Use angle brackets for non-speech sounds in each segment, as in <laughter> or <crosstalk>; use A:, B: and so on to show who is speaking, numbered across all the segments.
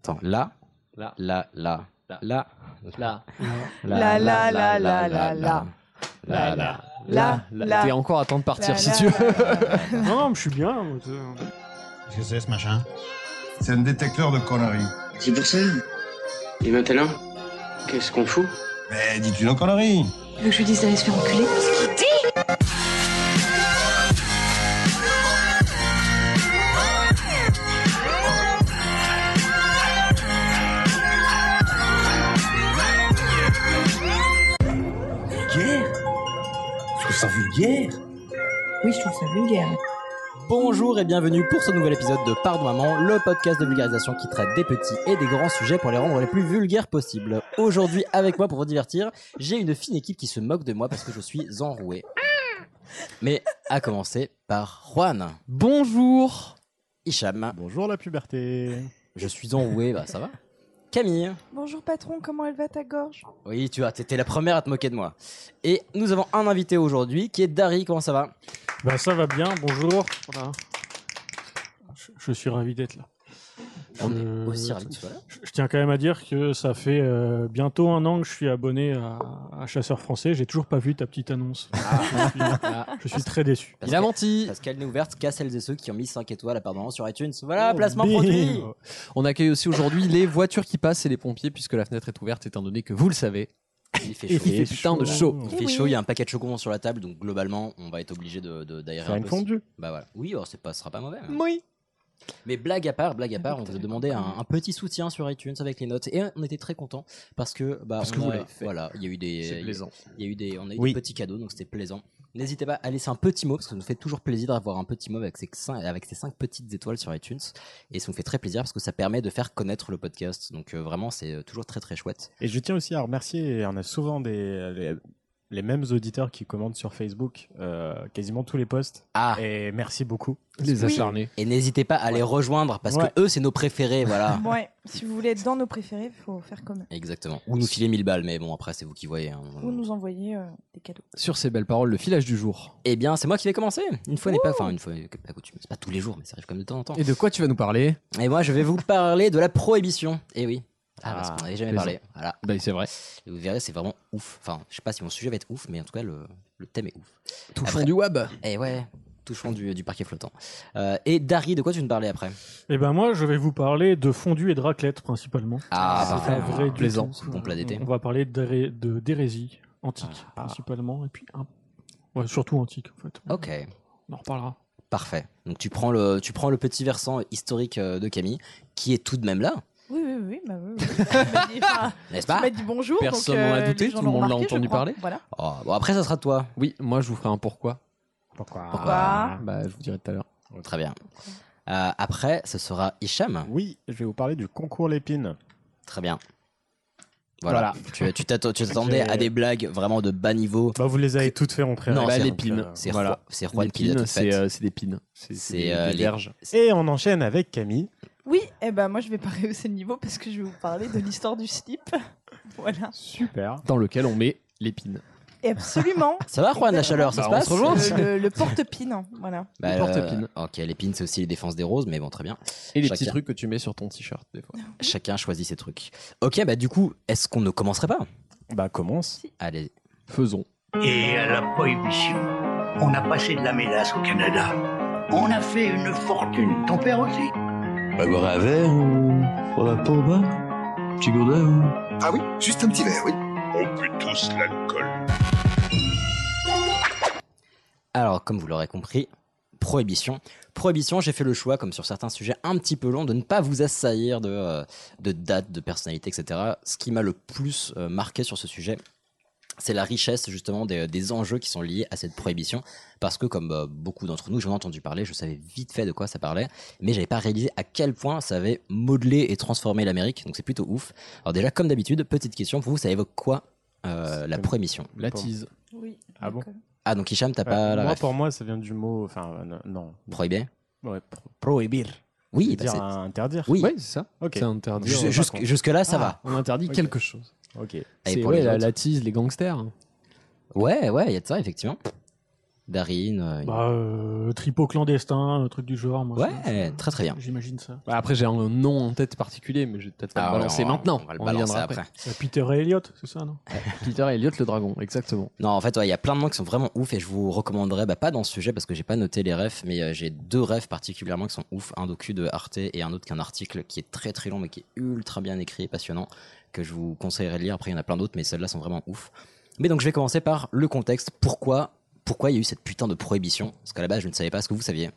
A: Attends, là,
B: Là.
A: là, là,
B: Là.
A: là,
B: Là.
C: La, la, la, la, la, la.
A: la, la.
C: Là, là.
B: T'es encore à temps de partir
C: Là,
B: si
C: là,
B: tu veux.
D: Non, non, mais je suis bien. moi, c'est-
E: Qu'est-ce que c'est ce machin
F: C'est un détecteur de conneries.
G: C'est pour ça. Et maintenant, qu'est-ce qu'on fout
F: Mais dis-tu nos conneries
H: Tu veux que je lui dise d'aller se faire enculer Oui, je trouve ça vulgaire.
I: Bonjour et bienvenue pour ce nouvel épisode de Pardon Maman, le podcast de vulgarisation qui traite des petits et des grands sujets pour les rendre les plus vulgaires possibles. Aujourd'hui, avec moi pour vous divertir, j'ai une fine équipe qui se moque de moi parce que je suis enroué. Mais à commencer par Juan,
B: Bonjour.
I: Hicham,
D: Bonjour la puberté.
I: je suis enroué, bah ça va. Camille,
C: Bonjour patron, comment elle va ta gorge
I: oui, tu vois, t'étais la première à te moquer de moi. Et nous avons un invité aujourd'hui qui est Dari, comment ça va
D: Bah ça va bien, bonjour. Voilà. Je, je suis ravi d'être là.
I: On
D: Je-
I: est aussi ravis que tu sois là.
D: Je, je tiens quand même à dire que ça fait euh, bientôt un an que je suis abonné à, à Chasseur Français. J'ai toujours pas vu ta petite annonce.
I: Ah.
D: Je suis- je suis très déçu.
I: Parce
B: Il a
I: que-
B: menti.
I: Parce qu'elle n'est ouverte qu'à celles et ceux qui ont mis 5 étoiles à pardon sur iTunes. Voilà,
D: Oh,
I: placement
D: bim.
I: produit
B: On accueille aussi aujourd'hui les voitures qui passent et les pompiers puisque la fenêtre est ouverte étant donné que vous le savez.
I: Il fait
B: Il
I: chaud.
B: fait putain de chaud.
I: Il fait
C: Oui.
I: chaud, il y a un paquet de chocons sur la table, donc globalement, on va être obligé de, de- d'aérer
D: Faire
I: un
D: une
I: peu.
D: fondue.
I: Bah voilà. Oui, oh, c'est pas, ce sera pas mauvais. hein.
B: Oui.
I: Mais blague à part, blague à part, on vous a demandé un, un petit soutien sur iTunes avec les notes et on était très contents parce que bah
B: Parce
I: on
B: que vous
I: a-
B: l'avez fait.
I: voilà, il y a eu
B: C'est
I: des
B: plaisant.
I: il y a eu des on a eu
A: Oui.
I: des petits cadeaux donc c'était plaisant. N'hésitez pas à laisser un petit mot parce que ça nous fait toujours plaisir d'avoir un petit mot avec ces cinq, avec ces cinq petites étoiles sur iTunes et ça nous fait très plaisir parce que ça permet de faire connaître le podcast. Donc euh, vraiment c'est toujours très très chouette.
J: Et je tiens aussi à remercier, on a souvent des, les, les mêmes auditeurs qui commandent sur Facebook euh, quasiment tous les posts.
I: Ah
J: Et merci beaucoup.
B: Les
C: Oui.
B: acharnés.
I: et n'hésitez pas à les rejoindre parce
J: Ouais.
I: que eux c'est nos préférés <laughs> voilà.
C: Ouais, si vous voulez être dans nos préférés, faut faire comme
I: Exactement. Ou nous filer 1000 balles, mais bon, après, c'est vous qui voyez. hein.
C: vous nous envoyer euh, des cadeaux.
B: Sur ces belles paroles, le filage du jour.
I: Eh bien, c'est moi qui vais commencer. Une fois n'est pas, enfin, une fois n'est pas coutume. C'est pas tous les jours, mais ça arrive comme de temps en temps.
B: Et de quoi tu vas nous parler
I: Et moi, je vais vous parler de la prohibition. Eh oui. Ah, parce
B: Ah,
I: qu'on n'avait jamais
B: plaisant.
I: parlé. Voilà.
B: Bah c'est vrai.
I: Et vous verrez, c'est vraiment ouf. Enfin, je sais pas si mon sujet va être ouf, mais en tout cas, le, le thème est ouf.
B: Tout
I: Après-
B: fond du web.
I: Eh ouais. Touchons du, du parquet flottant. Euh, et Dari, de quoi tu nous parlais après
D: Et ben moi, je vais vous parler de fondue et de raclette principalement.
I: Ah,
D: C'est
I: parfait.
D: pas vrai du
B: Plaisant.
D: tout.
I: Bon plat d'été. Ah.
D: On va parler d'héré- de- d'hérésie antique principalement et puis un- ouais, surtout antique en fait.
I: Ok.
D: On en reparlera.
I: Parfait. Donc, tu prends le, tu prends le petit versant historique euh, de Camille, qui est tout de même là,
C: Oui, oui, oui, bah <laughs> oui. oui. Tu m'as dit- enfin,
I: n'est-ce
C: tu
I: pas
C: m'as dit bonjour.
B: Personne
C: donc,
B: n'en a
C: euh,
B: douté,
C: les gens
B: tout le monde l'a
C: remarqué, je
B: entendu
C: crois.
B: parler.
C: Voilà.
I: Oh, Bon, après, ça sera toi.
B: Oui, moi je vous ferai un pourquoi.
J: Pourquoi
C: Pourquoi
B: Bah je vous dirai tout à l'heure.
I: Très bien. Euh, après, ce sera Hicham.
J: Oui, je vais vous parler du concours Lépine.
I: Très bien. Voilà. Tu tu t'attends- tu t'attendais
J: Ok.
I: à
B: <laughs>
I: des blagues vraiment de bas niveau.
J: Bah, vous les avez toutes fait, mon frère.
I: Non,
J: Bah,
I: c'est-
J: Lépine.
B: euh,
I: C'est
J: Voilà.
I: Juan- c'est Juan,
B: Les
I: qui l'a
B: pines,
I: tout
B: c'est
I: fait.
B: euh, c'est des pines. C'est-
I: C'est,
B: C'est des-
I: euh,
B: des
I: les-
B: verges.
J: Et on enchaîne avec Camille.
C: Oui, et ben moi je vais pas rehausser le niveau parce que je vais vous parler de l'histoire du slip. <laughs> voilà.
J: Super.
B: Dans lequel on met l'épine.
C: Et
B: <laughs>
C: absolument.
I: Ça va, Juan, la chaleur, ça
B: Bah,
I: se
B: on
I: passe
B: se rejoint.
C: Le, le- le porte-pine, hein, voilà.
I: Bah,
B: Le porte-pine.
I: euh, ok, les pines, c'est aussi les défenses des roses, mais bon, très bien.
B: Et les
I: Chacun.
B: petits trucs que tu mets sur ton t-shirt des fois.
I: Chacun choisit ses trucs. Ok, bah du coup, est-ce qu'on ne commencerait pas
J: Bah, commence.
I: Allez.
B: Faisons.
K: Et à la prohibition, on a passé de la mélasse au Canada. On a fait une fortune. Ton père aussi.
G: Bah, boire un verre ou. Pour la peau, bah. Petit gourdin ou.
F: Ah oui, juste un petit verre, oui.
E: On pue tous l'alcool.
I: Alors, comme vous l'aurez compris, prohibition. Prohibition, j'ai fait le choix, comme sur certains sujets un petit peu longs, de ne pas vous assaillir de, euh, de dates, de personnalités, etc. Ce qui m'a le plus euh, marqué sur ce sujet, c'est la richesse justement des, des enjeux qui sont liés à cette prohibition. Parce que comme euh, beaucoup d'entre nous, j'en ai entendu parler, je savais vite fait de quoi ça parlait, mais j'avais pas réalisé à quel point ça avait modelé et transformé l'Amérique. Donc c'est plutôt ouf. Alors déjà, comme d'habitude, petite question pour vous, ça évoque quoi euh, la
J: Comme-
I: prohibition
B: La
J: Pour-
B: tease.
C: Oui. euh,
J: Ah bon
C: d'accord.
I: Ah donc Hicham, t'as
J: Ouais,
I: pas la
J: moi,
I: ref
J: pour moi, ça vient du mot. Enfin, euh, non.
I: Prohibé
J: Ouais, pro- prohibir.
K: <laughs>
I: Oui, bah,
J: dire
I: c'est-
J: un- interdire.
I: oui.
B: Ouais, c'est ça.
J: Ok.
B: C'est interdit.
I: Jus-
J: par
I: jusque-
J: contre.
I: Jusque-là, ça
J: Ah.
I: va.
B: On interdit
J: Ok.
B: quelque chose.
J: Ok.
I: Et
B: C'est
I: pour
B: ouais,
I: les
B: la,
I: autres
B: la tease, les gangsters.
I: Ah. Ouais, ouais, il y a de ça, effectivement. Darine. euh, une-
D: Bah, euh, tripot clandestin, un truc du genre. Moi,
I: Ouais,
D: je- je-
I: très, très bien.
D: J'imagine ça.
B: Bah, après, j'ai un nom en tête particulier, mais je vais peut-être pas
I: Ah,
B: le balancer
I: on va-
B: maintenant.
I: on va le
B: y
I: balancer
B: viendra
I: après.
D: C'est Bah, Peter et Elliot, c'est ça, non
B: Peter et Elliot le dragon, exactement.
I: Non, en fait, ouais, il y a plein de noms qui sont vraiment ouf et je vous recommanderais, bah, pas dans ce sujet parce que j'ai pas noté les refs, mais euh, j'ai deux refs particulièrement qui sont ouf. Un docu de Arte et un autre qu'un article qui est très très long mais qui est ultra bien écrit et passionnant que je vous conseillerais de lire. Après, il y en a plein d'autres, mais celles-là sont vraiment ouf. Mais donc, je vais commencer par le contexte. Pourquoi, pourquoi il y a eu cette putain de prohibition Parce qu'à la base, je ne savais pas ce que vous saviez.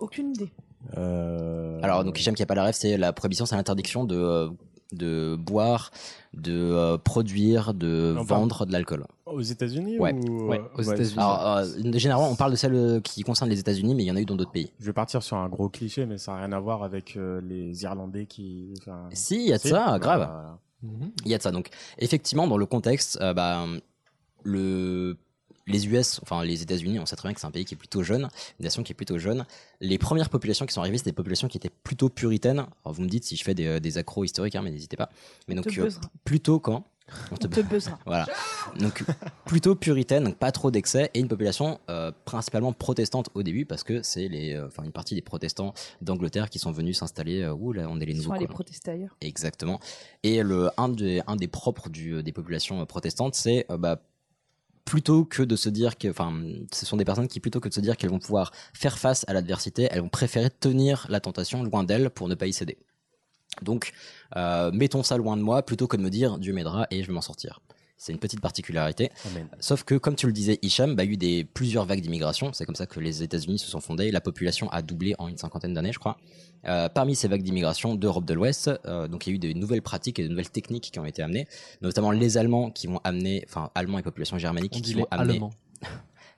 C: Aucune idée.
J: Euh,
I: Alors, donc, Hicham qui a pas la rêve, c'est la prohibition, c'est l'interdiction de, euh, de boire, de euh, produire, de
J: Non, pas-
I: vendre de l'alcool.
J: Euh, Aux États-unis
I: Ouais.
J: ou...
B: Ouais, aux États-Unis.
I: Alors, euh, généralement, on parle de celle euh, qui concerne les États-Unis, mais il y en a eu dans d'autres pays.
J: Je vais partir sur un gros cliché, mais ça n'a rien à voir avec euh, les Irlandais qui. enfin,
I: Si, il y a de
J: si,
I: ça,
J: bah,
I: grave.
J: voilà.
B: Mhm.
I: Il y a de ça. Donc, effectivement, dans le contexte, euh, bah, le, les US, enfin les États-Unis, on sait très bien que c'est un pays qui est plutôt jeune, une nation qui est plutôt jeune. Les premières populations qui sont arrivées, c'est des populations qui étaient plutôt puritaines. Alors, vous me dites si je fais des, euh, des accros historiques, hein, mais n'hésitez pas. Mais
C: On
I: donc,
C: te
I: euh,
C: buzzera.
I: plutôt quand on te
C: On te buzzera.
I: Voilà. Donc plutôt puritaine, donc pas trop d'excès, et une population euh, principalement protestante au début, parce que c'est les, euh, enfin une partie des protestants d'Angleterre qui sont venus s'installer. euh, ouh là, on est les
C: Ils sont
I: nouveaux.
C: allés
I: colons.
C: protester ailleurs.
I: Exactement. Et le un des un des propres du, des populations euh, protestantes, c'est euh, bah, plutôt que de se dire que, enfin, ce sont des personnes qui plutôt que de se dire qu'elles vont pouvoir faire face à l'adversité, elles vont préférer tenir la tentation loin d'elles pour ne pas y céder. Donc, euh, mettons ça loin de moi plutôt que de me dire Dieu m'aidera et je vais m'en sortir. C'est une petite particularité.
J: Amen.
I: Sauf que, comme tu le disais, Hicham, bah, il y a eu des, plusieurs vagues d'immigration. C'est comme ça que les États-Unis se sont fondés. La population a doublé en une cinquantaine d'années, je crois. Euh, parmi ces vagues d'immigration d'Europe de l'Ouest, euh, donc il y a eu des nouvelles pratiques et des nouvelles techniques qui ont été amenées, notamment les Allemands qui vont amener, enfin Allemands et population germanique
B: On dit
I: qui
B: les
I: vont amener
B: Allemands.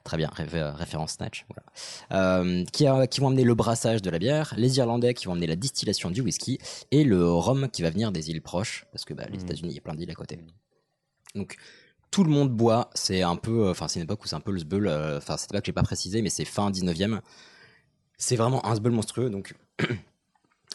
I: Très bien, ré- euh, référence Snatch. voilà. Euh, qui, a- qui vont amener le brassage de la bière, les Irlandais qui vont amener la distillation du whisky et le rhum qui va venir des îles proches, parce que bah, les
J: Mhm.
I: États-Unis, il y a plein d'îles à côté. Donc tout le monde boit, c'est un peu, euh, enfin c'est une époque où c'est un peu le sbeul, euh, enfin c'est pas que j'ai pas précisé, mais c'est fin 19e. C'est vraiment un sbeul monstrueux, donc <clears throat>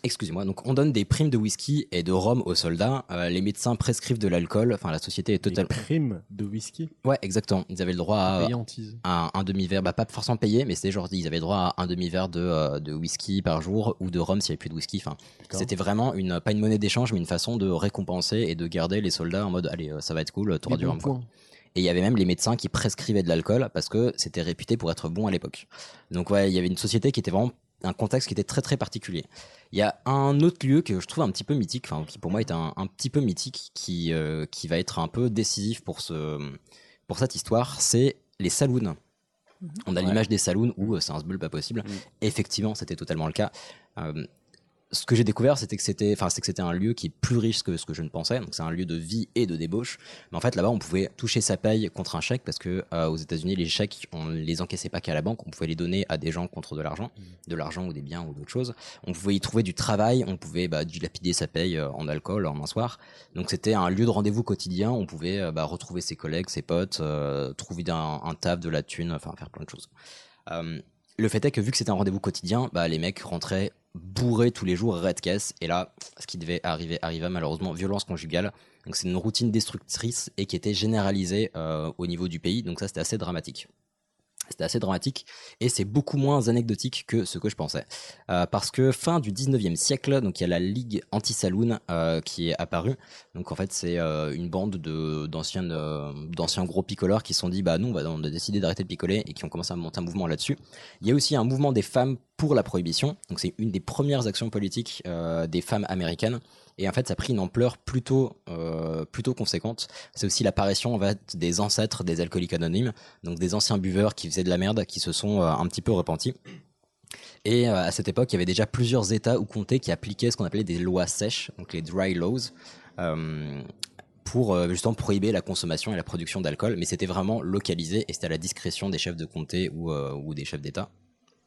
I: Excusez-moi, donc on donne des primes de whisky et de rhum aux soldats, euh, les médecins prescrivent de l'alcool, enfin la société est
J: Des
I: totalement...
J: primes de whisky.
I: Ouais, exactement, ils avaient le droit à,
B: Payé en tease.
I: un, un demi-verre, bah, pas forcément payé, mais c'est genre ils avaient droit à un demi-verre de, euh, de whisky par jour ou de rhum s'il n'y avait plus de whisky. Enfin, c'était vraiment une, pas une monnaie d'échange, mais une façon de récompenser et de garder les soldats en mode allez, euh, ça va être cool, t'auras
B: Des
I: du
B: bons
I: rhum. quoi.
B: points.
I: Et il y avait même les médecins qui prescrivaient de l'alcool parce que c'était réputé pour être bon à l'époque. Donc ouais, il y avait une société qui était vraiment un contexte qui était très très particulier. Il y a un autre lieu que je trouve un petit peu mythique, enfin qui pour moi est un, un petit peu mythique, qui, euh, qui va être un peu décisif pour, ce, pour cette histoire, c'est les saloons. On a l'image des saloons où euh, c'est un sbul pas possible. Effectivement, c'était totalement le cas. Euh, ce que j'ai découvert, c'était que c'était, enfin, c'est que c'était un lieu qui est plus riche que ce que je ne pensais. Donc, c'est un lieu de vie et de débauche. Mais en fait, là-bas, on pouvait toucher sa paye contre un chèque parce que euh, aux États-Unis, les chèques, on ne les encaissait pas qu'à la banque. On pouvait les donner à des gens contre de l'argent, de l'argent ou des biens ou d'autres choses. On pouvait y trouver du travail. On pouvait bah, dilapider sa paye euh, en alcool, en un soir. Donc, c'était un lieu de rendez-vous quotidien. On pouvait euh, bah, retrouver ses collègues, ses potes, euh, trouver un, un taf, de la thune, enfin, faire plein de choses. Euh, le fait est que vu que c'était un rendez-vous quotidien, bah, les mecs rentraient bourrés tous les jours, red caisse. Et là, ce qui devait arriver arriva malheureusement, violence conjugale. Donc c'est une routine destructrice et qui était généralisée euh, au niveau du pays. Donc ça, c'était assez dramatique. C'était assez dramatique et c'est beaucoup moins anecdotique que ce que je pensais. Euh, parce que fin du 19e siècle, donc il y a la Ligue Anti-Saloon euh, qui est apparue. Donc en fait, c'est euh, une bande de- d'anciennes, euh, d'anciens gros picoleurs qui se sont dit bah non, bah, on a décidé d'arrêter de picoler et qui ont commencé à monter un mouvement là-dessus. Il y a aussi un mouvement des femmes pour la prohibition. Donc c'est une des premières actions politiques euh, des femmes américaines. Et en fait, ça a pris une ampleur plutôt, euh, plutôt conséquente. C'est aussi l'apparition en fait, des ancêtres des alcooliques anonymes, donc des anciens buveurs qui faisaient de la merde, qui se sont euh, un petit peu repentis. Et euh, à cette époque, il y avait déjà plusieurs États ou comtés qui appliquaient ce qu'on appelait des lois sèches, donc les dry laws, euh, pour euh, justement prohiber la consommation et la production d'alcool. Mais c'était vraiment localisé et c'était à la discrétion des chefs de comté ou, euh, ou des chefs d'État,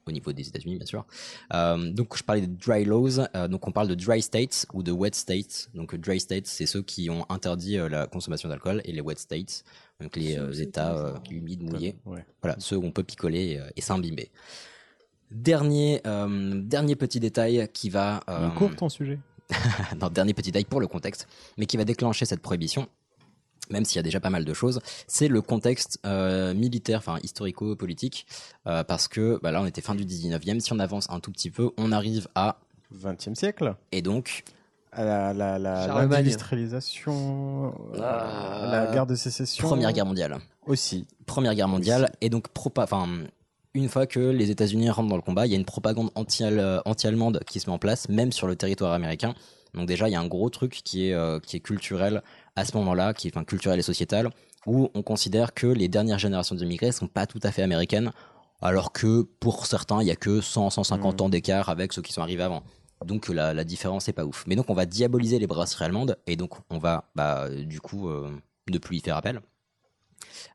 I: au niveau des États-Unis bien sûr. Euh, donc je parlais de dry laws, euh, donc on parle de dry states ou de wet states. Donc euh, dry states, c'est ceux qui ont interdit euh, la consommation d'alcool et les wet states, donc les euh, États euh, humides, mouillés.
J: Ouais.
I: Voilà, ceux où on peut picoler euh, et s'imbiber. Dernier, euh, dernier petit détail qui va. euh, <laughs>
J: court ton sujet.
I: non, dernier petit détail pour le contexte, mais qui va déclencher cette prohibition. même s'il y a déjà pas mal de choses, c'est le contexte euh, militaire, enfin historico-politique, euh, parce que bah, là on était fin du 19e, si on avance un tout petit peu, on arrive à...
J: 20e siècle.
I: Et donc,
J: À la, la, la-
B: Charlemagne.
J: l'industrialisation, euh, la guerre de sécession.
I: Ah. Première Guerre mondiale.
J: Aussi.
I: Première Guerre mondiale, et donc propa- enfin, une fois que les États-Unis rentrent dans le combat, il y a une propagande anti- euh, anti-allemande qui se met en place, même sur le territoire américain. Donc déjà, il y a un gros truc qui est, euh, qui est culturel à ce moment-là, qui est enfin, culturel et sociétal, où on considère que les dernières générations d'immigrés sont pas tout à fait américaines, alors que pour certains, il y a que 100-150
J: Mhm.
I: ans d'écart avec ceux qui sont arrivés avant. Donc la, la différence est pas ouf. Mais donc on va diaboliser les brasseries allemandes et donc on va bah, du coup euh, ne plus y faire appel.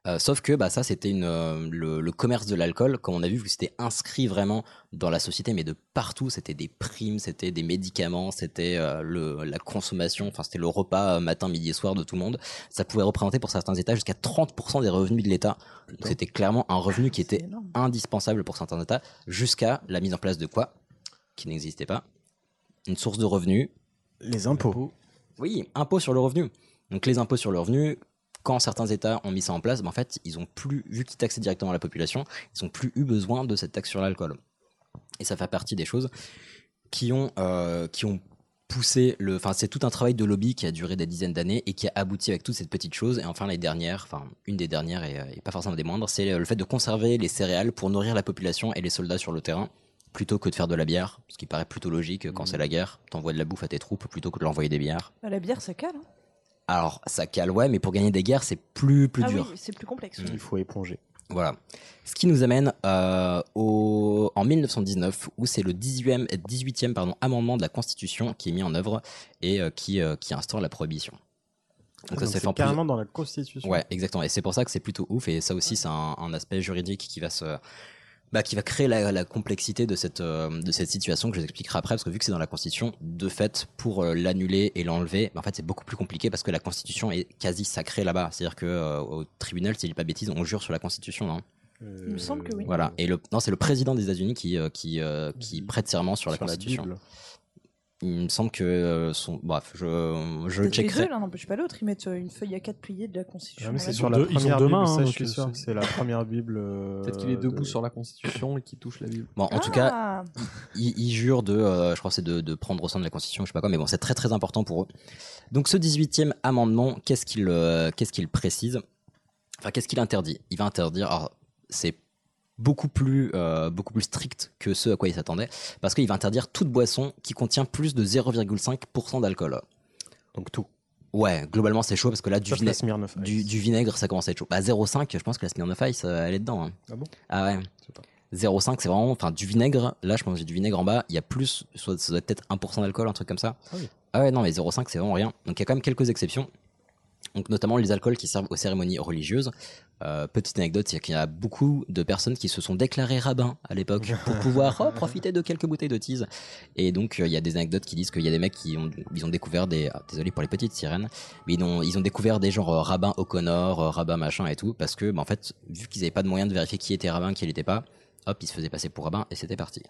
I: Euh, sauf que bah, ça, c'était une, euh, le, le commerce de l'alcool, comme on a vu, vu que c'était inscrit vraiment dans la société, mais de partout. C'était des primes, c'était des médicaments, c'était euh, le- la consommation, enfin, c'était le repas euh, matin, midi et soir de tout le monde. Ça pouvait représenter pour certains États jusqu'à 30% des revenus de l'État. Donc, C'était clairement un revenu qui était indispensable pour certains États, jusqu'à la mise en place de quoi Qui n'existait pas. Une source de revenus
J: Les impôts.
I: oui, impôt sur le revenu. Donc les impôts sur le revenu, quand certains États ont mis ça en place, ben en fait, ils ont plus, vu qu'ils taxaient directement la population, ils n'ont plus eu besoin de cette taxe sur l'alcool. Et ça fait partie des choses qui ont, euh, qui ont poussé le. Enfin, c'est tout un travail de lobby qui a duré des dizaines d'années et qui a abouti avec toutes ces petites choses. Et enfin, les dernières, enfin, une des dernières et, euh, et pas forcément des moindres, c'est le fait de conserver les céréales pour nourrir la population et les soldats sur le terrain plutôt que de faire de la bière, ce qui paraît plutôt logique quand c'est la guerre. T'envoies de la bouffe à tes troupes plutôt que de l'envoyer des bières.
C: Bah, la bière, ça cale. hein.
I: Alors, ça cale, ouais, mais pour gagner des guerres, c'est plus, plus
C: ah
I: dur.
C: oui, c'est plus complexe.
I: Mm.
J: Il faut éponger.
I: Voilà. Ce qui nous amène euh, au... en 1919, où c'est le 18e, 18e pardon, amendement de la Constitution qui est mis en œuvre et euh, qui, euh, qui instaure la prohibition. Donc, ça
J: Ah, donc
I: s'est fait en
J: c'est
I: plus-
J: carrément dans la Constitution.
I: Ouais, exactement. Et c'est pour ça que c'est plutôt ouf. Et ça aussi, c'est un, un aspect juridique qui va se, bah, qui va créer la, la complexité de cette, euh, de cette situation que je vous expliquerai après, parce que vu que c'est dans la Constitution, de fait, pour euh, l'annuler et l'enlever, bah, en fait, c'est beaucoup plus compliqué parce que la Constitution est quasi sacrée là-bas. C'est-à-dire que euh, au tribunal, si je dis pas de bêtises, on jure sur la Constitution, non
J: Euh,
C: Il me semble que oui.
I: Voilà. Et le, non, c'est le président des États-Unis qui, euh, qui, euh,
C: Mmh.
I: qui
J: Mhm.
I: prête serment sur la Constitution.
J: Bible.
I: Il me semble que euh, son, bref, je, je
C: Peut-être les
I: checkerai.
C: deux, là, n'empêche pas l'autre. Ils mettent euh, une feuille à quatre pliés de la Constitution.
J: Ah, mais
C: dans
J: c'est
C: la
J: sur
C: Bible.
J: la
D: deux- ils ont
J: première
D: deux
J: Bible,
D: mains,
J: ça,
D: hein,
J: je
D: donc
J: suis
D: c'est-
J: sûr que c'est la première Bible. euh,
B: Peut-être qu'il est debout
J: de-
B: sur la Constitution et qu'il touche la Bible.
I: Bon, en tout cas,
C: Ah,
I: ils, ils jurent de, euh, je crois, que c'est de, de prendre au sein de la Constitution, je sais pas quoi, mais bon, c'est très très important pour eux. Donc ce 18e amendement, qu'est-ce qu'il euh, qu'est-ce qu'il précise Enfin, qu'est-ce qu'il interdit Il va interdire, alors c'est beaucoup plus, euh, beaucoup plus strict que ce à quoi il s'attendait, parce qu'il va interdire toute boisson qui contient plus de 0,5% d'alcool.
J: Donc tout.
I: Ouais, globalement c'est chaud, parce que là, du
J: Sauf la
I: vinaigre,
J: Smirnoff Ice.
I: du, du vinaigre, ça commence à être chaud. Bah 0,5, je pense que la Smirnoff Ice, euh, elle est dedans. hein.
J: Ah bon
I: Ah ouais.
J: Je sais pas.
I: 0,5, c'est vraiment, enfin, du vinaigre. Là, je pense que j'ai du vinaigre en bas. Il y a plus, soit, ça doit être peut-être 1% d'alcool, un truc comme ça.
J: Ah oui.
I: Ah ouais, non, mais 0,5, c'est vraiment rien. Donc, il y a quand même quelques exceptions. Donc, notamment les alcools qui servent aux cérémonies religieuses. Euh, petite anecdote, c'est qu'il y a beaucoup de personnes qui se sont déclarées rabbins à
J: <laughs>
I: l'époque pour pouvoir oh, profiter de quelques bouteilles de tease. Et donc, euh, il y a des anecdotes qui disent qu'il y a des mecs qui ont, ils ont découvert des. ah, désolé pour les petites sirènes, mais ils ont, ils ont découvert des genres euh, rabbins O'Connor, euh, rabbins machin et tout, parce que, bah, en fait, vu qu'ils n'avaient pas de moyen de vérifier qui était rabbin, qui l'était pas, hop, ils se faisaient passer pour rabbin et c'était parti.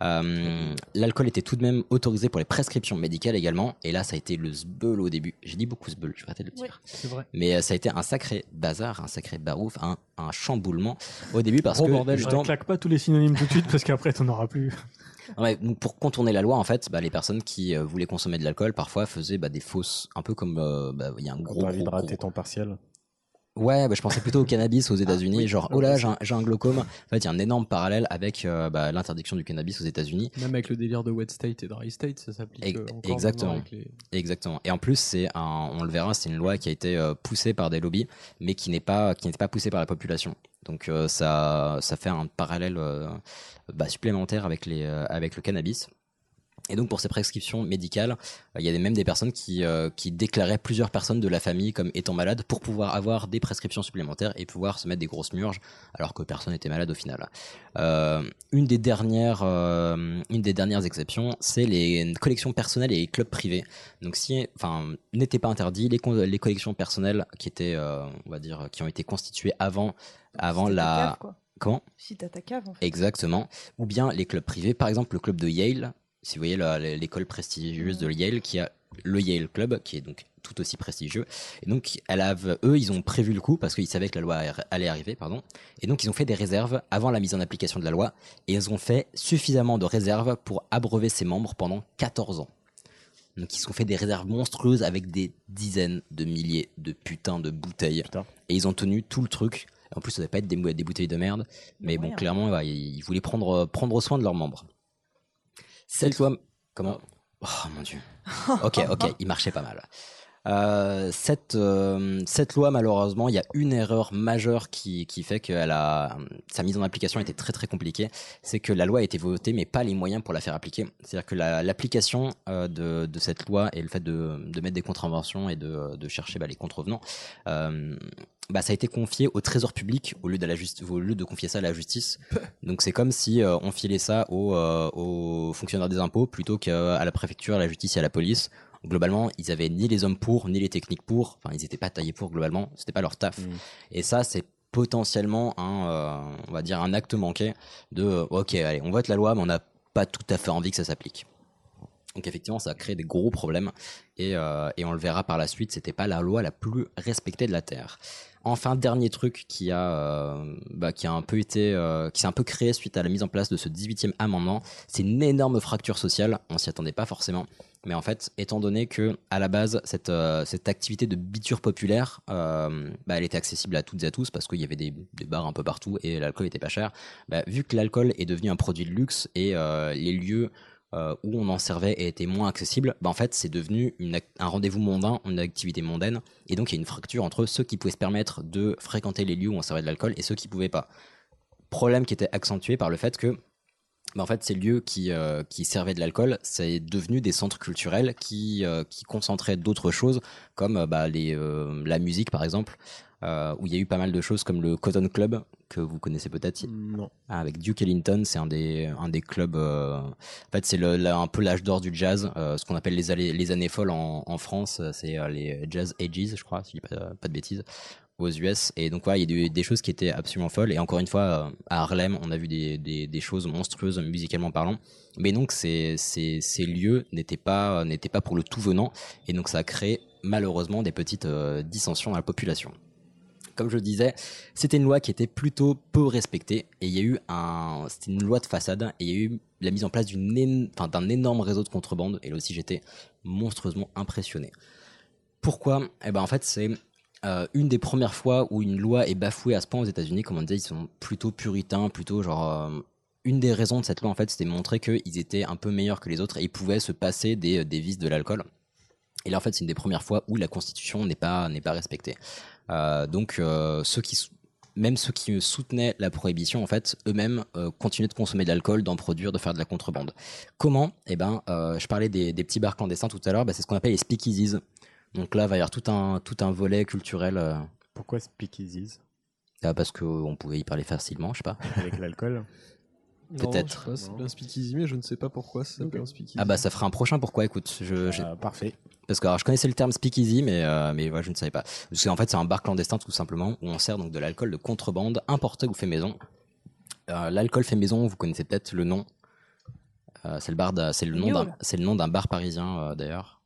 I: Euh, L'alcool était tout de même autorisé pour les prescriptions médicales également, et là, ça a été le zbeul au début. J'ai dit beaucoup zbeul, je vais arrêter de le dire.
D: C'est vrai.
I: Mais euh, ça a été un sacré bazar, un sacré barouf, un, un chamboulement au début parce
B: Gros
I: que
B: bordel.
D: Je
I: justement,
D: claque pas tous les synonymes tout de suite parce qu'après t'en auras plus.
I: Ah ouais, donc pour contourner la loi, en fait, bah, les personnes qui euh, voulaient consommer de l'alcool parfois faisaient bah, des fausses, un peu comme euh, bah, il y a un
J: Quand
I: gros.
J: t'as envie de
I: gros,
J: rater
I: gros-
J: ton partiel.
I: Ouais, bah, je pensais plutôt au cannabis aux États-Unis,
J: oui,
I: genre
J: ah
I: oh là
J: oui,
I: j'ai un, j'ai un glaucome. En fait, il y a un énorme parallèle avec euh, bah, l'interdiction du cannabis aux États-Unis.
B: Même avec le délire de wet state et dry state, ça s'applique
I: Ex-
B: euh, encore
I: exactement.
B: maintenant avec les-
I: Exactement. Et en plus, c'est un, on le verra, c'est une loi qui a été euh, poussée par des lobbies, mais qui n'est pas, qui n'est pas poussée par la population. Donc euh, ça, ça fait un parallèle euh, bah, supplémentaire avec les, euh, avec le cannabis. Et donc pour ces prescriptions médicales, euh, il y a même des personnes qui, euh, qui déclaraient plusieurs personnes de la famille comme étant malades pour pouvoir avoir des prescriptions supplémentaires et pouvoir se mettre des grosses murges alors que personne n'était malade au final. Euh, une, des dernières, euh, une des dernières exceptions, c'est les collections personnelles et les clubs privés. Donc si, enfin, n'était pas interdit les, con- les collections personnelles qui étaient, euh, on va dire, qui ont été constituées avant, avant
C: si t'as ta
I: la,
C: cave, quoi.
I: comment
C: Si t'as ta cave, en fait.
I: Exactement. Ou bien les clubs privés, par exemple le club de Yale, si vous voyez la- l'école prestigieuse de Yale, qui a le Yale Club, qui est donc tout aussi prestigieux. Et donc, elle a- eux, ils ont prévu le coup parce qu'ils savaient que la loi ar- allait arriver, pardon. Et donc, ils ont fait des réserves avant la mise en application de la loi et ils ont fait suffisamment de réserves pour abreuver ses membres pendant 14 ans. Donc, ils se sont fait des réserves monstrueuses avec des dizaines de milliers de putains de bouteilles. Et ils ont tenu tout le truc. En plus, ça devait pas être des, bou- des bouteilles de merde. Mais bon, clairement, ouais, ils ils voulaient prendre, prendre soin de leurs membres. Cette loi. Comment Oh mon dieu. Ok, ok, il marchait pas mal. Euh, cette, euh, cette loi, malheureusement, il y a une erreur majeure qui, qui fait que elle a, sa mise en application était très très compliquée. C'est que la loi a été votée, mais pas les moyens pour la faire appliquer. C'est-à-dire que la- l'application euh, de, de cette loi et le fait de, de mettre des contraventions et de, de chercher bah, les contrevenants, euh, bah, ça a été confié au trésor public au lieu, de la justi- au lieu de confier ça à la justice. Donc c'est comme si euh, on filait ça aux, euh, aux fonctionnaires des impôts plutôt qu'à la préfecture, à la justice et à la police. Globalement, ils avaient ni les hommes pour, ni les techniques pour. Enfin, ils n'étaient pas taillés pour. Globalement, c'était pas leur taf. Et ça, c'est potentiellement un, euh, on va dire un acte manqué de euh, ok, allez, on vote la loi, mais on n'a pas tout à fait envie que ça s'applique. Donc effectivement, ça a créé des gros problèmes et, euh, et on le verra par la suite, c'était pas la loi la plus respectée de la Terre. Enfin, dernier truc qui a, euh, bah, qui a un peu été, euh, qui s'est un peu créé suite à la mise en place de ce 18e amendement, c'est une énorme fracture sociale. On s'y attendait pas forcément, mais en fait, étant donné que à la base cette, euh, cette activité de biture populaire, euh, bah, elle était accessible à toutes et à tous parce qu'il y avait des, des bars un peu partout et l'alcool était pas cher. bah, vu que l'alcool est devenu un produit de luxe et euh, les lieux euh, où on en servait et était moins accessible, bah en fait c'est devenu une ac- un rendez-vous mondain, une activité mondaine, et donc il y a une fracture entre ceux qui pouvaient se permettre de fréquenter les lieux où on servait de l'alcool et ceux qui pouvaient pas. Problème qui était accentué par le fait que bah, en fait, ces lieux qui, euh, qui servaient de l'alcool, c'est devenu des centres culturels qui, euh, qui concentraient d'autres choses, comme euh, bah, les, euh, la musique, par exemple, euh, où il y a eu pas mal de choses comme le Cotton Club, que vous connaissez peut-être.
J: Non.
I: Ah, avec Duke Ellington, c'est un des, un des clubs. euh, En fait, c'est le- la- un peu l'âge d'or du jazz, euh, ce qu'on appelle les, allées- les années folles en, en France. euh, C'est euh, les Jazz Ages, je crois, si je dis pas, pas de bêtises, aux US. Et donc, voilà, il y a des, des choses qui étaient absolument folles. Et encore une fois, euh, à Harlem, on a vu des, des- des choses monstrueuses musicalement parlant. Mais donc, ces, ces, ces lieux n'étaient pas, n'étaient pas pour le tout venant. Et donc, ça a créé malheureusement des petites euh, dissensions à la population comme je le disais, c'était une loi qui était plutôt peu respectée et il y a eu un, c'était une loi de façade et il y a eu la mise en place d'une, éno- enfin, d'un énorme réseau de contrebande et là aussi j'étais monstrueusement impressionné. Pourquoi Eh ben en fait c'est euh, une des premières fois où une loi est bafouée à ce point aux États-Unis. Comme on disait, ils sont plutôt puritains, plutôt genre. euh, une des raisons de cette loi en fait, c'était de montrer qu'ils étaient un peu meilleurs que les autres et ils pouvaient se passer des, des vices de l'alcool. Et là, en fait, c'est une des premières fois où la Constitution n'est pas, n'est pas respectée. Euh, donc, euh, ceux qui, sou- même ceux qui euh, soutenaient la prohibition, en fait, eux-mêmes euh, continuaient de consommer de l'alcool, d'en produire, de faire de la contrebande. Comment Eh ben, euh, je parlais des, des petits bars clandestins tout à l'heure, bah, c'est ce qu'on appelle les speakeasies. Donc là, il va y avoir tout un, tout un volet culturel. euh,
J: Pourquoi speakeasies
I: ah, parce qu'on pouvait y parler facilement, je sais pas.
J: Avec l'alcool
I: Peut-être.
B: Non, je sais pas, c'est bien speakeasy, mais je ne sais pas pourquoi ça s'appelle un speakeasy.
I: Ah bah ça fera un prochain pourquoi écoute je, <laughs> j'ai-
J: Euh, Parfait.
I: parce que alors, je connaissais le terme speakeasy mais euh, mais ouais, je ne savais pas parce qu'en fait c'est un bar clandestin tout simplement où on sert donc de l'alcool de contrebande importé ou fait maison Euh, l'alcool fait maison vous connaissez peut-être le nom Euh, c'est le bar d'un- c'est le nom d'un
C: Mule.
I: c'est le nom d'un bar parisien euh, d'ailleurs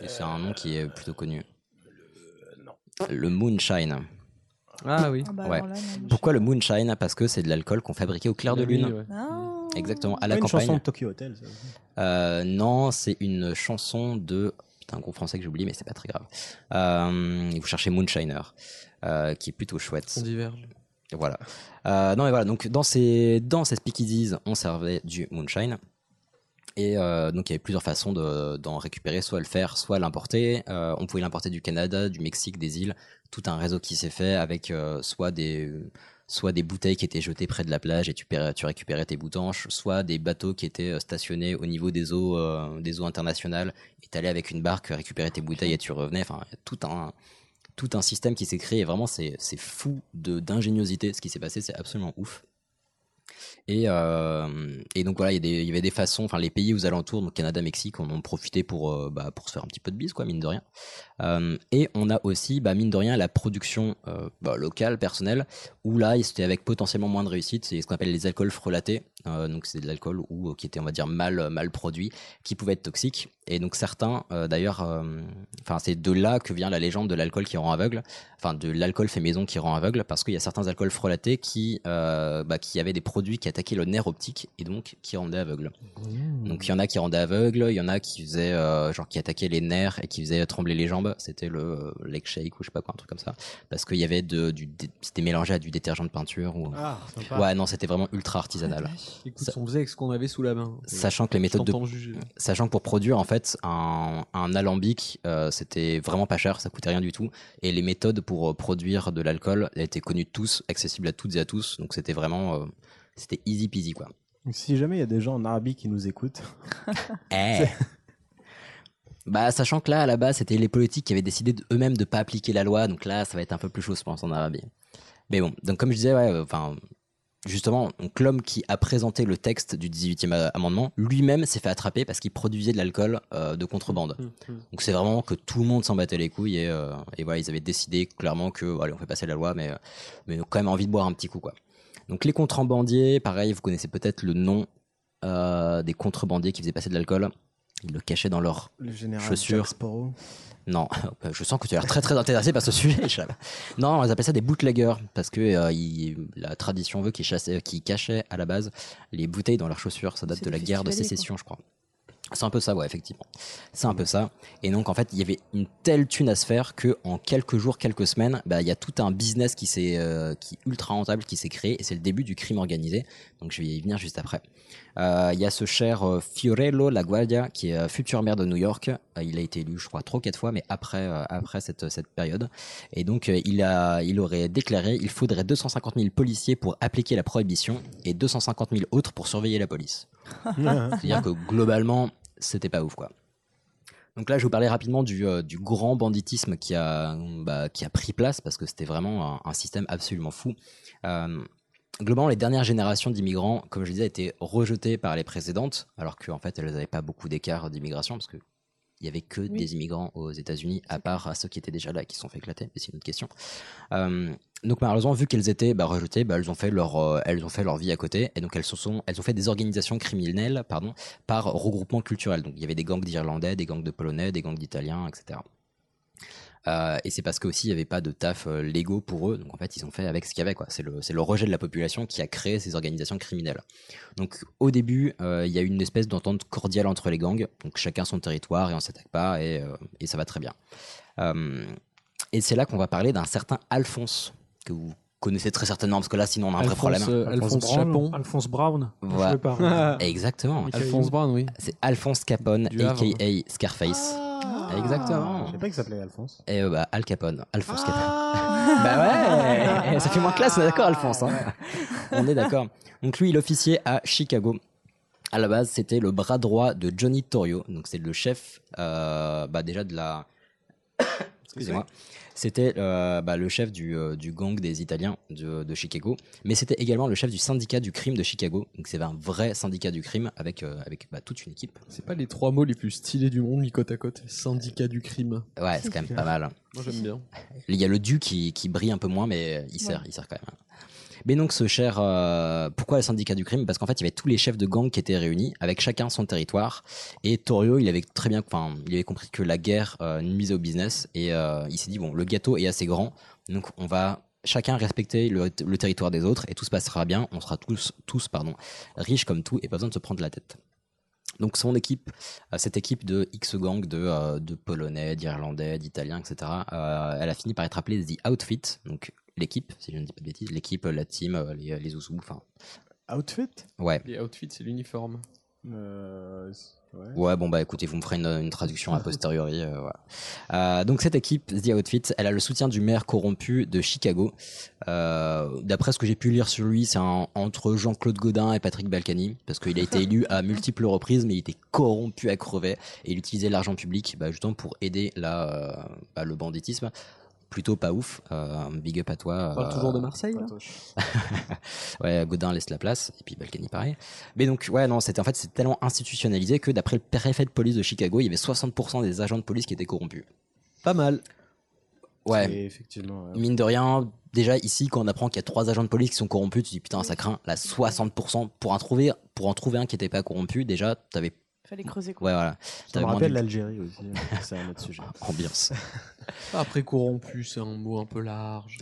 I: et c'est un nom qui est plutôt connu le moonshine
B: Ah oui.
C: Ah bah
I: ouais.
C: alors là, non,
I: pourquoi le moonshine parce que c'est de l'alcool qu'on fabriquait au clair de lune
C: Ah.
I: exactement à la
J: une
I: campagne
J: chanson de Tokyo Hotel. ça.
I: euh, non, c'est une chanson de. Putain, un groupe français que j'ai oublié, mais c'est pas très grave. Euh, vous cherchez Moonshiner, euh, qui est plutôt chouette.
B: On diverge.
I: Voilà. Euh, non, mais voilà, donc dans ces, dans ces speakeasies, on servait du moonshine. Et euh, donc il y avait plusieurs façons de- d'en récupérer, soit le faire, soit l'importer. Euh, on pouvait l'importer du Canada, du Mexique, des îles, tout un réseau qui s'est fait avec euh, soit des soit des bouteilles qui étaient jetées près de la plage et tu, per- tu récupérais tes boutanches, soit des bateaux qui étaient euh, stationnés au niveau des eaux euh, des eaux internationales et t'allais avec une barque récupérer tes bouteilles et tu revenais. Enfin il y a tout un tout un système qui s'est créé et vraiment c'est c'est fou de d'ingéniosité ce qui s'est passé, c'est absolument ouf. Et, euh, et donc voilà, il y, a des- il y avait des façons, enfin les pays aux alentours, donc Canada, Mexique, on en profité pour, euh, bah, pour se faire un petit peu de bise, quoi, mine de rien. Euh, et on a aussi, bah, mine de rien, la production euh, bah, locale, personnelle, où là, c'était avec potentiellement moins de réussite, c'est ce qu'on appelle les alcools frelatés, Euh, donc c'est de l'alcool ou euh, qui était, on va dire, mal, mal produit, qui pouvait être toxique. Et donc certains, euh, d'ailleurs, euh, enfin enfin c'est de là que vient la légende de l'alcool qui rend aveugle, enfin de l'alcool fait maison qui rend aveugle, parce qu'il y a certains alcools frelatés qui, euh, bah, qui avaient des produits qui attaquaient le nerf optique et donc qui rendaient aveugle. Mmh.
B: Mmh.
I: Donc il y en a qui rendaient aveugle, il y en a qui faisaient euh, genre qui attaquaient les nerfs et qui faisaient trembler les jambes. C'était le euh, leg shake ou je sais pas quoi, un truc comme ça, parce qu'il y avait de, du, dé- c'était mélangé à du détergent de peinture ou.
B: Ah, sympa.
I: Ouais, non, c'était vraiment ultra artisanal.
B: Écoute, on faisait avec ce qu'on avait sous la main.
I: Sachant que les
B: Je
I: méthodes de-
B: t'entends juger.
I: Sachant que pour produire en fait un, un alambic, euh, c'était vraiment pas cher, ça coûtait rien du tout, et les méthodes pour euh, produire de l'alcool étaient connues de tous, accessibles à toutes et à tous, donc c'était vraiment, euh, c'était easy peasy quoi.
J: Donc, si jamais il y a des gens en Arabie qui nous écoutent,
I: Eh. Bah, sachant que là, à la base, c'était les politiques qui avaient décidé de- eux-mêmes de pas appliquer la loi, donc là, ça va être un peu plus chaud, je pense, en Arabie. Mais bon, donc comme je disais, ouais, euh, enfin, justement, donc l'homme qui a présenté le texte du 18e a- amendement, lui-même s'est fait attraper parce qu'il produisait de l'alcool euh, de contrebande.
B: Mmh,
I: Donc c'est vraiment que tout le monde s'en battait les couilles et, euh, et voilà, ils avaient décidé clairement que, bon, allez, on fait passer la loi, mais, euh, mais on a quand même envie de boire un petit coup, quoi. Donc les contrebandiers, pareil, vous connaissez peut-être le nom euh, des contrebandiers qui faisaient passer de l'alcool. Ils le cachaient dans leurs
J: le général
I: chaussures.
J: Jack Sparrow.
I: Non, <laughs> je sens que tu as l'air très très intéressé par ce sujet, <laughs> Chab. Non, on les appelle ça des bootleggers parce que euh, ils- la tradition veut qu'ils chassaient, qu'ils cachaient à la base les bouteilles dans leurs chaussures. Ça date
H: C'est
I: de
H: des
I: la guerre de
H: festivaliers,
I: sécession, je crois. C'est un peu ça, ouais, effectivement. C'est
H: Mm.
I: un peu ça. Et donc, en fait, il y avait une telle thune à se faire que en quelques jours, quelques semaines, bah, il y a tout un business qui s'est, euh, qui est ultra rentable, qui s'est créé, et c'est le début du crime organisé. Donc, je vais y venir juste après. Euh, Il y a ce cher euh, Fiorello LaGuardia, qui est euh, futur maire de New York. Euh, il a été élu, je crois, trois, quatre fois, mais après, euh, après cette, cette période. Et donc, euh, il, a, il aurait déclaré il faudrait 250 000 policiers pour appliquer la prohibition et 250 000 autres pour surveiller la police. C'est-à-dire que globalement, c'était pas ouf, quoi. Donc là, je vais vous parler rapidement du, euh, du grand banditisme qui a, bah, qui a pris place parce que c'était vraiment un, un système absolument fou. Euh, globalement, les dernières générations d'immigrants, comme je disais, étaient rejetées par les précédentes, alors qu'en fait, elles n'avaient pas beaucoup d'écart d'immigration parce que il n'y avait que des immigrants aux États-Unis, à part à ceux qui étaient déjà là et qui se sont fait éclater, mais c'est une autre question. Euh, donc malheureusement, vu qu'elles étaient bah, rejetées, bah, elles, ont fait leur, euh, elles ont fait leur vie à côté, et donc elles, se sont, elles ont fait des organisations criminelles pardon, par regroupement culturel. Donc il y avait des gangs d'Irlandais, des gangs de Polonais, des gangs d'Italiens, etc. Euh, et c'est parce qu'aussi il n'y avait pas de taf euh, légaux pour eux, donc en fait ils ont fait avec ce qu'il y avait. quoi. C'est le, c'est le rejet de la population qui a créé ces organisations criminelles. Donc au début, euh, il y a une espèce d'entente cordiale entre les gangs, donc chacun son territoire et on s'attaque pas et, euh, et ça va très bien. Euh, et c'est là qu'on va parler d'un certain Alphonse, que vous connaissez très certainement, parce que là sinon on a un
B: Alphonse,
I: vrai problème. hein.
B: euh, Alphonse,
D: Brown,
B: Chapon.
D: Alphonse Brown.
I: Voilà.
D: Je
I: <laughs>
D: le parle.
I: Exactement.
D: Michael
B: Alphonse Brown, oui.
I: C'est Alphonse Capone,
B: Du Havre. Ah,
I: aka Scarface. Ah,
J: Je
I: Exactement.
J: savais pas qu'il s'appelait Alphonse.
I: Et euh, bah, Al Capone, Alphonse Capone. <laughs> bah ouais, ça fait moins classe, on est d'accord, Alphonse. hein. on est d'accord. Donc lui, il officiait à Chicago. À la base, c'était le bras droit de Johnny Torrio. Donc c'est le chef, euh, bah déjà de la. <coughs> Excusez-moi. C'était euh, bah, le chef du, euh, du gang des Italiens de, de Chicago, mais c'était également le chef du syndicat du crime de Chicago. Donc c'est un vrai syndicat du crime avec, euh, avec bah, toute une équipe.
B: C'est pas les trois mots les plus stylés du monde mis côte à côte. Syndicat du crime.
I: Ouais, c'est quand même pas mal. hein.
B: Moi j'aime bien.
I: Il y a le dieu qui, qui brille un peu moins, mais euh, il sert, il sert quand même. hein. Mais donc ce cher, euh, pourquoi le syndicat du crime Parce qu'en fait, il y avait tous les chefs de gang qui étaient réunis, avec chacun son territoire. Et Torrio, il avait très bien, enfin, il avait compris que la guerre euh, nuisait au business, et euh, il s'est dit bon, le gâteau est assez grand, donc on va chacun respecter le, le territoire des autres, et tout se passera bien. On sera tous, tous, pardon, riches comme tout, et pas besoin de se prendre la tête. Donc son équipe, euh, cette équipe de X gang de, euh, de Polonais, d'Irlandais, d'Italiens, etc. euh, elle a fini par être appelée The Outfit, donc l'équipe, si je ne dis pas de bêtises, l'équipe, la team, euh, les, les Zouzous, enfin
J: Outfit
I: ouais.
B: Les outfits, c'est l'uniforme.
J: Euh, c'est- ouais.
I: Ouais, bon bah écoutez, vous me ferez une, une
B: <laughs>
I: traduction a posteriori. euh, voilà. Euh, donc cette équipe, The Outfit, elle a le soutien du maire corrompu de Chicago. Euh, D'après ce que j'ai pu lire sur lui, c'est un- entre Jean-Claude Godin et Patrick Balkany, parce qu'il a été élu
B: <laughs>
I: à multiples reprises, mais il était corrompu à crever et il utilisait l'argent public bah, justement pour aider la, euh, bah, le banditisme. Plutôt pas ouf. Euh, big up à toi.
B: On parle
I: euh,
B: toujours de Marseille là
I: ouais, Godin laisse la place, et puis Balkany pareil. Mais donc, ouais, non, c'était en fait, c'est tellement institutionnalisé que d'après le préfet de police de Chicago, il y avait 60% des agents de police qui étaient corrompus.
B: Pas mal. euh,
I: Ouais,
J: Et effectivement. ouais.
I: mine de rien, déjà ici, quand on apprend qu'il y a trois agents de police qui sont corrompus, tu te dis putain, ça craint, là, 60% pour en trouver, pour en trouver un qui n'était pas corrompu, déjà, t'avais
C: fallait creuser quoi.
I: Ouais, voilà.
J: Ça me
I: T'avais
J: rappelle
I: moins du-
J: l'Algérie aussi. hein.
I: <laughs>
J: C'est un autre sujet.
I: Ambiance.
B: Après corrompu, c'est un mot un peu large.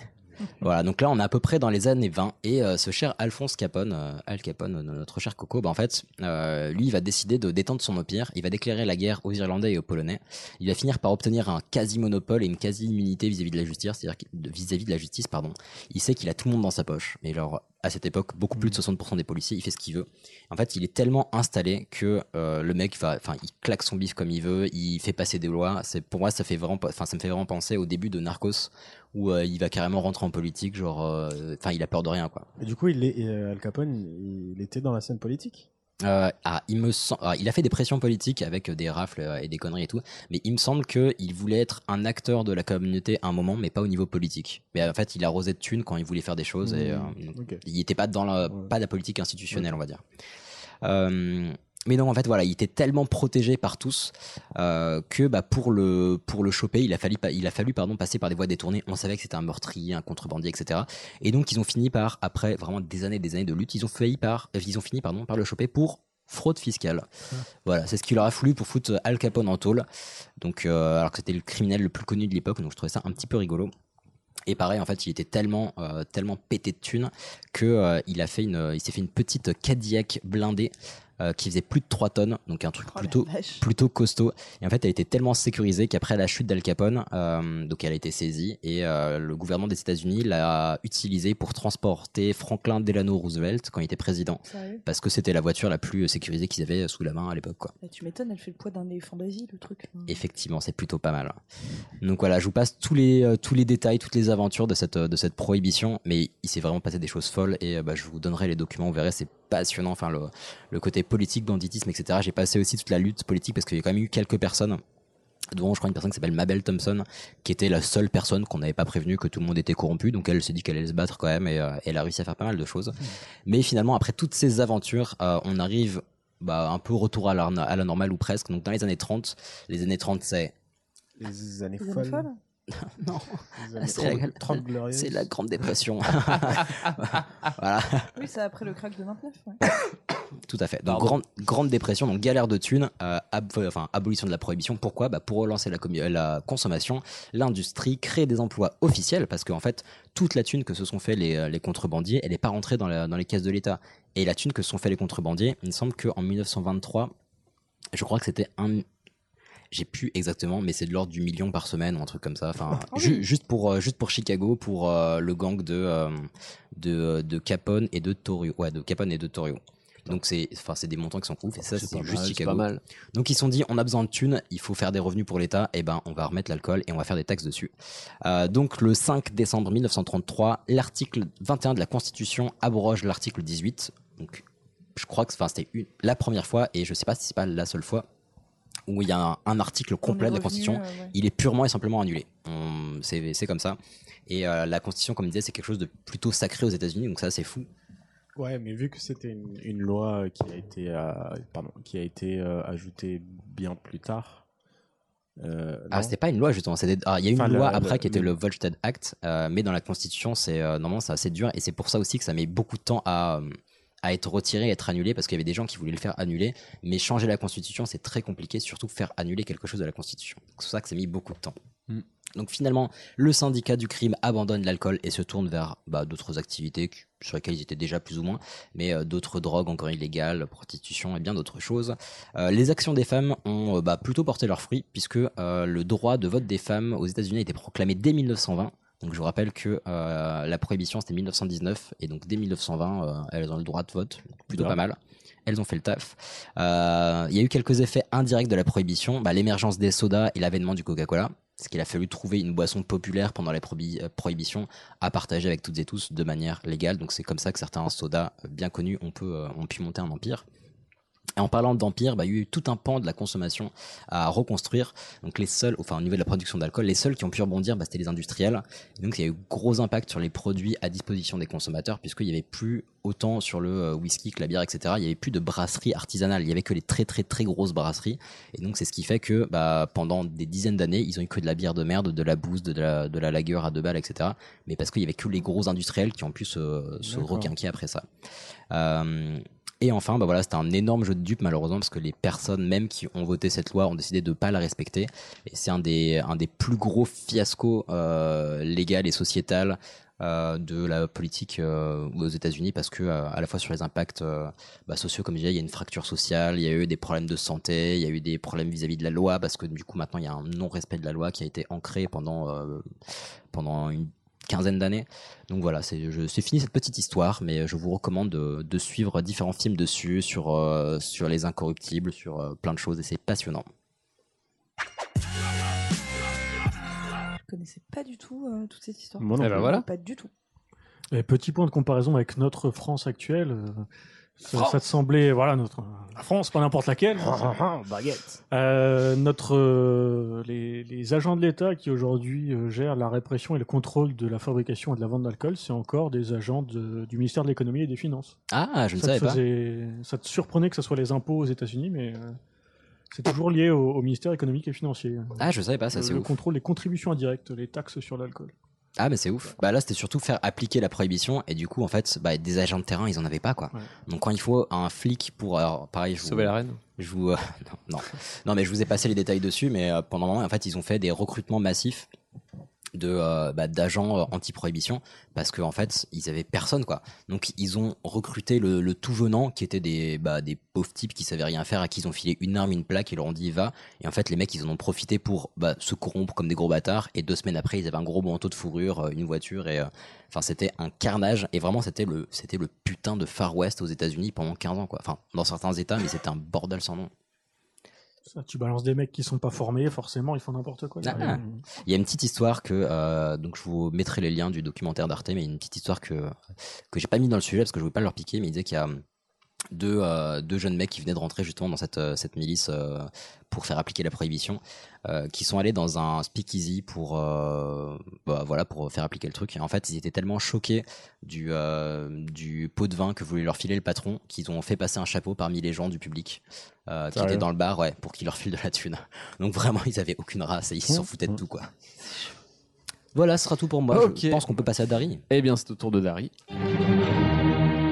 I: Voilà, donc là on est à peu près dans les années 20 et euh, ce cher Alphonse Capone, euh, Al Capone, euh, notre cher Coco, bah, en fait, euh, lui il va décider de détendre son empire, il va déclarer la guerre aux Irlandais et aux Polonais, il va finir par obtenir un quasi-monopole et une quasi-immunité vis-à-vis de la justice, c'est-à-dire qu'il- de- vis-à-vis de la justice, pardon. Il sait qu'il a tout le monde dans sa poche, et genre à cette époque, beaucoup plus de 60% des policiers, il fait ce qu'il veut. En fait, il est tellement installé que euh, le mec va, enfin, il claque son bif comme il veut, il fait passer des lois. C'est pour moi, ça fait vraiment, enfin, ça me fait vraiment penser au début de Narcos où euh, il va carrément rentrer en politique, genre, euh, enfin, il a peur de rien, quoi.
J: Et du coup, il est, et, euh, Al Capone, il, il était dans la scène politique.
I: Euh, ah, il me sem- ah, il a fait des pressions politiques avec des rafles euh, et des conneries et tout, mais il me semble que il voulait être un acteur de la communauté à un moment, mais pas au niveau politique. Mais euh, en fait, il arrosait de thunes quand il voulait faire des choses et euh,
J: Ok.
I: Il n'était pas dans la,
J: Ouais.
I: pas de la politique institutionnelle, on va dire. Euh, mais donc en fait voilà, il était tellement protégé par tous euh, que bah, pour le pour le choper, il a fallu pa- il a fallu pardon passer par des voies détournées. On savait que c'était un meurtrier, un contrebandier, etc. Et donc ils ont fini par après vraiment des années des années de lutte, ils ont failli par ils ont fini pardon par le choper pour fraude fiscale. Voilà, c'est ce qu'il leur a fallu pour foutre euh, Al Capone en tôle. Donc euh, alors que c'était le criminel le plus connu de l'époque, donc je trouvais ça un petit peu rigolo. Et pareil, en fait, il était tellement, euh, tellement pété de thunes que euh, il a fait une, il s'est fait une petite Cadillac blindée euh, qui faisait plus de 3 tonnes, donc un truc
C: Oh la
I: plutôt,
C: vache.
I: plutôt costaud. Et en fait, elle était tellement sécurisée qu'après la chute d'Al Capone, euh, donc elle a été saisie et euh, le gouvernement des États-Unis l'a utilisée pour transporter Franklin Delano Roosevelt quand il était président,
C: Sérieux
I: parce que c'était la voiture la plus euh, sécurisée qu'ils avaient sous la main à l'époque, quoi.
C: Bah, tu m'étonnes, elle fait le poids d'un éléphant d'Asie, le truc.
I: Effectivement, c'est plutôt pas mal. Donc voilà, je vous passe tous les, euh, tous les détails, toutes les aventures de cette, euh, de cette prohibition, mais il s'est vraiment passé des choses folles et euh, bah, je vous donnerai les documents, vous verrez, c'est passionnant. Enfin, le, le côté politique, banditisme, etc. J'ai passé aussi toute la lutte politique parce qu'il y a quand même eu quelques personnes dont je crois une personne qui s'appelle Mabel Thompson, qui était la seule personne qu'on n'avait pas prévenue que tout le monde était corrompu, donc elle s'est dit qu'elle allait se battre quand même, et euh, elle a réussi à faire pas mal de choses. Mais finalement, après toutes ces aventures, euh, on arrive bah, un peu retour à la, à la normale ou presque, donc dans les années 30, les années 30 c'est
J: Les années
C: Vous
J: folles.
C: folle
I: <laughs> non, Ah,
J: Les années
I: C'est la-
J: 30 30 glorieuses.
I: c'est la Grande Dépression. voilà,
C: Oui, c'est après le crack de 29. Ouais.
I: tout à fait. Donc
B: Pardon.
I: grande, grande Dépression, donc galère de thunes, euh, ab- enfin abolition de la prohibition. Pourquoi bah, Pour relancer la, commu- la consommation, l'industrie, créer des emplois officiels, parce qu'en fait, toute la thune que se sont fait les, euh, les contrebandiers, elle n'est pas rentrée dans, la- dans les caisses de l'État. Et la thune que se sont fait les contrebandiers, il me semble qu'en 1923, je crois que c'était un... J'ai plus exactement, mais c'est de l'ordre du million par semaine ou un truc comme ça. Enfin,
C: Ah
I: ju-
C: oui.
I: juste pour euh, juste pour Chicago, pour euh, le gang de, euh, de de Capone et de Torrio. Ouais, de Capone et de Torrio. Donc c'est enfin c'est des montants qui sont ouf. Et ça
G: C'est
I: c'est
G: pas
I: juste
G: mal, c'est
I: Chicago.
G: pas mal.
I: Donc ils se sont dit, on a besoin de thunes, il faut faire des revenus pour l'État, et ben on va remettre l'alcool et on va faire des taxes dessus. Euh, donc le 5 décembre 1933, l'article 21 de la Constitution abroge l'article 18. Donc je crois que enfin, c'était une- la première fois, et je sais pas si c'est pas la seule fois, où il y a un, un article complet de la Constitution
C: euh.
I: il est purement et simplement annulé. On- C'est c'est comme ça. Et euh, la Constitution, comme je disais, c'est quelque chose de plutôt sacré aux États-Unis, donc ça, c'est fou.
J: Ouais, mais vu que c'était une, une loi qui a été, euh, pardon, qui a été euh, ajoutée bien plus tard. euh, non
I: Ah, c'était pas une loi, justement. c'était- ah, Il y a eu une
J: Enfin, le-
I: loi
J: le-
I: après qui était
J: le-
I: le Volstead Act, euh, mais dans la Constitution, c'est euh, normalement c'est assez dur, et c'est pour ça aussi que ça met beaucoup de temps à, euh, à être retiré, à être annulé, parce qu'il y avait des gens qui voulaient le faire annuler, mais changer la Constitution, c'est très compliqué, surtout faire annuler quelque chose de la Constitution. Donc, C'est pour ça que ça a mis beaucoup de temps.
J: Hmm.
B: Mm.
I: Donc finalement, le syndicat du crime abandonne l'alcool et se tourne vers bah, d'autres activités que- sur lesquelles ils étaient déjà plus ou moins, mais euh, d'autres drogues encore illégales, prostitution et bien d'autres choses. Euh, les actions des femmes ont euh, bah, plutôt porté leurs fruits puisque euh, le droit de vote des femmes aux États-Unis a été proclamé dès 1920. Donc je vous rappelle que euh, la prohibition c'était 1919 et donc dès 1920 euh, elles ont le droit de vote, donc plutôt
J: Bien.
I: pas mal. Elles ont fait le taf. Euh, Il y a eu quelques effets indirects de la prohibition, Bah, l'émergence des sodas et l'avènement du Coca-Cola, ce qu'il a fallu trouver une boisson populaire pendant les prohibi- euh, prohibitions à partager avec toutes et tous de manière légale. Donc c'est comme ça que certains sodas euh, bien connus ont pu, euh, ont pu monter un empire. Et en parlant d'empire, bah, il y a eu tout un pan de la consommation à reconstruire. Donc les seuls, enfin au niveau de la production d'alcool, les seuls qui ont pu rebondir, bah, c'était les industriels. Et donc il y a eu gros impact sur les produits à disposition des consommateurs, puisqu'il n'y avait plus autant sur le euh, whisky que la bière, etc. Il n'y avait plus de brasseries artisanales, il n'y avait que les très très très grosses brasseries. Et donc c'est ce qui fait que bah, pendant des dizaines d'années, ils ont eu que de la bière de merde, de la bouse, de la, de la lagueur à deux balles, etc. Mais parce qu'il n'y avait que les gros industriels qui ont pu se, se
J: D'accord.
I: requinquer après ça. Euh, Et enfin, bah voilà, c'était un énorme jeu de dupes malheureusement parce que les personnes même qui ont voté cette loi ont décidé de pas la respecter. Et c'est un des un des plus gros fiascos euh, légal et sociétal euh, de la politique euh, aux États-Unis parce que euh, à la fois sur les impacts euh, bah, sociaux, comme je disais, il y a une fracture sociale, il y a eu des problèmes de santé, il y a eu des problèmes vis-à-vis de la loi, parce que du coup maintenant il y a un non-respect de la loi qui a été ancré pendant, euh, pendant une quinzaine d'années. Donc voilà, c'est je- c'est fini cette petite histoire, mais je vous recommande de, de suivre différents films dessus, sur, euh, sur les incorruptibles, sur euh, plein de choses, et c'est passionnant.
C: Je connaissais pas du tout euh, toute cette histoire.
D: Moi non Eh ben plus. voilà.
C: Pas du tout.
D: Et petit point de comparaison avec notre France actuelle. euh, ça- Ça te semblait, voilà, notre la France, pas n'importe
I: <laughs>
D: laquelle.
J: Baguette.
D: Euh, notre, euh, les, les agents de l'État qui aujourd'hui euh, gèrent la répression et le contrôle de la fabrication et de la vente d'alcool, c'est encore des agents de- du ministère de l'économie et des finances.
I: Ah, je ne
D: Ça te
I: savais pas.
D: faisait- Ça te surprenait que ce soit les impôts aux États-Unis, mais euh, c'est toujours lié au, au ministère économique et financier.
I: Ah, je savais pas, ça,
D: Le-
I: c'est
D: Le
I: ouf.
D: contrôle des contributions indirectes, les taxes sur l'alcool.
I: Ah mais c'est ouf. Bah là c'était surtout faire appliquer la prohibition et du coup en fait bah, des agents de terrain ils en avaient pas quoi.
D: Ouais.
I: Donc quand il faut un flic pour alors, pareil je vous-
B: Sauver la reine.
I: Je vous euh, <laughs> non, non non mais je vous ai passé les détails dessus mais euh, pendant un moment en fait ils ont fait des recrutements massifs de euh, bah, d'agents euh, anti-prohibition parce que en fait ils avaient personne quoi. Donc ils ont recruté le, le tout venant qui étaient des bah, des pauvres types qui savaient rien faire à qui ils ont filé une arme une plaque ils leur ont dit va et en fait les mecs ils en ont profité pour bah, se corrompre comme des gros bâtards et deux semaines après ils avaient un gros manteau de fourrure euh, une voiture et euh, enfin c'était un carnage et vraiment c'était le c'était le putain de Far West aux États-Unis pendant 15 ans quoi. Enfin dans certains États mais c'était un bordel sans nom.
D: Ça, tu balances des mecs qui sont pas formés, forcément, ils font n'importe quoi. Euh,
I: Ah. Il y a une petite histoire que euh, donc je vous mettrai les liens du documentaire d'Arte, mais il y a une petite histoire que que j'ai pas mis dans le sujet parce que je voulais pas leur piquer, mais il disait qu'il y a hum, deux, euh, deux jeunes mecs qui venaient de rentrer justement dans cette, euh, cette milice euh, pour faire appliquer la prohibition, euh, qui sont allés dans un speakeasy pour euh, bah, voilà pour faire appliquer le truc. Et en fait, ils étaient tellement choqués du euh, du pot de vin que voulait leur filer le patron qu'ils ont fait passer un chapeau parmi les gens du public. euh, qui
J: Sérieux
I: étaient dans le bar, ouais, pour qu'ils leur filent de la thune. Donc vraiment, ils avaient aucune race et ils s'en foutaient de tout, quoi. Voilà, ce sera tout pour moi. Je
B: Bah, Ok.
I: pense qu'on peut passer à Dari.
B: Eh bien, c'est au tour de Dari.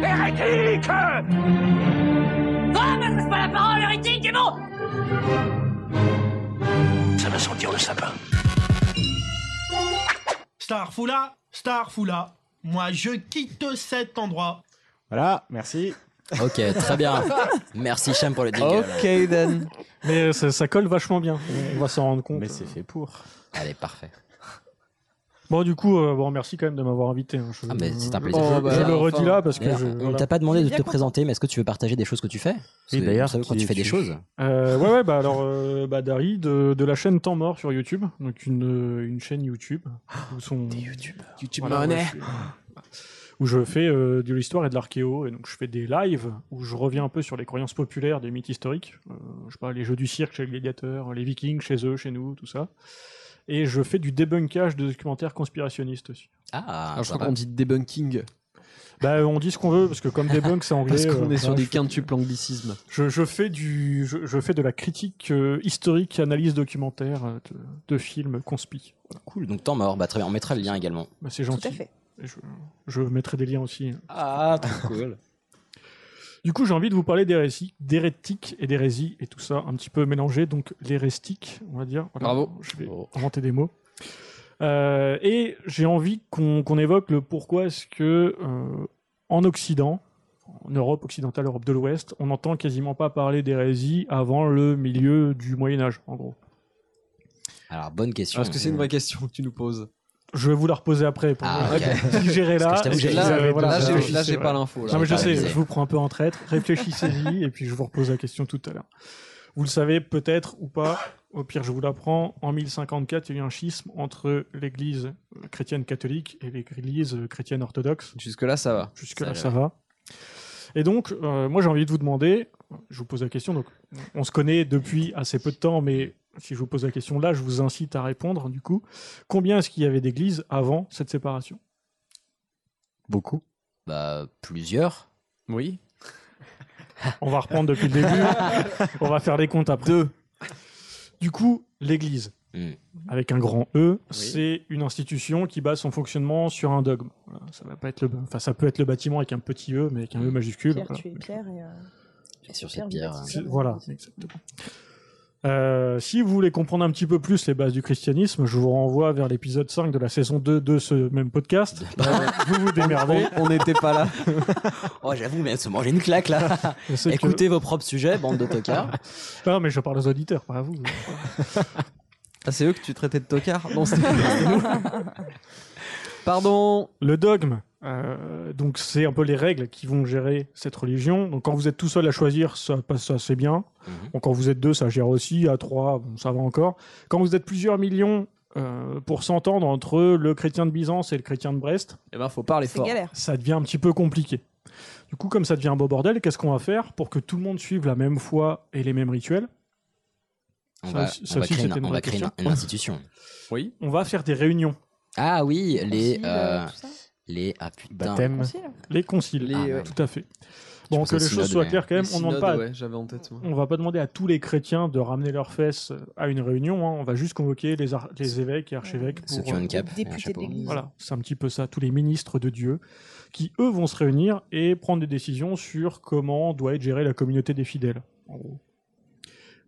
A: Hérétique Va, me passe pas la parole, hérétique, c'est bon
K: Ça va sentir le sapin.
L: Starfoula, Starfoula, moi je quitte cet endroit.
J: Voilà, merci.
I: Ok, très
B: <laughs>
I: bien. Merci Cham pour le jingle.
B: then.
D: Mais euh, ça, ça colle vachement bien, on va s'en rendre compte.
J: Mais c'est fait pour.
I: Allez, parfait.
D: Bon, du coup, euh, bon, merci quand même de m'avoir invité. hein. Je-
I: Ah, mais c'est un
D: je-
I: plaisir.
B: Oh,
D: je-
B: bah,
D: je le redis là parce que
I: D'ailleurs,
D: je.
I: On
D: voilà.
I: t'a pas demandé de te présenter, mais est-ce que tu veux partager des choses que tu fais Parce que
J: d'ailleurs,
I: vous savez, quand
J: qui
I: tu fais des
J: es-tu
I: choses.
D: Euh, ouais, ouais, bah alors, euh, bah, Dari de, de la chaîne Temps Mort sur YouTube, donc une, euh, une chaîne YouTube où sont YouTube,
M: Money.
D: je, où je fais euh, de l'histoire et de l'archéo, et donc je fais des lives où je reviens un peu sur les croyances populaires, des mythes historiques, euh, je sais pas, les jeux du cirque chez les gladiateurs, les Vikings chez eux, chez nous, tout ça. Et je fais du débunkage de documentaires conspirationnistes aussi.
I: Ah,
B: Alors, je crois qu'on dit debunking.
D: Bah, on dit ce qu'on veut parce que
B: <laughs>
D: comme debunk c'est anglais.
B: Parce
D: euh,
B: qu'on est sur
D: bah,
B: des
D: je-
B: quintuples anglicismes.
D: je, je fais du, je, je fais de la critique euh, historique, analyse documentaire euh, de, de films conspi.
I: Cool, donc temps mort. Bah, très bien, on mettra le lien également.
D: Bah, c'est gentil.
I: à fait.
D: Et Je, je mettrai des liens aussi.
I: Ah, trop cool.
D: Du coup, j'ai envie de vous parler d'hérésie- d'hérétique et d'hérésie et tout ça un petit peu mélangé. Donc, l'hérétique, on va dire. Voilà,
B: Bravo.
D: Je vais inventer des mots. Euh, et j'ai envie qu'on qu'on évoque le pourquoi est-ce que euh, en Occident, en Europe occidentale, Europe de l'Ouest, on n'entend quasiment pas parler d'hérésie avant le milieu du Moyen Âge, en gros.
I: Alors, bonne question.
B: Est-ce Ah, que c'est une vraie question que tu nous poses
D: Je vais vous la reposer après. Pour
I: Ah, ok.
D: Digérez là. euh,
I: Parce que je t'avoue que j'ai-
B: Là,
I: j'avais
B: là,
I: deux
B: j'ai-
I: heures.
B: là, j'ai pas l'info, là.
D: Non, mais je
B: J'ai pas
D: sais,
B: révisé.
D: je vous prends un peu en traître. Réfléchissez-y et puis je vous repose la question tout à l'heure. Vous le savez peut-être ou pas, au pire je vous l'apprends, en 1054 il y a eu un schisme entre l'église euh, chrétienne catholique et l'église euh, chrétienne orthodoxe.
B: Jusque-là, ça va.
D: Jusque-là, ça va. Et donc, euh, moi j'ai envie de vous demander, je vous pose la question, donc on se connaît depuis assez peu de temps, mais si je vous pose la question là, je vous incite à répondre du coup. Combien est-ce qu'il y avait d'églises avant cette séparation
J: Beaucoup.
I: Bah, plusieurs.
B: Oui.
D: On va reprendre depuis le début, on va faire les comptes après. Deux. Du coup, l'église, avec un grand E, c'est une institution qui base son fonctionnement sur un dogme. Voilà, ça va pas être le, enfin ça peut être le bâtiment avec un petit E, mais avec un E majuscule.
C: Pierre,
D: voilà.
C: tu es Pierre et. euh,
I: sur
C: cette pierre, euh,
D: C'est- Voilà, exactement. Euh, si vous voulez comprendre un petit peu plus les bases du christianisme, je vous renvoie vers l'épisode 5 de la saison 2 de ce
I: <laughs>
D: même podcast.
I: Bah.
D: Euh, vous vous démerdez.
B: <laughs> On n'était pas là.
I: Oh, j'avoue, mais se manger une claque
B: <laughs>
I: là.
D: Je sais que-
I: Écoutez vos propres sujets, bande de tocards.
D: Non, mais je parle aux auditeurs, pas à vous.
B: Ah, c'est eux que tu traitais de tocard Non, c'était <laughs> Pardon.
D: Le dogme. euh, donc c'est un peu les règles qui vont gérer cette religion. Donc quand vous êtes tout seul à choisir, ça passe ça c'est bien. Bon, quand vous êtes deux, ça gère aussi. À trois, bon, ça va encore. Quand vous êtes plusieurs millions euh, pour s'entendre entre le chrétien de Byzance et le chrétien de Brest,
B: eh ben faut parler
C: C'est fort. galère.
D: Ça devient un petit peu compliqué. Du coup, comme ça devient un beau bordel, qu'est-ce qu'on va faire pour que tout le monde suive la même foi et les mêmes rituels
I: On
D: Ça
I: va,
D: aussi-
I: on
D: ça
I: va
D: aussi,
I: créer, une,
D: c'était une
I: on
D: vraie
I: va créer une,
D: question.
I: une institution.
B: Oui.
D: On va faire des réunions.
I: Ah oui, les. euh,
D: tout ça
I: les. Ah putain.
D: Baptême. Les conciles.
B: Bah, Les, ouais.
D: Tout à fait. Bon,
I: pensais
D: que les
I: au
D: choses
I: synode,
D: soient
I: mais-
D: claires quand même,
B: Les
D: on ne
B: synodes,
D: demande pas à
B: ouais, j'avais en tête. moi.
D: On va pas demander à tous les chrétiens de ramener leurs fesses à une réunion, hein. on va juste convoquer les, ar- les évêques et archevêques.
I: Ceux
D: pour,
I: qui ont une
D: euh,
I: cape et un Députés chapeau. de l'Église.
D: Voilà, c'est un petit peu ça, tous les ministres de Dieu, qui eux vont se réunir et prendre des décisions sur comment doit être gérée la communauté des fidèles. en gros.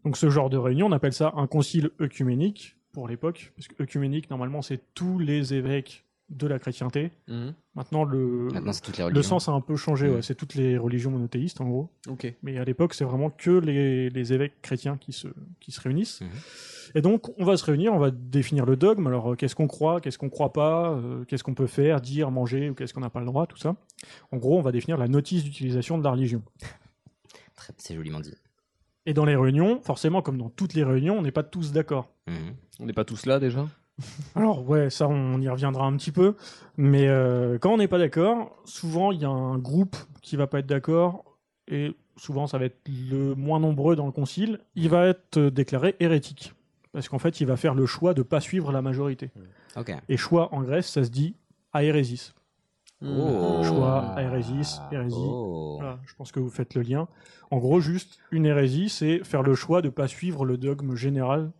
D: Donc ce genre de réunion, on appelle ça un concile œcuménique pour l'époque, parce que œcuménique, normalement, c'est tous les évêques de la chrétienté.
B: Mhm.
D: Maintenant, le,
I: Maintenant, c'est toutes les
D: le
I: religions.
D: sens a un peu changé,
I: Mhm.
D: ouais, c'est toutes les religions monothéistes en gros.
B: Ok.
D: Mais à l'époque, c'est vraiment que les, les évêques chrétiens qui se, qui se réunissent. Et donc, on va se réunir, on va définir le dogme. Alors, euh, qu'est-ce qu'on croit, qu'est-ce qu'on croit pas, euh, qu'est-ce qu'on peut faire, dire, manger, ou qu'est-ce qu'on n'a pas le droit, tout ça. En gros, on va définir la notice d'utilisation de la religion.
I: Très- C'est joliment dit.
D: Et dans les réunions, forcément, comme dans toutes les réunions, on n'est pas tous d'accord.
I: Mhm.
B: On n'est pas tous là déjà
D: Alors ouais, ça on y reviendra un petit peu, mais euh, quand on n'est pas d'accord, souvent il y a un groupe qui va pas être d'accord et souvent ça va être le moins nombreux dans le concile, il va être euh, déclaré hérétique parce qu'en fait il va faire le choix de pas suivre la majorité.
I: Ok.
D: Et choix en Grèce, ça se dit aérésis.
B: Mhm. Ah,
I: Oh.
D: Choix, hérésis, hérésie.
I: Oh.
D: Voilà, je pense que vous faites le lien. En gros, juste une hérésie, c'est faire le choix de pas suivre le dogme général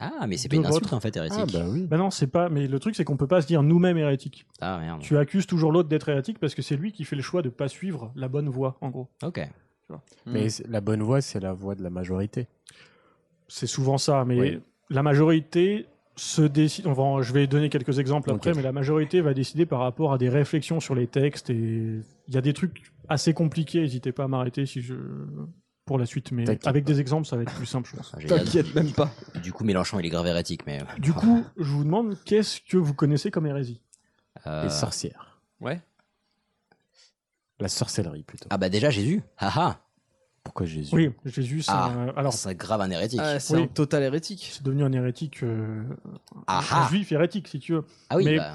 I: Ah, mais c'est
D: de
I: pas une insulte
D: votre-
I: en fait, hérétique.
J: Ah,
D: Bah non, c'est pas. Mais le truc, c'est qu'on peut pas se dire nous-mêmes hérétiques.
I: Ah merde.
D: Tu accuses toujours l'autre d'être hérétique parce que c'est lui qui fait le choix de pas suivre la bonne voie, en gros.
I: Ok. Ah,
J: Mais c'est- la bonne voie, c'est la voie de la majorité.
D: C'est souvent ça, mais
J: Oui.
D: la majorité se décide. On va en- Je vais donner quelques exemples après, mais la majorité va décider par rapport à des réflexions sur les textes et il y a des trucs assez compliqués. N'hésitez pas à m'arrêter si je pour la suite, mais
I: T'inquiète
D: avec
I: pas.
D: des exemples, ça va être plus simple. je pense.
I: Ah, génial. Du coup, Mélenchon, il est grave hérétique, mais.
D: Du coup, je vous demande qu'est-ce que vous connaissez comme hérésie
I: Euh,
J: Les sorcières.
B: Ouais.
J: La sorcellerie plutôt.
I: Ah bah déjà Jésus. Ah ah.
J: Pourquoi Jésus
D: Oui, Jésus, c'est
I: Ah,
D: un- alors
I: c'est grave un hérétique.
D: Ah, c'est Oui. un
B: total hérétique.
D: C'est devenu un hérétique, euh,
I: Ah
D: un
I: ah.
D: juif hérétique, si tu veux.
I: Ah oui,
D: Mais
I: bah.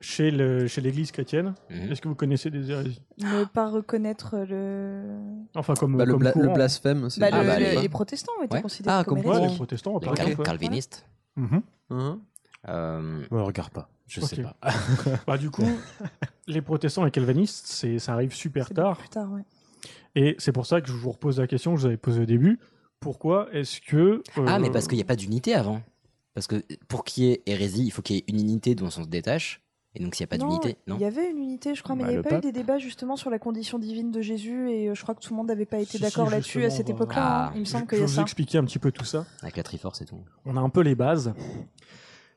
D: chez le- chez l'Église chrétienne,
I: Mhm.
D: est-ce que vous connaissez des hérésies
C: Ne pas reconnaître le.
D: Enfin, comme,
B: Bah, le
D: comme
B: bla- le
D: courant. hein.
B: blasphème, c'est-
C: Bah,
B: Ah,
C: le-
B: bah,
C: le-
B: les-
C: les protestants étaient
B: Ouais.
C: considérés
B: Ah,
C: comme
B: comme quoi,
C: hérétiques.
D: les protestants,
I: Les cal- calvinistes.
D: Mhm.
B: Hein
I: Euh,
J: Ouais, regarde pas. Je sais
D: Ok.
J: pas.
D: Bah, du
C: <laughs>
D: coup, les protestants et calvinistes, c'est- ça arrive super tard.
C: Plus tard, ouais.
D: Et c'est pour ça que je vous repose la question que je vous avais posée au début. Pourquoi est-ce que. euh,
I: Ah, mais parce qu'il n'y a pas d'unité avant. Parce que pour qu'il y ait hérésie, il faut qu'il y ait une unité dont on se détache. Et donc, s'il n'y a pas
C: Non,
I: d'unité, non
C: Il y avait une unité, je crois, mais
I: Bah,
C: il n'y
I: le
C: avait pas eu
I: pape.
C: des débats justement sur la condition divine de Jésus et euh, je crois que tout le monde n'avait pas été
D: Si, si,
C: d'accord là-dessus à
D: justement,
C: cette
D: on va-
C: époque-là. hein. Il me
D: Je-
C: semble
D: Je
C: qu'il y
D: vais
C: a
D: vous
C: ça.
D: expliquer un petit peu tout ça.
I: Avec la Triforce et tout.
D: on a un peu les bases.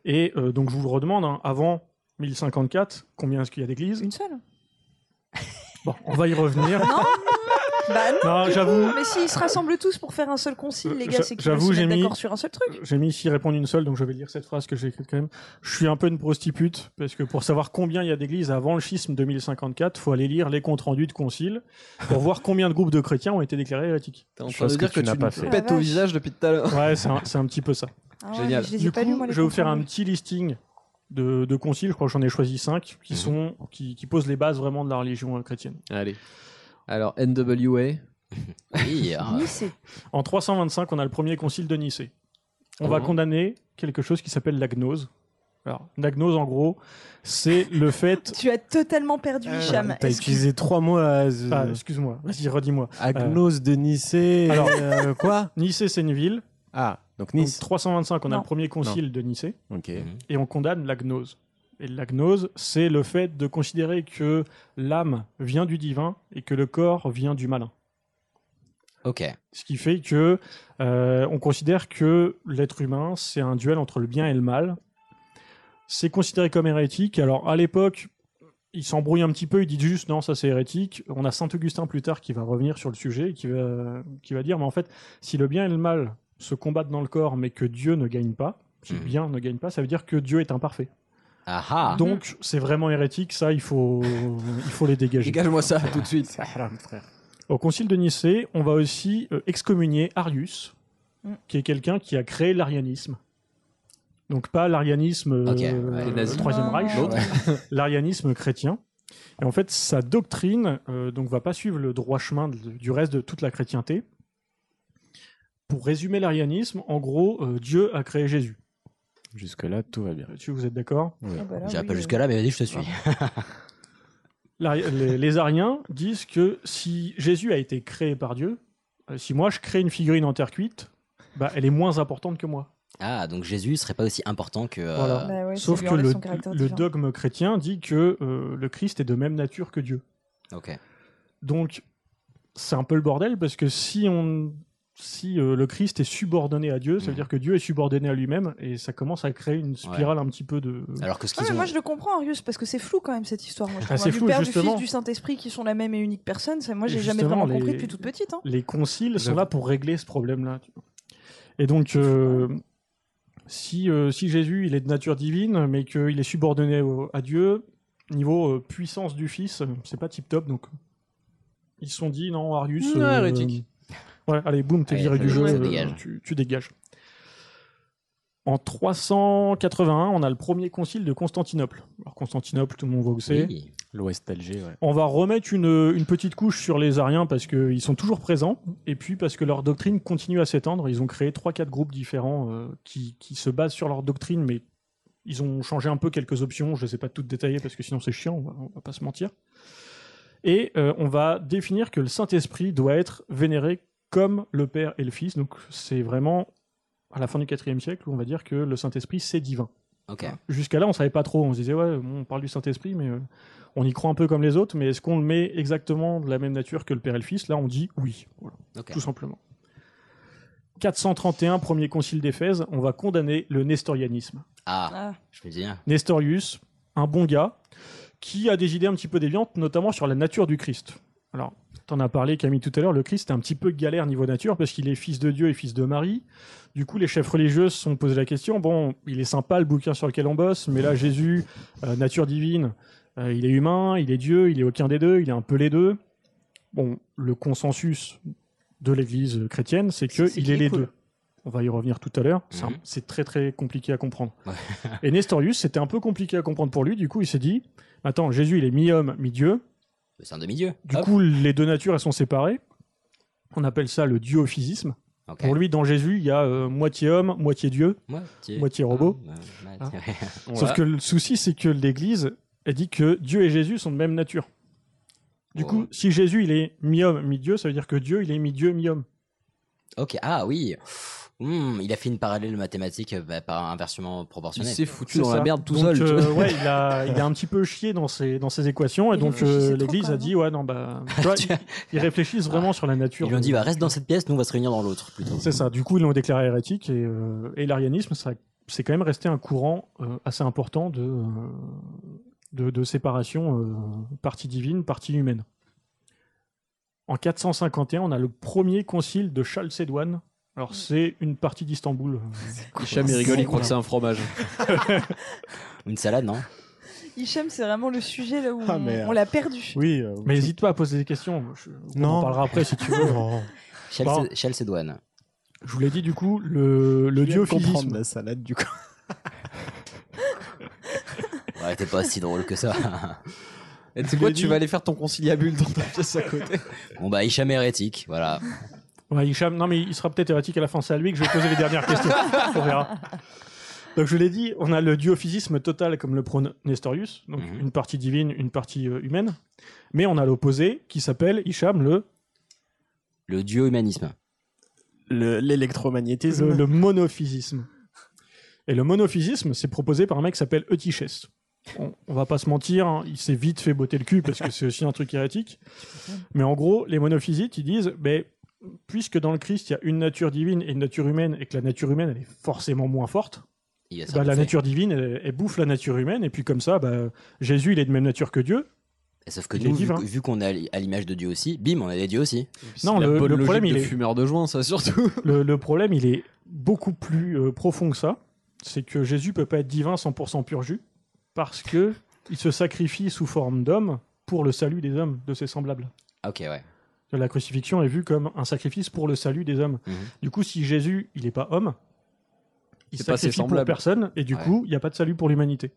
D: Et euh, donc, je vous le redemande, hein, avant 1054, combien est-ce qu'il y a d'églises
C: Une seule
D: Bon, on va y revenir.
C: <laughs> Non Bah non,
D: Non,
C: du
D: j'avoue.
C: coup. Mais si, ils se rassemblent tous pour faire un seul concile, les gars,
D: J'a-
C: c'est qu'ils
D: j'avoue,
C: veulent se
D: j'ai
C: mettre
D: mis-
C: d'accord sur un seul truc.
D: J'ai mis ici répondre une seule, donc je vais lire cette phrase que j'ai écrite quand même. Je suis un peu une prostitute, parce que pour savoir combien il y a d'églises avant le schisme 2054, faut aller lire les comptes rendus de concile pour voir combien de groupes de chrétiens ont été déclarés hérétiques.
B: T'es en train de dire que, tu, nous pètes au visage depuis tout à l'heure.
D: Ouais, c'est un, c'est un petit peu ça.
C: Ah ouais, Génial. mais je les ai
D: Du
C: pas
D: coup,
C: lus, moi, les
D: je vais vous
C: comptes
D: faire un
C: rendus.
D: petit listing de, de conciles. Je crois que j'en ai choisi 5 qui, sont, qui, qui posent les bases vraiment de la religion euh, chrétienne.
B: Allez. Alors, NWA.
C: <laughs>
I: Oui, ah.
D: En 325, on a le premier concile de Nicée. On
B: Ah
D: va
B: bon
D: condamner quelque chose qui s'appelle la gnose. Alors, la gnose, en gros, c'est le fait.
C: Tu as totalement perdu, Hicham.
J: T'as
C: Est-ce que-
J: utilisé trois mots à...
D: Ah, excuse-moi, vas-y, redis-moi.
J: <laughs> Agnose de Nicée.
D: Alors-
J: euh, quoi
D: Nicée, c'est une ville.
J: Ah. Donc Nice.
D: 325, on a
J: Non.
D: le premier concile de Nicée.
J: Ok.
D: Et on condamne la gnose. Et la gnose, c'est le fait de considérer que l'âme vient du divin et que le corps vient du malin.
I: Ok.
D: Ce qui fait que euh, on considère que l'être humain, c'est un duel entre le bien et le mal. C'est considéré comme hérétique. Alors à l'époque, il s'embrouille un petit peu, il dit juste non, ça c'est hérétique. On a Saint Augustin plus tard qui va revenir sur le sujet et qui va, qui va dire mais en fait, si le bien et le mal se combattent dans le corps mais que Dieu ne gagne pas, si le bien ne gagne pas, ça veut dire que Dieu est imparfait.
C: Ah,
I: Aha.
D: Donc c'est vraiment hérétique, ça il faut, il faut les dégager.
B: Dégage-moi <laughs> ça tout de suite.
D: Au concile de Nicée, on va aussi euh, excommunier Arius,
C: Mm.
D: qui est quelqu'un qui a créé l'arianisme. Donc pas l'arianisme euh,
I: Ok, ouais. Les nazis.
D: le Troisième
C: Ah,
D: Reich,
C: bah,
I: L'autre.
D: Ouais. l'arianisme chrétien. Et en fait, sa doctrine euh, donc va pas suivre le droit chemin de- du reste de toute la chrétienté. Pour résumer l'arianisme, en gros, euh, Dieu a créé Jésus.
J: Jusque-là, tout va bien.
D: Là-dessus, vous êtes d'accord
J: Oui.
C: Ah bah là,
I: J'irai
C: oui,
I: pas
C: euh.
I: jusque-là, mais vas-y, je te suis.
D: L'Ari- les, les Ariens disent que si Jésus a été créé par Dieu, euh, si moi je crée une figurine en terre cuite, bah, elle est moins importante que moi.
I: ah, donc Jésus serait pas aussi important que. euh,
D: Voilà.
C: Bah ouais,
D: Sauf
C: ça lui
D: que
C: enlève
D: le,
C: son caractère
D: le
C: divin.
D: dogme chrétien dit que euh, le Christ est de même nature que Dieu.
I: Ok.
D: Donc c'est un peu le bordel parce que si on si euh, le Christ est subordonné à Dieu, ça veut
I: Mhm.
D: dire que Dieu est subordonné à lui-même et ça commence à créer une spirale un petit peu de.
I: Alors que ce
C: Ah,
I: qu'ils
C: mais
I: ont.
C: moi je le comprends Arius parce que c'est flou quand même cette histoire. Moi, je
D: Ah,
C: trouve,
D: c'est
C: hein, du
D: flou,
C: Père,
D: justement.
C: du Fils, du Saint-Esprit qui sont la même et unique personne, ça, moi j'ai
D: Et
C: jamais
D: justement,
C: vraiment
D: les-
C: compris depuis toute petite. hein.
D: Les conciles sont là pour régler ce problème-là. tu vois. Et donc, euh, si, euh, si Jésus, il est de nature divine, mais qu'il est subordonné au- à Dieu, niveau euh, puissance du Fils, euh, c'est pas tip-top, donc ils se sont dit, non, Arius...
B: Ouais,
D: euh,
B: hérétique.
D: ouais, allez, boum, t'es
B: Allez,
D: viré
B: ça
D: du jeu,
B: dégage, ça
D: euh,
B: dégage.
D: tu, tu dégages. En 381, on a le premier concile de Constantinople. Alors Constantinople, tout le monde voit où c'est.
I: Oui.
J: L'Ouest Alger, ouais.
D: On va remettre une, euh, une petite couche sur les Ariens parce qu'ils sont toujours présents et puis parce que leur doctrine continue à s'étendre. Ils ont créé 3-4 groupes différents euh, qui, qui se basent sur leur doctrine, mais ils ont changé un peu quelques options. Je ne les ai pas toutes détaillées parce que sinon c'est chiant, on va, on va pas se mentir. Et euh, on va définir que le Saint-Esprit doit être vénéré comme le Père et le Fils. Donc c'est vraiment à la fin du IVe siècle où on va dire que le Saint-Esprit c'est divin.
I: Ok.
D: Jusqu'à là, on savait pas trop. On se disait, ouais, bon, on parle du Saint-Esprit, mais euh, on y croit un peu comme les autres, mais est-ce qu'on le met exactement de la même nature que le Père et le Fils Là, on dit oui, Voilà.
I: Ok.
D: tout simplement. 431, premier concile d'Éphèse, on va condamner le nestorianisme.
I: Ah, je me dis bien.
D: Nestorius, un bon gars, qui a des idées un petit peu déviantes, notamment sur la nature du Christ. Alors, t'en as parlé Camille tout à l'heure, le Christ est un petit peu galère niveau nature parce qu'il est fils de Dieu et fils de Marie. Du coup, les chefs religieux se sont posés la question, bon, il est sympa le bouquin sur lequel on bosse, mais là, Jésus, euh, nature divine, euh, il est humain, il est Dieu, il est aucun des deux, il est un peu les deux. Bon, le consensus de l'église chrétienne, c'est que
C: C'est
D: il
C: qu'il
D: est,
C: est
D: les
C: cool.
D: deux. On va y revenir tout à l'heure, c'est un-
I: Mhm.
D: c'est très très compliqué à comprendre. Et Nestorius, c'était un peu compliqué à comprendre pour lui. Du coup, il s'est dit Attends, Jésus, il est mi-homme, mi-dieu.
I: C'est un demi-dieu.
D: Du
I: Hop.
D: coup, les deux natures, elles sont séparées. On appelle ça le diophysisme.
I: Ok.
D: Pour lui, dans Jésus, il y a euh, moitié homme, moitié Dieu.
I: Moitié.
D: moitié robot.
I: homme, euh,
D: Hein.
I: moitié-
D: Sauf que le souci, c'est que l'Église, elle dit que Dieu et Jésus sont de même nature. Du coup, si Jésus, il est mi-homme, mi-dieu, ça veut dire que Dieu, il est mi-dieu, mi-homme.
I: <laughs> Ok, ah oui. Hmm, il a fait une parallèle mathématique euh, bah, par inversement
B: Il
I: <laughs> proportionnelle.
B: s'est foutu
D: C'est
B: dans la
D: ça.
B: merde tout
D: Donc,
B: seul.
D: euh, ouais, il a, il a un petit peu chié dans ses, dans ses équations et
C: Il
D: donc
C: réfléchissait
D: euh,
C: trop,
D: l'Église
C: quand
D: a
C: même.
D: dit ouais non bah tu
I: <laughs>
D: vois, ils, ils réfléchissent vraiment sur la nature.
I: Ils lui ont dit, bah, reste dans cette pièce, nous on va se réunir dans l'autre plutôt.
D: C'est ça. Du coup, ils l'ont déclaré hérétique et, euh, et l'arianisme, ça- c'est quand même resté un courant euh, assez important de, euh, de, de séparation euh, partie divine, partie humaine. En 451, on a le premier concile de Chalcédoine. Alors, c'est une partie d'Istanbul.
B: <laughs> Hicham, il rigole, il croit que c'est un fromage.
I: Une salade, non
C: Hicham, c'est vraiment le sujet là où
J: Ah,
C: on-
J: mais, euh,
C: on l'a perdu.
J: Oui.
D: Mais n'hésite pas à poser des questions. Je- on en
J: Non.
D: parlera après si tu veux. Bon.
I: Shell Cédoine.
D: Je vous l'ai dit, du coup, le, le diophysisme.
J: la salade du coup.
I: Ouais, t'es pas si drôle que ça. <laughs>
B: Et tu sais
D: Je
B: quoi,
D: l'ai
B: tu
D: dit.
B: vas aller faire ton conciliabule dans ta pièce à <laughs> côté.
I: bon, bah, Hicham est hérétique, voilà.
D: Ouais, Hicham, non, mais il sera peut-être hérétique à la fin. C'est à lui que je vais poser les dernières questions. On verra. Donc, je l'ai dit, on a le diophysisme total comme le prône Nestorius, donc
I: Mhm.
D: une partie divine, une partie euh, humaine. Mais on a l'opposé qui s'appelle Hicham le.
I: Le dieu humanisme.
J: Le- L'électromagnétisme.
D: le, le monophysisme. Et le monophysisme, c'est proposé par un mec qui s'appelle Eutyches. On, on va pas se mentir, hein, il s'est vite fait botter le cul parce que c'est aussi un truc hérétique. Mais en gros, les monophysites, ils disent, ben, puisque dans le Christ, il y a une nature divine et une nature humaine, et que la nature humaine, elle est forcément moins forte,
I: Il y a
D: bah,
I: ça,
D: la
I: on fait.
D: nature divine, elle, elle bouffe la nature humaine, et puis comme ça, bah, Jésus, il est de même nature que Dieu.
I: Et sauf que
D: il est
I: nous, vu,
D: divin.
I: que- vu qu'on est à l- à l'image de Dieu aussi, bim, on est des dieux aussi.
D: Non, le, le problème, il est
B: fumeur de joint, ça surtout.
D: Le, le problème, il est beaucoup plus euh, profond que ça. C'est que Jésus peut pas être divin 100% pur jus parce que il se sacrifie sous forme d'homme pour le salut des hommes, de ses semblables.
I: Ah, ok, ouais.
D: La crucifixion est vue comme un sacrifice pour le salut des hommes.
I: Mhm.
D: Du coup, si Jésus, il n'est pas homme, il se
B: C'est pas ses
D: sacrifie pour
B: semblables.
D: personne et du
I: Ouais.
D: coup, il n'y a pas de salut pour l'humanité.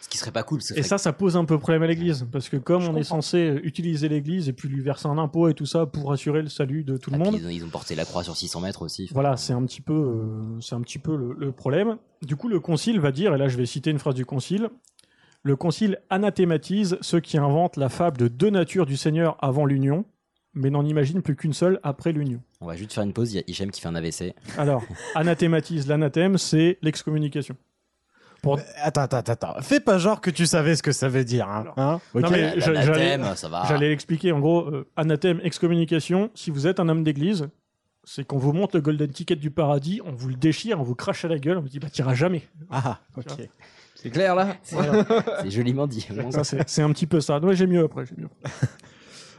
I: Ce qui serait pas cool. parce que
D: Et ça, ça pose un peu problème à l'Église, parce que comme on est censé utiliser l'Église et puis lui verser un impôt et tout ça pour assurer le salut de tout le monde,
I: Ils ont, ils ont porté la croix sur 600 mètres aussi.
D: voilà, c'est un petit peu, euh, c'est un petit peu le, le problème. Du coup, le concile va dire, et là je vais citer une phrase du concile, le concile anathématise ceux qui inventent la fable de deux natures du Seigneur avant l'union, mais n'en imagine plus qu'une seule après l'union.
I: On va juste faire une pause, il y a Hichem qui fait un AVC.
D: Alors, anathématise, l'anathème, c'est l'excommunication. Pour...
J: Euh, Attends, attends, attends, attends. Fais pas genre que tu savais ce que ça veut dire. Hein, hein Ok.
D: Non, mais je- j'allais,
I: L'anathème, ça va.
D: j'allais expliquer en gros, euh, anathème, excommunication, si vous êtes un homme d'église, c'est qu'on vous montre le golden ticket du paradis, on vous le déchire, on vous crache à la gueule, on vous dit bah t'iras jamais.
J: Ah,
D: Tu vois.
J: ok.
I: C'est clair là
D: <laughs> Voilà.
I: C'est joliment dit.
D: Ça, c'est c'est un petit peu ça. Ouais, j'ai mieux après. j'ai mieux.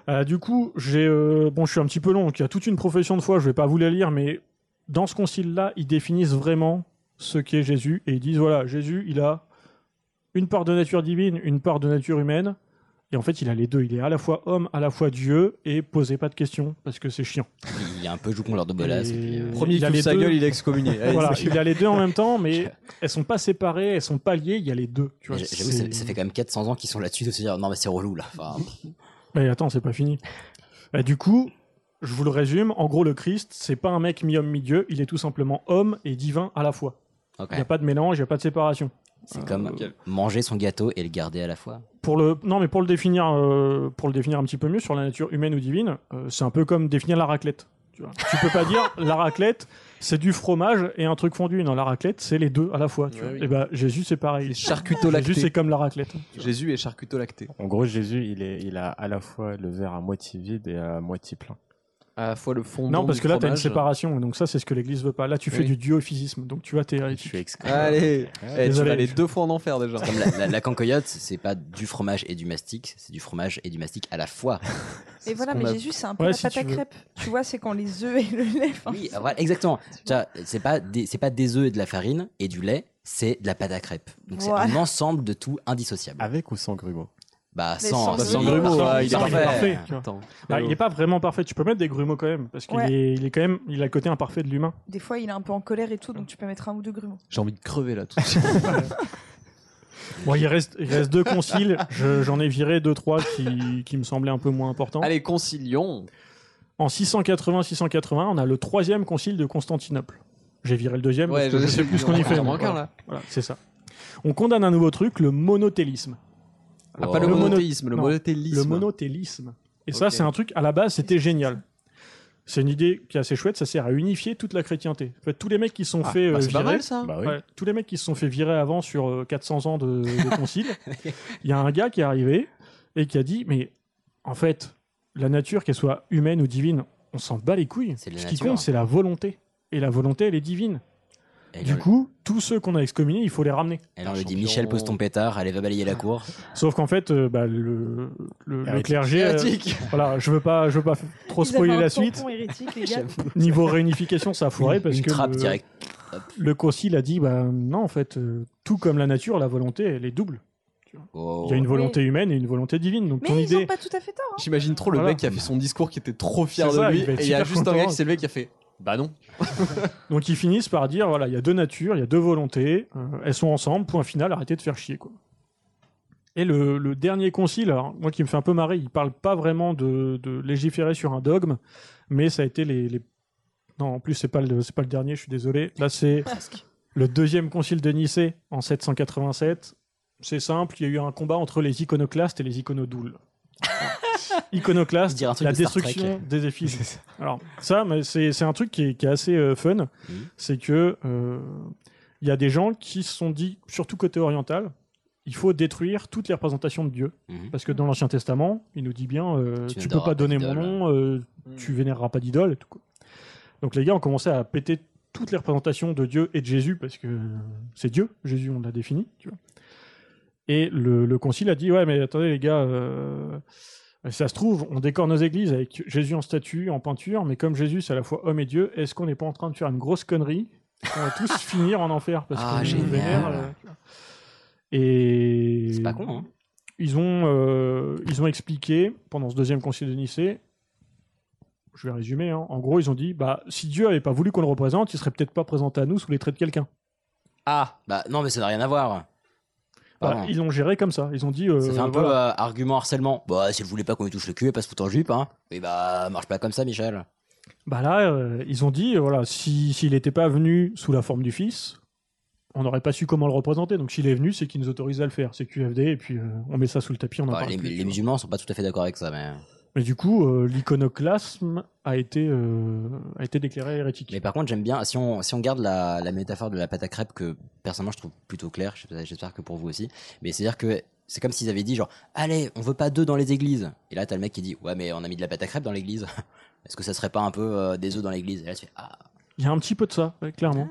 D: Euh, du coup, j'ai euh, bon, je suis un petit peu long. donc Il y a toute une profession de foi. Je vais pas vous la lire, mais dans ce concile-là, ils définissent vraiment ce qu'est Jésus et ils disent voilà, Jésus, il a une part de nature divine, une part de nature humaine, et en fait, il a les deux. Il est à la fois homme, à la fois Dieu, et posez pas de questions parce que c'est chiant.
I: Il y a un peu joucon leur de bolasse.
D: Et-
I: et puis, euh,
B: Premier
D: Il
B: qui
D: a
B: ouvre
D: les
B: sa
D: deux.
B: gueule, il est excommunié. Allez,
D: voilà,
B: c'est-
D: il a les deux en
I: <laughs>
D: même temps, mais elles sont pas séparées, elles sont pas liées. Il y a les deux. Tu
I: mais
D: vois,
I: j'a- J'avoue,
D: c'est-
I: ça, ça fait quand même 400 ans qu'ils sont là-dessus de se dire non, mais c'est relou là. Enfin, pff,
D: Mais attends, c'est pas fini. Bah, du coup, je vous le résume. En gros, le Christ, c'est pas un mec mi-homme, mi-dieu. Il est tout simplement homme et divin à la fois.
I: ok.
D: Il n'y a pas de mélange, il n'y a pas de séparation.
I: C'est comme manger son gâteau et le garder à la fois.
D: Pour le, non, mais pour le, définir, euh, pour le définir un petit peu mieux sur la nature humaine ou divine, euh, c'est un peu comme définir la raclette. Tu, vois. tu peux pas dire la raclette, c'est du fromage et un truc fondu. Non, la raclette, c'est les deux à la fois. tu
B: Ouais,
D: vois.
B: oui.
D: Et bah, Jésus, c'est pareil.
B: Charcuto
D: Jésus, c'est
B: lacté.
D: comme la raclette. hein,
B: Jésus est charcuto lacté.
J: En gros, Jésus, il, est, il a à la fois le verre à moitié vide et à moitié plein.
B: À la fois Ah, le fond.
D: Non, parce que là, tu as une séparation. et Donc, ça, c'est ce que l'Église veut pas. Là, tu fais
B: Oui.
D: du diophysisme. Donc, tu vois, t'es
J: Je suis exclu.
B: Allez, eh, tu
D: Désolé.
B: vas aller deux fois en enfer déjà.
I: C'est Comme la, la, la cancoyote, c'est pas du fromage et du mastic, c'est du fromage et du mastic à la fois.
C: Et voilà,
B: ce qu'on
C: mais
B: a-
C: Jésus, c'est un peu
D: Ouais,
C: la
D: si
C: pâte
D: tu
C: à
D: veux.
C: crêpes. Tu vois, c'est quand les œufs et le lait. enfin,
I: <laughs> Oui, ah voilà, exactement. <laughs> Tu vois, C'est pas des, c'est pas des œufs et de la farine et du lait, c'est de la pâte à crêpes. Donc c'est
C: Voilà.
I: un ensemble de tout indissociable.
J: Avec ou sans grumeaux
I: Bah
C: Mais
I: sans,
C: sans
B: Sans
C: Oui,
B: grumeaux,
D: sans-
B: ouais, il est
D: sans, il est
B: parfait.
D: parfait, tu vois.
B: Attends.
D: Bah, il n'est pas vraiment parfait. Tu peux mettre des grumeaux quand même, parce qu'il
C: Ouais.
D: est, il est quand même, il a le côté imparfait de l'humain.
C: Des fois, il est un peu en colère et tout, donc tu peux mettre un ou deux grumeaux.
B: J'ai envie de crever là tout de suite.
D: Bon, il reste, il reste deux conciles. Je- J'en ai viré deux trois qui, qui me semblaient un peu moins importants.
B: Allez, concilions.
D: En 680-680, on a le troisième concile de Constantinople. J'ai viré le deuxième. parce que je sais plus ce qu'on y fait.
B: On en
D: mais
B: manque un,
D: voilà.
B: là.
D: Voilà, c'est ça. On condamne un nouveau truc, le monothélisme.
B: Ah,
I: Oh.
B: pas le
D: Le mono-
B: monothéisme, le
D: non,
B: monothélisme.
D: Le monothélisme. Et ça,
B: Ok.
D: c'est un truc, à la base, c'était génial. C'est une idée qui est assez chouette, ça sert à unifier toute la chrétienté. En fait, tous les mecs qui se sont
J: Ah,
D: fait
B: Bah,
D: euh,
B: c'est pas
D: virer-
B: mal ça.
J: Bah oui.
D: Ouais, tous les mecs qui se sont fait virer avant sur euh, 400 ans de, de
I: <laughs>
D: concile, il y a un gars qui est arrivé et qui a dit Mais en fait, la nature, qu'elle soit humaine ou divine, on s'en bat les couilles. Ce
I: C'est de la
D: qui
I: nature. hein.
D: compte, c'est la volonté. Et la volonté, elle est divine.
I: Et
D: Du
I: on-
D: coup, tous ceux qu'on a excommuniés, il faut les ramener.
I: et on lui dit
B: champion.
I: Michel, pose ton pétard, allez, va balayer la cour.
D: Sauf qu'en fait, euh, bah, le, le- le
J: Hérétique.
D: clergé. euh, <laughs>
B: Hérétique.
D: voilà, je veux pas,
I: <laughs>
D: je veux pas f-
C: Ils
D: trop
C: avaient
D: spoiler
C: un
D: la
C: tampon
D: suite.
C: hérétique,
D: <laughs>
C: les gars.
D: Niveau réunification, ça a foiré
I: Une-
D: parce
I: une
D: que.
I: trappe
D: le-
I: directe.
D: le concile a dit bah non en fait euh, tout comme la nature la volonté elle est double
I: Oh.
D: il y a une volonté humaine et une volonté divine donc ton
C: Mais ils
D: idée
C: ont pas tout à fait tort.
B: J'imagine trop le
D: Voilà.
B: mec qui a fait son discours qui était trop fier
D: C'est
B: de
D: ça,
B: lui
D: il va être
B: et il y a
D: super
B: juste un gars
D: content. hein.
B: qui s'est levé qui a fait Bah non.
D: donc ils finissent par dire voilà il y a deux natures il y a deux volontés euh, elles sont ensemble point final arrêtez de faire chier quoi et le, le dernier concile alors, moi qui me fait un peu marrer il parle pas vraiment de, de légiférer sur un dogme mais ça a été les, les- non en plus c'est pas le c'est pas le dernier je suis désolé là c'est le deuxième concile de Nicée en 787 c'est simple il y a eu un combat entre les iconoclastes et les iconodoules iconoclaste,
I: un truc
D: la
I: de Star
D: destruction
I: Trek.
D: des
I: <laughs>
D: effigies. Alors ça, mais c'est c'est un truc qui est, qui est assez euh, fun, c'est que euh, il y a des gens qui se sont dit, surtout côté oriental, il faut détruire toutes les représentations de Dieu,
I: Mhm.
D: parce que dans l'Ancien Testament, il nous dit bien, euh,
I: Tu
D: tu peux
I: n'adoreras
D: pas
I: pas
D: donner mon nom, euh, tu vénéreras pas d'idole. et tout, quoi. Donc les gars ont commencé à péter toutes les représentations de Dieu et de Jésus, parce que euh, c'est Dieu, Jésus on l'a défini, tu vois. Et le, le concile a dit ouais mais attendez les gars, euh, ça se trouve on décore nos églises avec Jésus en statue, en peinture, mais comme Jésus c'est à la fois homme et Dieu, est-ce qu'on n'est pas en train de faire une grosse connerie On va tous <laughs> finir en enfer parce
I: Ah,
D: que
I: génial.
D: euh, tu vois. Et
I: C'est pas con, hein.
D: Ils ont euh, ils ont expliqué pendant ce deuxième concile de Nicée. Je vais résumer. hein. En gros, ils ont dit bah si Dieu avait pas voulu qu'on le représente, il serait peut-être pas présenté à nous sous les traits de quelqu'un.
I: Ah, bah non, mais ça n'a rien à voir.
D: Voilà,
I: Pardon.
D: Bah, ils l'ont géré comme ça. Ils ont dit. euh,
I: Ah. Ça fait un peu
D: voilà.
I: euh, argument harcèlement. Bah, si elle voulait pas qu'on lui touche le cul, elle passe foutre en jupe, hein. Oui, bah, marche pas comme ça, Michel.
D: Bah là, euh, ils ont dit, euh, voilà, si- s'il n'était pas venu sous la forme du fils, on n'aurait pas su comment le représenter. Donc s'il est venu, c'est qu'il nous autorise à le faire. C'est QFD, et puis euh, on met ça sous le tapis, on en
I: Bah,
D: parle
I: les,
D: plus.
I: les musulmans sont pas tout à fait d'accord avec ça, mais.
D: Mais du coup, euh, l'iconoclasme a, été, euh, a été déclaré hérétique.
I: Mais par contre, j'aime bien, si on, si on garde la, la métaphore de la pâte à crêpes, que personnellement je trouve plutôt claire, je sais- j'espère que pour vous aussi, mais c'est-à-dire que c'est comme s'ils avaient dit, genre, allez, on veut pas deux dans les églises. Et là, t'as le mec qui dit, ouais, mais on a mis de la pâte à crêpes dans l'église. <laughs> Est-ce que ça serait pas un peu euh, des œufs dans l'église Et là, tu fais, ah,
D: Il y a un petit peu de ça, ouais, clairement.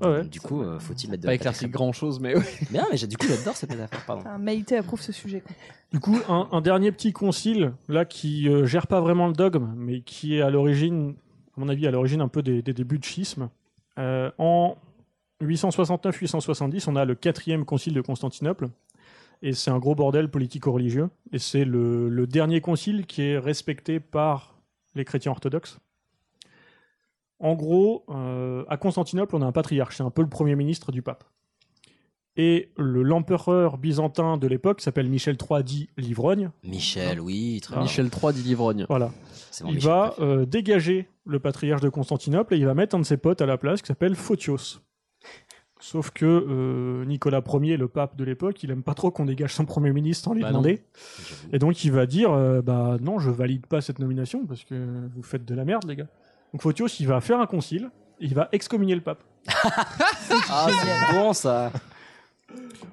D: Ah ouais.
I: du coup, euh, faut-il mettre de
B: Pas
I: la pâte à
B: éclairci
I: crêpes
B: grand-chose, mais ouais.
I: Mais non, mais j'ai- du coup, j'adore cette métaphore, pardon.
C: Enfin, Maïté approuve ce sujet. quoi.
D: Du coup, un, un dernier petit concile, là, qui euh, gère pas vraiment le dogme, mais qui est à l'origine, à mon avis, à l'origine un peu des, des débuts de schisme. Euh, en 869-870, on a le quatrième concile de Constantinople, et c'est un gros bordel politico-religieux, et c'est le, le dernier concile qui est respecté par les chrétiens orthodoxes. En gros, euh, à Constantinople, on a un patriarche, c'est un peu le premier ministre du pape. Et le- l'empereur byzantin de l'époque s'appelle Michel III dit l'ivrogne.
I: Michel, oui, très bien.
B: Michel III dit l'ivrogne.
D: Voilà.
I: C'est bon,
D: il
I: Michel.
D: Ah. va euh, dégager le patriarche de Constantinople et il va mettre un de ses potes à la place qui s'appelle Photios. Sauf que euh, Nicolas Ier, le pape de l'époque, il aime pas trop qu'on dégage son premier ministre sans lui
B: Bah non.
D: demander. Et donc il va dire euh, Bah non, je valide pas cette nomination parce que vous faites de la merde, les gars. Donc Photios, il va faire un concile et il va excommunier le pape.
I: Ah, c'est bon ça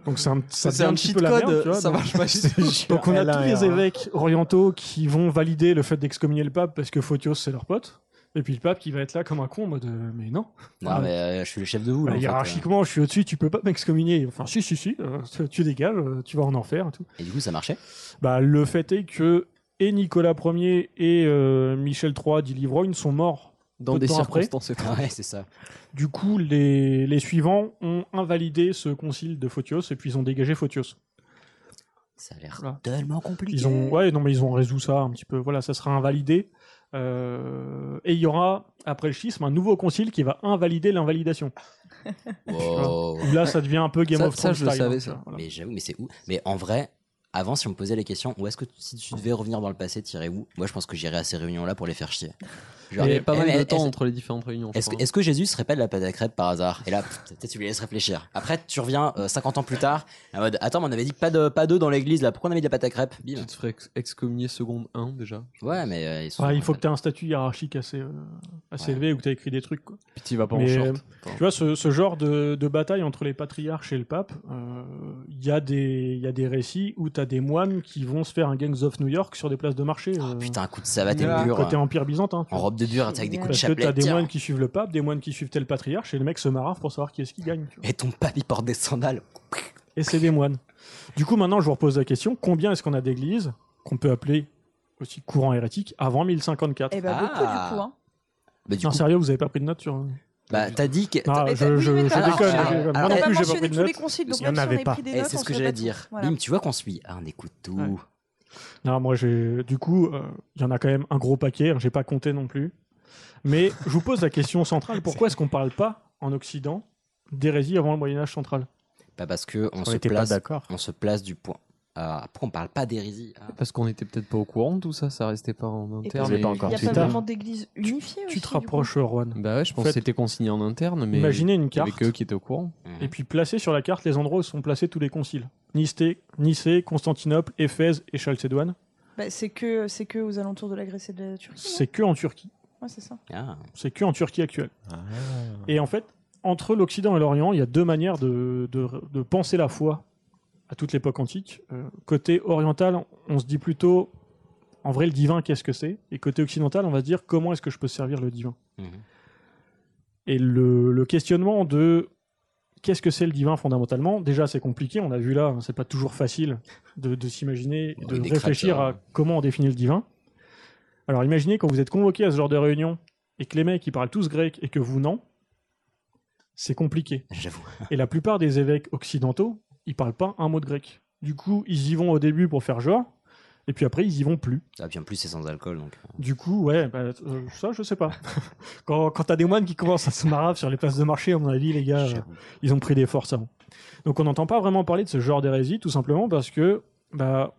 D: Donc c'est un, ça
B: C'est
D: devient
B: un
D: petit
B: cheat
D: peu la
B: code,
D: merde, tu vois,
B: ça
D: donc-
B: marche
D: <laughs>
B: pas du tout.
D: Donc on a tous les
I: hein.
B: LARA.
D: évêques orientaux qui vont valider le fait d'excommunier le pape parce que Photios c'est leur pote. Et puis le pape qui va être là comme un con en mode euh, mais non.
I: Non, mais euh, je suis le chef de vous, là. en
D: Bah,
I: fait. euh.
D: hiérarchiquement, je suis au-dessus, tu peux pas m'excommunier. Enfin, si, si, si, euh, tu- tu dégages, euh, tu vas en enfer et tout.
I: Et du coup, ça marchait
D: Bah, le fait est que et Nicolas Ier et euh, Michel III dit l'ivrogne sont morts
B: Dans
D: peu de
B: des
D: temps après.
B: circonstances étranges.
I: Ouais, c'est ça.
D: Du coup, les, les suivants ont invalidé ce concile de Photios et puis ils ont dégagé Photios.
I: Ça a l'air
D: Voilà.
I: tellement compliqué.
D: Ils ont, ouais, non, mais ils ont résolu ça un petit peu. Voilà, ça sera invalidé. Euh, et il y aura, après le schisme, un nouveau concile qui va invalider l'invalidation.
I: Wow.
D: Où Là, ça devient un peu Game
B: Ça-
D: of
B: ça,
D: Thrones.
B: je le
D: style,
B: savais,
D: hein,
B: ça.
D: voilà.
I: Mais j'avoue, mais c'est où Mais en vrai, avant, si on me posait les questions, où est-ce que tu- si tu devais revenir dans le passé, t'irais où Moi, je pense que j'irais à ces réunions-là pour les faire chier.
B: Il y
I: Genre,
B: avait
I: eh,
B: pas mal
I: mais
B: de
I: est-ce-
B: temps hein, entre les différentes réunions. je
I: Est-ce que,
B: crois.
I: est-ce que Jésus serait pas de la pâte à crêpes par hasard Et là, pff, peut-être tu lui laisses réfléchir. Après, tu reviens euh, 50 ans plus tard, en mode Attends, mais on avait dit pas de pas d'œufs dans l'église là, pourquoi on avait de la pâte à crêpes Bim.
B: Tu te ferais ex- excommunier seconde 1 déjà.
I: Ouais, mais euh, ils sont-
D: Ouais, il faut que tu aies un statut hiérarchique assez, euh, assez
I: Ouais.
D: élevé ou que tu écrit des trucs. quoi.
B: Puis tu vas pas en
D: Mais, euh,
B: short.
D: Tu vois, ce, ce genre de, de bataille entre les patriarches et le pape, euh, il y, a des- il y a des récits où tu as des moines qui vont se faire un Gangs of New York sur des places de marché.
B: Ah,
D: euh,
I: Ah, Putain, un coup de savate et
D: Ah,
I: mûr.
D: Côté Empire byzantin. tu
I: En
D: vois.
I: robe de bure, avec des coups de
D: Parce que
I: chapelet.
D: t'as des
I: tiens.
D: moines qui suivent le pape, des moines qui suivent tel patriarche, et le mec se marave pour savoir qui est-ce qui gagne. tu vois.
I: Et ton pape, il porte des sandales. Bah,
D: Et c'est des moines. Du coup, maintenant, je vous repose la question combien est-ce qu'on a d'églises qu'on peut appeler aussi courant hérétique avant 1054
C: Eh ben,
I: Ah.
C: beaucoup du coup. Hein.
I: Bah, du
D: Non,
I: coup,
D: sérieux, vous avez pas pris de notes sur.
I: bah, t'as dit que.
D: Non,
C: Mais t'as-
D: Ah, je,
C: oui,
D: je-
C: mais
D: je
C: t'as-
D: déconne.
I: alors,
D: je-
I: alors,
C: T'as pas
D: moi non plus, j'ai pas
C: mentionné
D: pris de
C: tous les
D: notes.
C: conciles, donc
J: Il y en
C: même si on
J: avait
C: avait
J: pas.
C: pris des
I: Eh,
C: notes,
I: c'est
C: on
I: ce que
C: serait
I: j'allais
C: pas tous-
I: dire.
C: voilà.
I: Bim, tu vois qu'on suit. Ah, on écoute tout.
D: Ouais. Non, moi, j'ai. Du coup, euh, il y en a quand même un gros paquet, hein, j'ai pas compté non plus. Mais je vous pose la question centrale pourquoi est-ce qu'on parle pas en Occident d'hérésie avant le Moyen-Âge central
I: Pas parce que on,
J: On
I: se
J: était pas
I: place,
J: d'accord.
I: on se place du point. Ah, après, on parle pas d'hérésie. Ah.
B: Parce qu'on était peut-être pas au courant de tout ça, ça restait pas en
C: Et
B: interne.
J: parce
B: mais-
J: que- encore
C: Il n'y a
J: plus
C: pas
J: tard.
C: vraiment d'église unifiée aussi.
D: Tu te
C: du coup.
D: rapproches, euh, Erwan.
B: Bah ouais, je pense
D: Faites-
B: que c'était consigné en interne, mais
D: Imaginez une
B: il y avait
D: carte.
B: que eux qui étaient au courant.
I: Hum,
D: Et puis placer sur la carte les endroits où sont placés tous les conciles. Nicée, Nicée Constantinople, Éphèse et Chalcédoine.
C: Bah, c'est que c'est que aux alentours de la Grèce et de la Turquie. non
D: C'est que en Turquie.
C: Ouais, c'est ça.
I: ah,
D: C'est que en Turquie actuelle.
J: Ah,
D: Et en fait, entre l'Occident et l'Orient, il y a deux manières de, de- de penser la foi à toute l'époque antique. Euh, côté oriental, on se dit plutôt, en vrai, le divin, qu'est-ce que c'est Et côté occidental, on va se dire, comment est-ce que je peux servir le divin Et le, le questionnement de qu'est-ce que c'est le divin fondamentalement, déjà c'est compliqué, on l'a vu là, hein, c'est pas toujours facile de, de s'imaginer, et de
J: Oui, des
D: réfléchir
J: cratères.
D: à comment on définit le divin. Alors imaginez quand vous êtes convoqué à ce genre de réunion et que les mecs ils parlent tous grec et que vous non, c'est compliqué.
I: J'avoue.
D: Et la plupart des évêques occidentaux, ils parlent pas un mot de grec. Du coup, ils y vont au début pour faire genre, et puis après ils y vont plus.
I: Ah, puis en plus, c'est sans alcool, donc. euh,
D: Du coup, ouais, bah, euh, ça, je sais pas. quand quand t'as des moines qui commencent à se marrer sur les places de marché, à mon avis, les gars, euh, ils ont pris des forces avant. Donc on n'entend pas vraiment parler de ce genre d'hérésie, tout simplement parce que bah,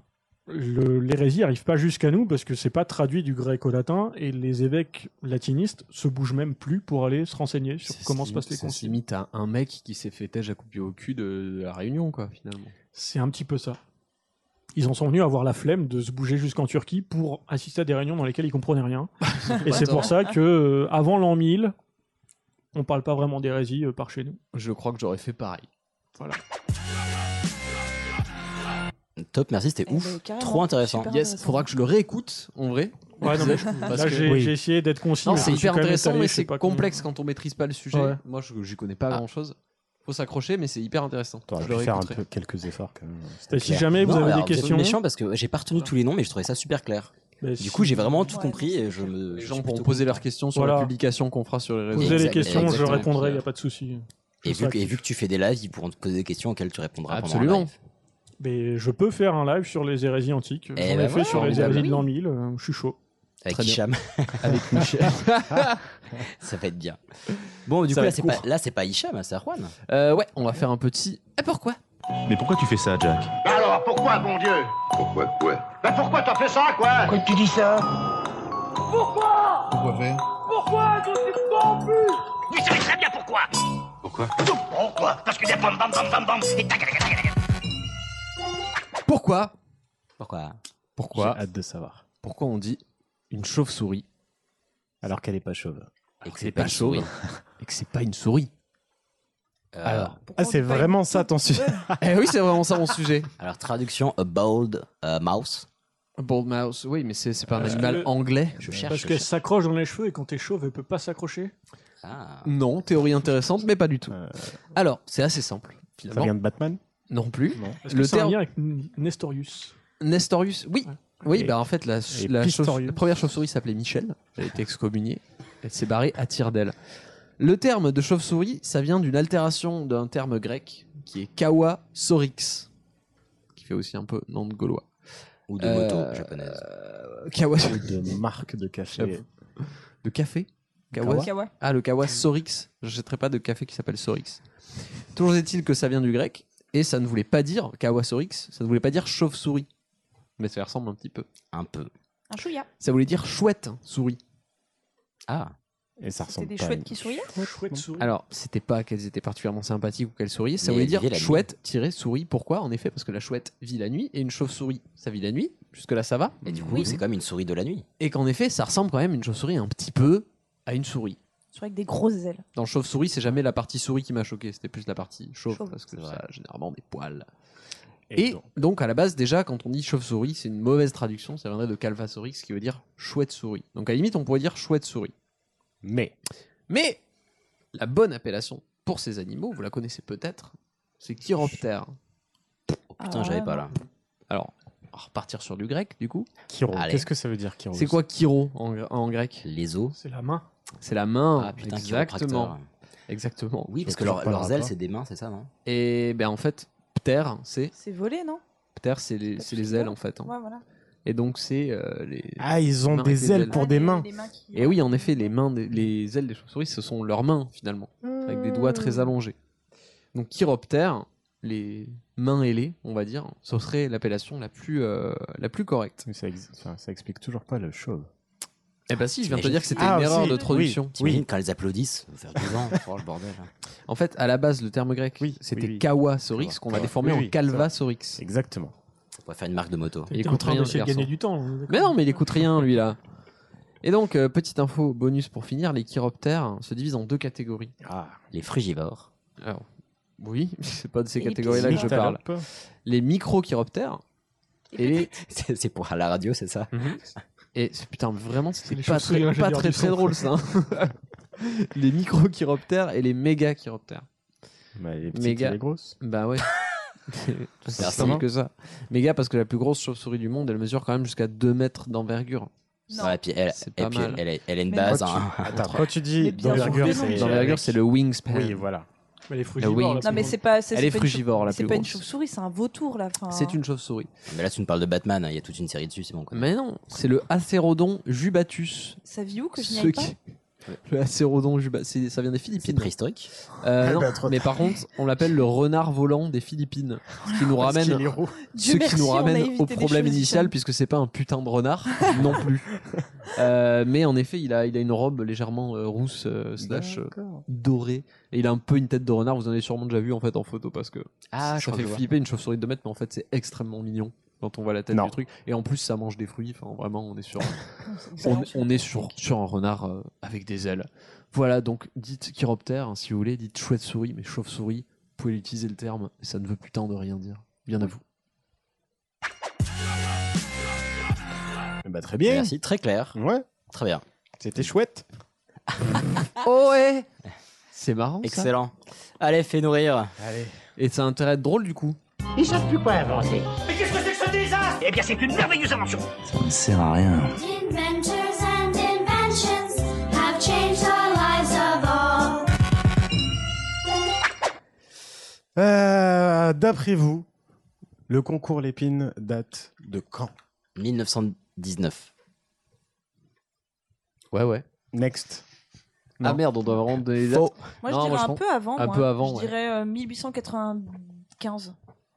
D: le- l'hérésie arrive pas jusqu'à nous, parce que c'est pas traduit du grec au latin, et les évêques latinistes se bougent même plus pour aller se renseigner sur comment se passent les
B: Ça
D: conciles.
B: se limite à un mec qui s'est fait tèche à couper au cul de, de la réunion, quoi, finalement.
D: C'est un petit peu ça. Ils en sont venus à avoir la flemme de se bouger jusqu'en Turquie pour assister à des réunions dans lesquelles ils comprenaient rien. et c'est pour ça que euh, avant l'an 1000, on parle pas vraiment d'hérésie euh, par chez nous.
B: Je crois que j'aurais fait pareil.
D: Voilà.
I: Top, merci, c'était
B: Eh
I: ouf.
B: ben, carrément,
I: Trop intéressant.
B: super Yes, intéressant. faudra que je le réécoute, en vrai.
D: Ouais, non, mais je-
B: Parce
D: là,
B: que-
D: j'ai j'ai essayé d'être concis.
B: Non,
D: mais
B: c'est
D: je suis
B: hyper
D: quand même
B: intéressant,
D: étalé,
B: mais
D: je sais
B: c'est
D: pas
B: complexe
D: combien.
B: quand on maîtrise pas le sujet.
D: Ouais.
B: Moi, je j'y connais pas grand chose. Faut s'accrocher, mais c'est hyper intéressant.
J: T'aurais
B: Je le
J: pu faire un
B: réécouterai.
J: peu quelques efforts quand même.
D: Et si jamais vous
I: Non,
D: avez
I: alors,
D: des
I: désolé,
D: questions,
I: méchant parce que j'ai pas retenu tous les noms, mais je trouvais ça super clair.
D: Bah,
I: du
D: si-
I: coup, j'ai vraiment tout
D: Ouais,
I: compris et je me.
B: Les
I: je
B: gens
I: suis
B: pourront
I: plutôt
B: poser
I: content.
B: leurs questions sur la
I: Voilà.
B: publication qu'on fera sur les réseaux.
D: Posez les questions, je répondrai, y a pas de souci.
I: Et
D: Je
I: vu, que,
D: serai
I: et vu que tu fais des lives, ils pourront te poser des questions auxquelles tu répondras pendant un
D: Absolument.
I: live.
D: Mais je peux faire un live sur les hérésies antiques. J'en
I: Eh
D: ai
I: ben
D: fait
I: voilà,
D: sur les
I: formidable.
D: hérésies de l'an 1000. euh, je suis chaud.
I: Avec
D: Très bien.
I: Hicham.
D: <laughs> Avec Michel.
I: <laughs> ça va être bien. <laughs> Bon, du
B: Ça
I: coup,
B: va
I: là,
B: être
I: c'est
B: court.
I: pas, là, c'est pas Hicham, c'est Arwan.
B: <laughs> Euh, ouais, on va faire un petit. Et pourquoi
G: Mais pourquoi tu fais ça, Jack
K: Alors, pourquoi, bon Dieu
G: Pourquoi quoi
K: Bah pourquoi t'as fait ça, quoi Pourquoi tu dis ça
A: Pourquoi
F: Pourquoi faire
A: Pourquoi je suis corrompu Vous savez très bien pourquoi
F: Pourquoi
K: Pourquoi Parce que des bam bam bam bam bam et tac, tac, tac, tac, tac.
B: Pourquoi
I: Pourquoi
B: Pourquoi
J: J'ai hâte de savoir.
B: Pourquoi on dit une chauve-souris
J: Alors qu'elle est pas chauve.
I: Et que
B: c'est pas
J: une
B: chauve.
J: souris.
B: Et que c'est pas
D: <laughs>
B: une souris.
I: Alors.
J: Ah, c'est vraiment ça ton sujet.
D: Ah.
B: eh oui, c'est vraiment ça mon sujet.
I: Alors, traduction a bold euh, mouse.
B: A Bald mouse, oui, mais c'est c'est pas un
D: Parce
B: animal
D: que-
B: anglais.
I: Je
D: Parce qu'elle s'accroche dans les cheveux et quand t'es chauve, elle peut pas s'accrocher.
I: Ah.
B: Non, théorie intéressante, mais pas du tout. Alors, c'est assez simple. Finalement.
J: Euh, vient de Batman
B: Non plus.
D: Parce que
B: Le
D: c'est un
B: terme
D: lien avec N- Nestorius.
B: Nestorius, oui. Oui,
D: Et-
B: bah en fait, la,
D: et
B: la chauve-
D: Pistorius.
B: la première chauve-souris s'appelait Michel. Elle a été excommuniée. Elle s'est barrée à tire d'aile. Le terme de chauve-souris, ça vient d'une altération d'un terme grec qui est kawa sorix, qui fait aussi un peu nom de gaulois. Euh,
I: Ou
J: de moto japonaise.
B: Kawa
J: de marque de café.
B: de café
J: Kawa
C: Kawa.
B: Ah, le kawa Sorix. J'achèterai pas de café qui s'appelle Sorix. Toujours est-il que ça vient du grec et ça ne voulait pas dire kawa Sorix, ça ne voulait pas dire chauve-souris. Mais ça y ressemble un petit peu.
I: Un peu.
C: Un chouïa.
B: Ça voulait dire chouette souris.
I: Ah.
J: Et ça
C: C'était des chouettes qui souriaient
D: Chouette souris.
B: Alors, c'était pas qu'elles étaient particulièrement sympathiques ou qu'elles souriaient, ça
I: Mais
B: voulait
I: elles
B: dire
I: vivaient la nuit.
B: chouette-souris. Pourquoi En effet, parce que la chouette vit la nuit et une chauve-souris, ça vit la nuit. Jusque-là, ça va.
I: Et du coup, c'est comme une souris de la nuit.
B: Et qu'en effet, ça ressemble quand même une chauve-souris un petit peu à une souris.
C: Sur avec des grosses ailes.
B: Dans le chauve-souris, c'est jamais la partie souris qui m'a choqué, c'était plus la partie chauve,
C: Chauve.
B: parce que ça a généralement des poils. Et, donc. à la base, déjà, quand on dit chauve-souris, c'est une mauvaise traduction, ça viendrait de calvasorix, qui veut dire chouette souris. Donc à la limite, on pourrait dire chouette souris.
J: Mais.
B: Mais la bonne appellation pour ces animaux, vous la connaissez peut-être, c'est chiroptère.
I: Oh, Putain, j'avais pas là.
B: Alors, on va repartir sur du grec, du coup.
J: Chiro.
B: Allez.
J: Qu'est-ce que ça veut dire, Chiro
B: C'est quoi chiro en, gre- en grec
I: Les os.
D: C'est la main.
B: C'est la main.
I: Ah, putain,
B: exactement.
I: chiropracteur.
B: Exactement.
I: Oui, parce que leur- leurs ailes, c'est des mains, c'est ça, non
B: Et ben en fait, ptère, c'est
C: C'est volé, non
B: ptère, c'est les, c'est les ailes en fait. hein.
C: Ouais, voilà.
B: Et donc c'est euh, les.
J: Ah, ils
B: les
J: ont
B: mains avec
J: des ailes pour des mains.
B: Et oui, en effet, les mains, des- les ailes des chauves-souris, ce sont leurs mains finalement,
C: Mmh.
B: avec des doigts très allongés. Donc chiroptère, les mains ailées, on va dire, ce serait l'appellation la plus euh, la plus correcte.
J: Mais ça, ex- enfin, ça explique toujours pas le chauve.
B: Eh ben si, je viens de te
I: T'imagines-
B: dire que c'était
J: Ah,
B: une erreur
J: si,
B: de
J: oui,
B: traduction.
I: T'imagines quand elles applaudissent, ça doit faire 12 ans, <laughs> franche bordel. hein.
B: En fait, à la base, le terme grec, c'était kawa sorix, qu'on va
J: Kawa.
B: déformer
J: Oui,
B: en
J: oui,
B: calva sorix.
J: Exactement.
I: pourrait faire une marque de moto.
B: Il écoute rien, ce garçon.
D: hein,
B: Mais non, mais il écoute rien, lui, là. Et donc, euh, petite info bonus pour finir, les chiroptères se divisent en deux catégories.
I: Ah, les frugivores.
B: Alors, oui, <laughs> c'est pas de ces
I: Et
B: catégories-là que je parle.
I: piscicopes.
B: Les micro-chiroptères et les...
I: C'est pour la radio, c'est ça
B: Et c'est- putain, vraiment, c'était
I: les
B: pas
I: chauves-souris
B: très, pas
I: ingénieurs
B: très,
I: du
B: très
I: son.
B: drôle, ça. hein. <laughs> les micro-chiroptères et les méga-chiroptères.
J: Bah, les petites et les grosses.
B: Bah <laughs> ouais. Tout
J: Personne.
B: simple que ça. Méga, parce que la plus grosse chauve-souris du monde, elle mesure quand même jusqu'à 2 mètres d'envergure.
I: Non. Ouais, puis elle-
B: C'est
I: et
B: pas
I: puis
B: mal.
I: elle est- elle est une Mais- base, Quand tu- hein.
J: Ah, attends, quand tu dis Mais bien d'envergure, sûr que c'est- non.
B: D'envergure, c'est le wingspan.
J: Oui, voilà.
D: Mais les
B: Le wing-
C: frugivores, là, Non, mais c'est pas. c'est-
B: Elle
C: c'est
B: est
C: pas une
B: frugivore,
C: chauve-
B: la
C: C'est
B: plus
C: pas une
B: grosse.
C: chauve-souris, c'est un vautour, là. Enfin,
B: C'est une chauve-souris.
I: Mais là, tu me parles de Batman, hein, il y a toute une série dessus, c'est bon. Quoi.
B: Mais non, c'est le Acérodon jubatus.
C: Ça vit où que je n'y
B: Ce
C: aille
B: qui- <laughs> Le Acérodon jubatus, c'est- ça vient des Philippines. C'est
I: préhistorique
B: euh,
I: Ah
B: non,
I: bah, trop
B: Mais
I: tard.
B: par contre, on l'appelle le renard volant des Philippines. Ce qui nous
I: Parce
B: ramène,
I: qu'il est roux.
B: ce
I: Dieu
B: qui
I: merci,
B: nous
I: on a
B: ramène
I: évité
B: au
I: des
B: problème
I: choses
B: initial,
I: chiantes.
B: puisque c'est pas un putain de renard <laughs> non plus. Euh, mais en effet, il a, il a une robe légèrement euh, rousse, euh, slash euh,
I: D'accord.
B: dorée. Et il a un peu une tête de renard, vous en avez sûrement déjà vu en fait en photo parce que
I: Ah, je
B: ça
I: crois que
B: fait
I: je vois.
B: flipper une chauve-souris de 2 mètres, mais en fait c'est extrêmement mignon quand on voit la tête
J: Non.
B: du truc. Et en plus, ça mange des fruits, enfin vraiment, on
I: <laughs>
B: est sur,
J: c'est
B: on,
J: excellent.
B: on est sur, sur un renard euh, avec des ailes. Voilà, donc dites chiroptère hein, si vous voulez, dites chouette-souris, mais chauve-souris, vous pouvez utiliser le terme, et ça ne veut putain de rien dire. Bien à vous.
J: Eh Bah, très bien.
I: Merci, très clair.
B: Mmh.
J: Ouais.
I: Très bien.
J: C'était chouette.
C: Ah
B: ouais C'est marrant. ça.
I: Excellent. Allez, fais-nous rire.
B: Allez. Et ça a intérêt à être drôle du coup.
K: Ils savent plus quoi avancer. Mais qu'est-ce que c'est que ce désastre Eh bien, c'est une merveilleuse invention.
G: Ça ne sert à rien.
M: Inventors and inventions have changed our lives of all.
J: Euh, D'après vous, le concours Lépine date de quand
I: 1919.
B: Ouais, ouais.
J: Next. Oh.
B: Ah merde, on doit vraiment donner les dates.
C: Moi, je
B: Non,
C: dirais
B: moi,
C: un
B: pense-
C: peu avant.
B: Un
C: moi.
B: peu avant,
C: Je
B: ouais.
C: dirais euh, 1895.
J: Uh-huh,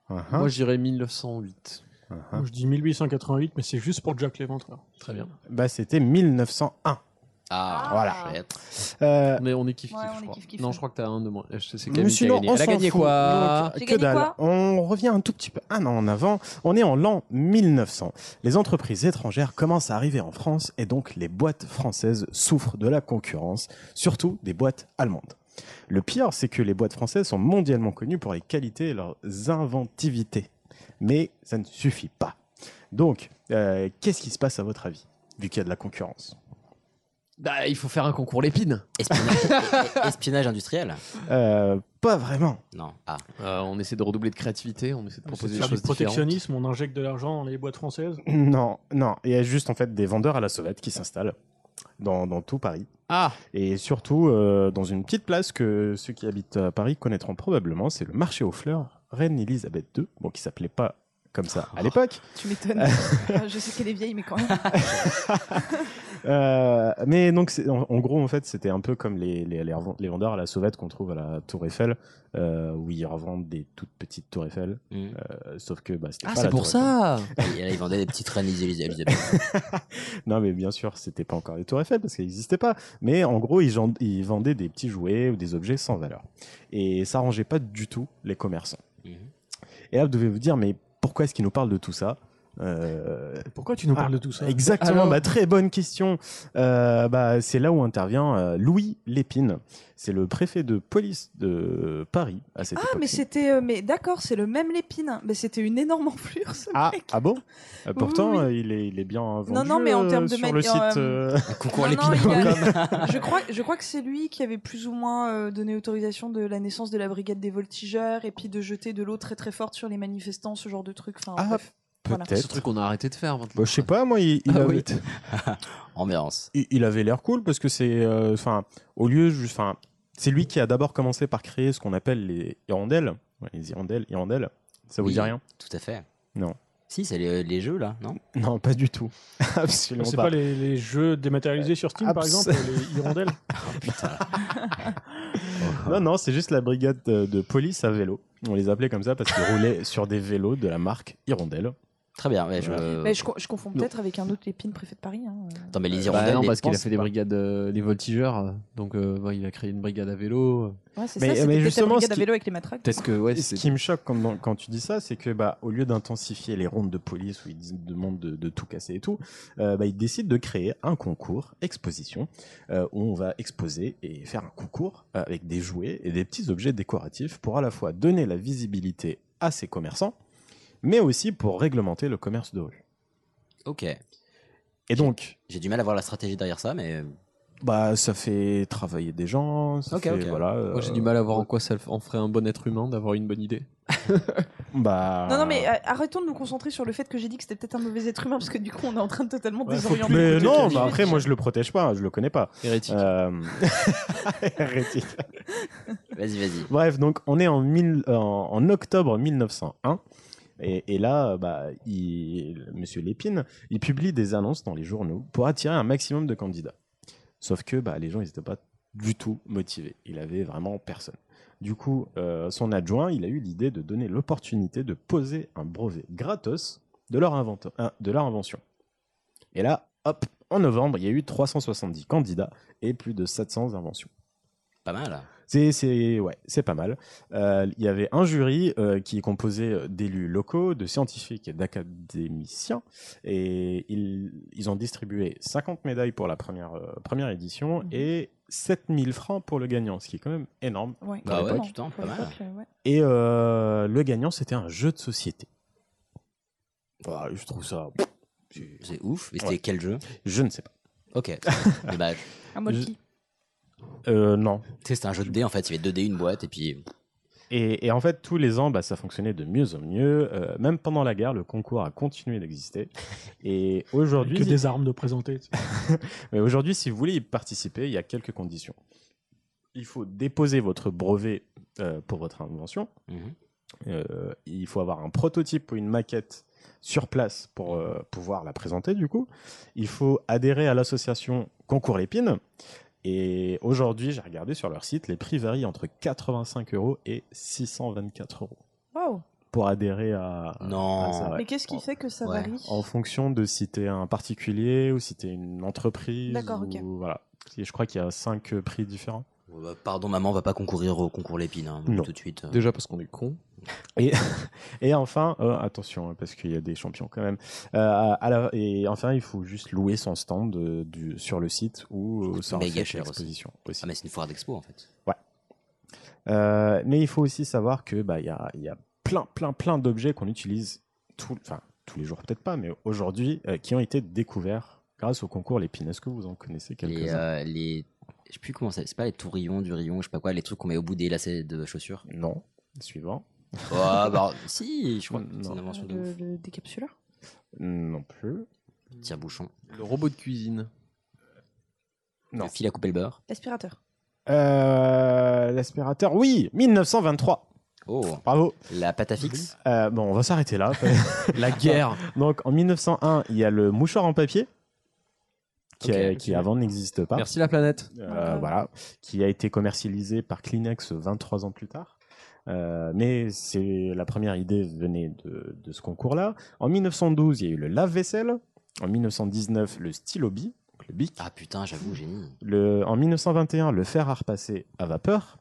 J: Hein
B: Moi, je dirais 1908.
D: Moi, je dis 1888, mais c'est juste pour Jack Léventreur.
B: Très bien.
J: Bah, c'était 1901.
I: Ah,
J: voilà. Euh,
B: Mais on est kiff kiff,
J: Ouais,
B: je
J: on est
B: crois.
J: kiff-kiff.
B: Non, je crois que t'as un de moins. Je sais, c'est
J: Mais
B: Camille qui a
J: sinon,
B: gagné.
J: on
B: Elle a
J: s'en
B: gagné
J: fout.
B: quoi
J: Donc,
C: J'ai
J: Que
C: gagné
J: dalle. On revient un tout petit peu. Ah non, en avant. On est en l'an 1900. Les entreprises étrangères commencent à arriver en France et donc les boîtes françaises souffrent de la concurrence, surtout des boîtes allemandes. Le pire, c'est que les boîtes françaises sont mondialement connues pour les qualités et leurs inventivités. Mais ça ne suffit pas. Donc, euh, qu'est-ce qui se passe à votre avis, vu qu'il y a de la concurrence
B: Bah, il faut faire un concours l'épine.
I: <laughs> e, Espionnage industriel
J: Euh, Pas vraiment.
I: Non. Ah.
B: Euh, on essaie de redoubler de créativité, on essaie de
D: C'est de
B: proposer des
D: faire du
B: choses différentes.
D: protectionnisme, on injecte de l'argent dans les boîtes françaises.
J: Non, non. Il y a juste en fait des vendeurs à la sauvette qui s'installent dans, dans tout Paris.
B: Ah
J: Et surtout euh, dans une petite place que ceux qui habitent à Paris connaîtront probablement, c'est le marché aux fleurs Reine Elisabeth II, bon qui s'appelait pas comme ça à l'époque.
C: Tu m'étonnes. Ah, je sais qu'elle est vieille, mais quand même.
J: Euh, mais donc, c'est- en, en gros, en fait, c'était un peu comme les, les, les reven- les vendeurs à la sauvette qu'on trouve à la Tour Eiffel, euh, où ils revendent des toutes petites Tour Eiffel. euh, sauf que, bah,
I: Ah,
J: c'était pas
I: Mmh. c'est
J: la
I: pour
J: Tour
I: ça Ah,
J: Eiffel.
I: Et là, ils vendaient des petites reines Elisabeth.
J: non, mais bien sûr, c'était pas encore les Tours Eiffel parce qu'elles n'existaient pas. Mais en gros, ils, gen- ils vendaient des petits jouets ou des objets sans valeur. Et ça arrangeait pas du tout les commerçants.
C: Mhm.
J: Et là, vous devez vous dire, mais pourquoi est-ce qu'ils nous parlent de tout ça Euh,
D: Pourquoi tu nous parles de tout ça
J: Exactement,
D: Alors
J: bah, très bonne question. Euh, bah, c'est là où intervient euh, Louis Lépine. C'est le préfet de police de Paris à cette
C: Ah,
J: époque.
C: mais c'était. euh, mais d'accord, c'est le même lépine. Mais c'était une énorme enflure, ce
J: Ah,
C: mec.
J: ah bon Euh, Pourtant,
C: Oui, oui,
J: euh, il, est, il est bien vendu
C: non, mais en
J: euh,
C: termes de
J: sur
C: mag-
J: le site.
C: euh,
J: euh,
C: Non, non, il a- je, crois, je crois que c'est lui qui avait plus ou moins euh, donné autorisation de la naissance de la brigade des voltigeurs et puis de jeter de l'eau très très forte sur les manifestants, ce genre de truc. Enfin,
J: Ah,
C: bref. <laughs> Voilà.
J: peut-être.
B: Ce truc qu'on a arrêté de faire maintenant.
J: Bah, je sais pas, moi, il, il
B: Ah,
J: avait...
B: oui.
I: Ambiance.
J: il, il avait l'air cool parce que c'est, euh, enfin, au lieu, ju- enfin, c'est lui qui a d'abord commencé par créer ce qu'on appelle les hirondelles, Ouais, les hirondelles, hirondelles. Ça vous
I: Oui,
J: dit rien
I: Tout à fait.
J: Non.
I: Si, c'est les, les jeux, là, non
J: Non, pas du tout. <laughs> Absolument
D: C'est
J: pas.
D: pas, les, les jeux dématérialisés sur Steam, par
J: Abs-
D: exemple, les
J: <laughs>
D: hirondelles
J: Non, non, c'est juste la brigade de, de police à vélo. On les appelait comme ça parce qu'ils roulaient sur des vélos de la marque Hirondelle.
I: Très bien. ouais, je- euh,
C: Mais je, co- je confonds peut-être avec un autre épine préfet de Paris. hein.
I: Attends, mais les
B: Bah
I: Hirondelles.
B: non,
I: les
B: parce qu'il a
I: pensent
B: fait des
I: pas.
B: brigades, euh, les voltigeurs, euh, donc euh, bon, il a créé une brigade à vélo.
C: Ouais, c'est ça, c'était peut-être la brigade à vélo avec les matraques.
B: Peut-être que, ouais,
J: ce
B: c'est-
J: qui me choque quand, dans- quand tu dis ça, c'est que bah, au lieu d'intensifier les rondes de police où ils disent- demandent de, de tout casser et tout, euh, bah, ils décident de créer un concours, exposition, euh, où on va exposer et faire un concours euh, avec des jouets et des petits objets décoratifs pour à la fois donner la visibilité à ces commerçants, mais aussi pour réglementer le commerce de rue.
I: Ok.
J: Et donc,
I: J'ai du mal à voir la stratégie derrière ça, mais. euh,
J: bah, ça fait travailler des gens. Ça
B: Ok,
J: fait,
B: ok.
J: Voilà, euh,
B: Moi, j'ai du mal à voir en quoi ça en ferait un bon être humain d'avoir une bonne idée.
J: bah.
C: Non, non, mais euh, arrêtons de nous concentrer sur le fait que j'ai dit que c'était peut-être un mauvais être humain parce que du coup on est en train de totalement désorienter. le
J: mais
C: côté
J: non,
C: de
J: bah
C: la
J: après,
C: vie.
J: moi je le protège pas, hein, je le connais pas.
B: Hérétique.
J: <laughs> Hérétique.
I: Vas-y, vas-y.
J: Bref, donc on est en, mille- en, en octobre 1901. Et, et là, euh, bah, il- Monsieur Lépine, il publie des annonces dans les journaux pour attirer un maximum de candidats. Sauf que bah, les gens, ils n'étaient pas du tout motivés. Il avait vraiment personne. Du coup, euh, son adjoint, il a eu l'idée de donner l'opportunité de poser un brevet gratos de leur, invento- euh, de leur invention. Et là, hop, en novembre, il y a eu 370 candidats et plus de 700 inventions.
I: Pas mal.
J: C'est c'est- ouais, c'est pas mal. Euh, Il y avait un jury euh, qui est composé euh, d'élus locaux, de scientifiques et d'académiciens. Et ils, ils ont distribué 50 médailles pour la première, euh, première édition
D: Mmh.
J: et 7000 francs pour le gagnant, ce qui est quand même énorme.
C: Ouais,
J: pour l'époque.
I: Bah putain, pas
C: pour
I: mal.
C: l'époque, euh, ouais.
J: Et euh, le gagnant, c'était un jeu de société. Ah, je trouve ça.
I: C'est ouf. Mais c'était
J: Ouais.
I: quel jeu
J: Je ne sais pas. <laughs>
I: Ok. Dommage.
C: Un molki.
J: Euh, non.
I: Tu sais, c'était un jeu de dés en fait. Il y avait deux dés, une boîte, et puis.
J: Et, et en fait, tous les ans, bah, ça fonctionnait de mieux en mieux. Euh, même pendant la guerre, le concours a continué d'exister. Et aujourd'hui.
D: Que des armes de présenter.
J: Mais aujourd'hui, si vous voulez y participer, il y a quelques conditions. Il faut déposer votre brevet euh, pour votre invention.
I: mhm.
J: Euh, il faut avoir un prototype ou une maquette sur place pour euh, pouvoir la présenter, du coup. Il faut adhérer à l'association Concours Lépine. Et aujourd'hui, j'ai regardé sur leur site, les prix varient entre 85 euros et 624 euros
C: Waouh.
J: pour adhérer à. à ça, ouais.
C: Mais qu'est-ce qui fait que ça
J: Ouais.
C: varie
J: En fonction de si t'es un particulier ou si t'es une entreprise.
C: D'accord, ok.
J: ou- Voilà. Et je crois qu'il y a cinq euh, prix différents.
I: Bon, bah, pardon, maman, on va pas concourir au concours Lépine hein,
J: Non.
I: tout de suite. euh.
B: Déjà parce qu'on est con.
J: Et, <laughs> et enfin, euh, attention, hein, parce qu'il y a des champions quand même. Euh, à- à la- et enfin, il faut juste louer son stand euh, du- sur le site ou euh, sur
I: méga
J: fait
I: cher aussi.
J: exposition.
I: Ah, mais c'est une foire d'expo en fait.
J: Ouais. Euh, mais il faut aussi savoir que bah il y a, il y a plein plein plein d'objets qu'on utilise tout, enfin tous les jours peut-être pas, mais aujourd'hui euh, qui ont été découverts grâce au concours Lépine. Est-ce que vous en connaissez
I: Les,
J: quelques-uns
I: euh, les. Je sais plus comment ça. C'est pas les tourillons, du rayon, je sais pas quoi, les trucs qu'on met au bout des lacets de
J: <laughs>
I: chaussures.
J: Non. Suivant.
I: Ah, bah si, je crois que c'est une invention de
C: Le,
I: ouf.
C: le décapsuleur
J: Non plus.
I: Tire-bouchon.
B: Le robot de cuisine.
J: Non.
I: Le fil à couper le beurre.
C: L'aspirateur.
J: Euh, L'aspirateur, oui, 1923.
I: Oh.
J: Bravo.
I: La pâte à fixe.
J: Euh, bon, on va s'arrêter là.
B: <laughs>
J: <laughs>
B: La guerre.
J: Donc, en 1901, il y a le mouchoir en papier, qui, a-
B: Ok,
J: qui avant n'existe pas.
B: Merci la planète.
J: Euh, voilà, qui a été commercialisé par Kleenex 23 ans plus tard. Euh, mais c'est la première idée venait de, de ce concours-là. En 1912, il y a eu le lave-vaisselle. En 1919, le stylo bi, donc le bic.
I: Ah putain, j'avoue, génie.
J: Le- en 1921, le fer à repasser à vapeur.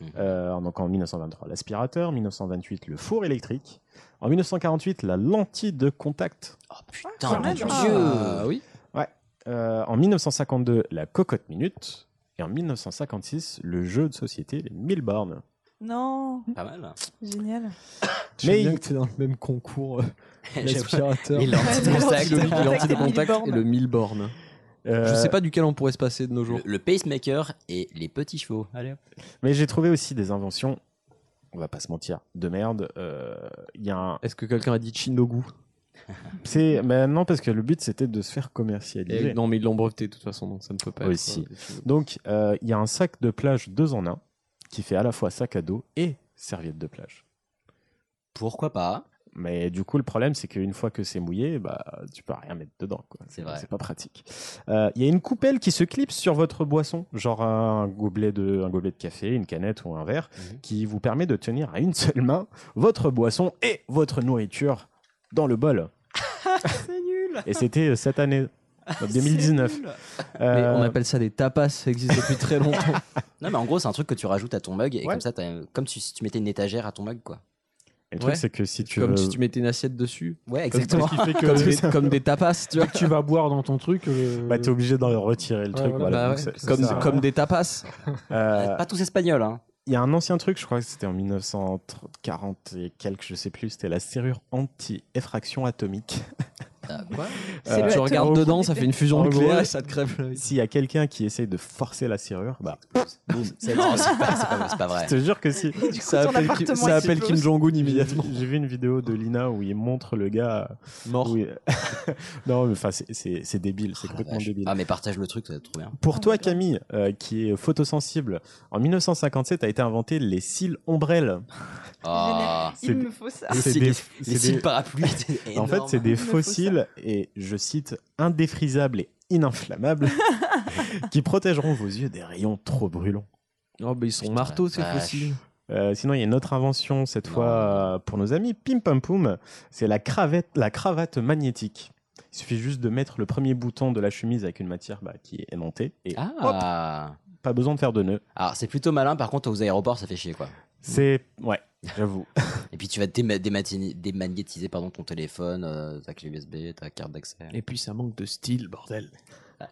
B: Mhm.
J: Euh, donc en 1923, l'aspirateur. 1928, le four électrique. En 1948, la lentille de contact.
I: Oh, Putain, mon dieu.
J: Ah
B: oui.
J: Ouais. Euh, en 1952, la cocotte minute. Et en 1956, le jeu de société, les 1000 bornes.
C: Non.
I: Pas mal.
C: Génial.
J: Mais
B: Mais bien
J: il-
B: que t'es dans le même concours, euh,
I: J'aime
B: l'aspirateur,
I: pas. Et l'anti-contact.
B: le
I: Et
B: de
I: l'anti-contact
B: contact et le mille bornes.
J: Euh,
B: Je sais pas duquel on pourrait se passer de nos jours.
I: Le, le pacemaker et les petits chevaux. Allez.
J: Mais j'ai trouvé aussi des inventions, on va pas se mentir, de merde. Euh, Il y a un-
B: Est-ce que quelqu'un a dit Chinogu
J: C'est mais non parce que le but c'était de se faire commercialiser.
B: Eh, Non, mais ils l'ont breveté de toute façon, donc ça ne peut pas
J: aussi.
B: être. euh, Shinogu.
J: Donc euh, il y a un sac de plage deux en un qui fait à la fois sac à dos et serviette de plage.
I: Pourquoi pas
J: Mais du coup, le problème, c'est qu'une fois que c'est mouillé, bah, tu peux rien mettre dedans. quoi. C'est
I: vrai.
J: pas pratique. Euh, Il y a une coupelle qui se clipse sur votre boisson, genre un gobelet de, un gobelet de café, une canette ou un verre,
B: Mhm.
J: qui vous permet de tenir à une seule main votre boisson et votre nourriture dans le bol.
C: <laughs> C'est nul.
J: Et c'était euh,
C: <laughs>
J: cette année, en 2019. Euh,
B: Mais on appelle ça des tapas, ça existe depuis très longtemps.
J: <laughs>
I: Non, mais en gros, c'est un truc que tu rajoutes à ton mug et
B: Ouais.
I: comme ça, t'as- comme tu- si tu mettais une étagère à ton mug, quoi.
J: Et le truc, c'est que si tu euh,
B: Comme
J: veux-
B: si tu mettais une assiette
J: <laughs>
B: dessus.
I: Ouais,
B: Comme-
I: exactement.
B: ce qui fait que- Comme des- comme des tapas, tu vois.
D: Tu vas boire dans ton truc. euh,
J: Bah, t'es obligé d'en retirer le
D: Ouais,
J: truc.
D: voilà.
J: voilà.
D: Bah
J: Donc,
D: ouais,
J: c'est-
D: comme-
J: ça sert à
D: comme
J: rien.
B: des tapas.
J: Euh,
I: Pas tous espagnols, hein.
J: Il y a un ancien truc, je crois que c'était en 1940 et quelques, je sais plus, c'était la serrure anti-effraction atomique. Euh,
I: quoi
B: C'est le
J: tu
B: atomique.
J: regardes dedans, ça fait une fusion
B: En gros,
J: nucléaire
B: ouais,
J: et ça te crève
I: <laughs>
J: l'œil. S'il y a quelqu'un qui essaye de forcer la serrure, bah. boum.
I: C'est non, c'est pas, c'est pas- c'est pas vrai.
J: Je te jure que si.
I: ton appartement, il explose.
J: <laughs> immédiatement. J'ai vu une vidéo de Lina où il montre le gars
B: mort.
J: <laughs> non, mais enfin, c'est- c'est c'est débile, c'est complètement débile.
I: Ah, mais partage le truc, ça va être trop bien.
J: Pour toi, Camille, euh, qui est photosensible, en 1957 a été inventé les cils ombrelles.
I: Ah.
J: C'est-
I: Il me faut ça.
J: <laughs> c'est
I: Les cils-
J: des-
I: les-
J: c'est
I: les cils
J: des-
I: parapluies, c'est
J: <laughs> En
I: énorme.
J: fait, c'est
I: Il
J: des
I: me faut ça.
J: fossiles et je cite indéfrisables et
B: <laughs>
J: ininflammables qui protégeront vos yeux des rayons trop brûlants.
B: Oh, mais ils sont marteaux, ces
J: vache.
B: fossiles.
J: Euh, sinon, il y a une autre invention cette fois euh, pour nos amis Pim Pam Poum, c'est la cravate, la cravate magnétique. Il suffit juste de mettre le premier bouton de la chemise avec une matière bah, qui est aimantée et
I: Ah.
J: hop, pas besoin de faire
B: Mmh.
J: de nœud.
I: Alors, c'est plutôt malin, par contre, aux aéroports, ça fait chier, quoi.
J: C'est ouais, j'avoue.
I: Et puis tu vas déma- dématini- démagnétiser pardon, ton téléphone, euh, ta clé USB, ta carte d'accès.
B: Et puis ça manque de style, bordel.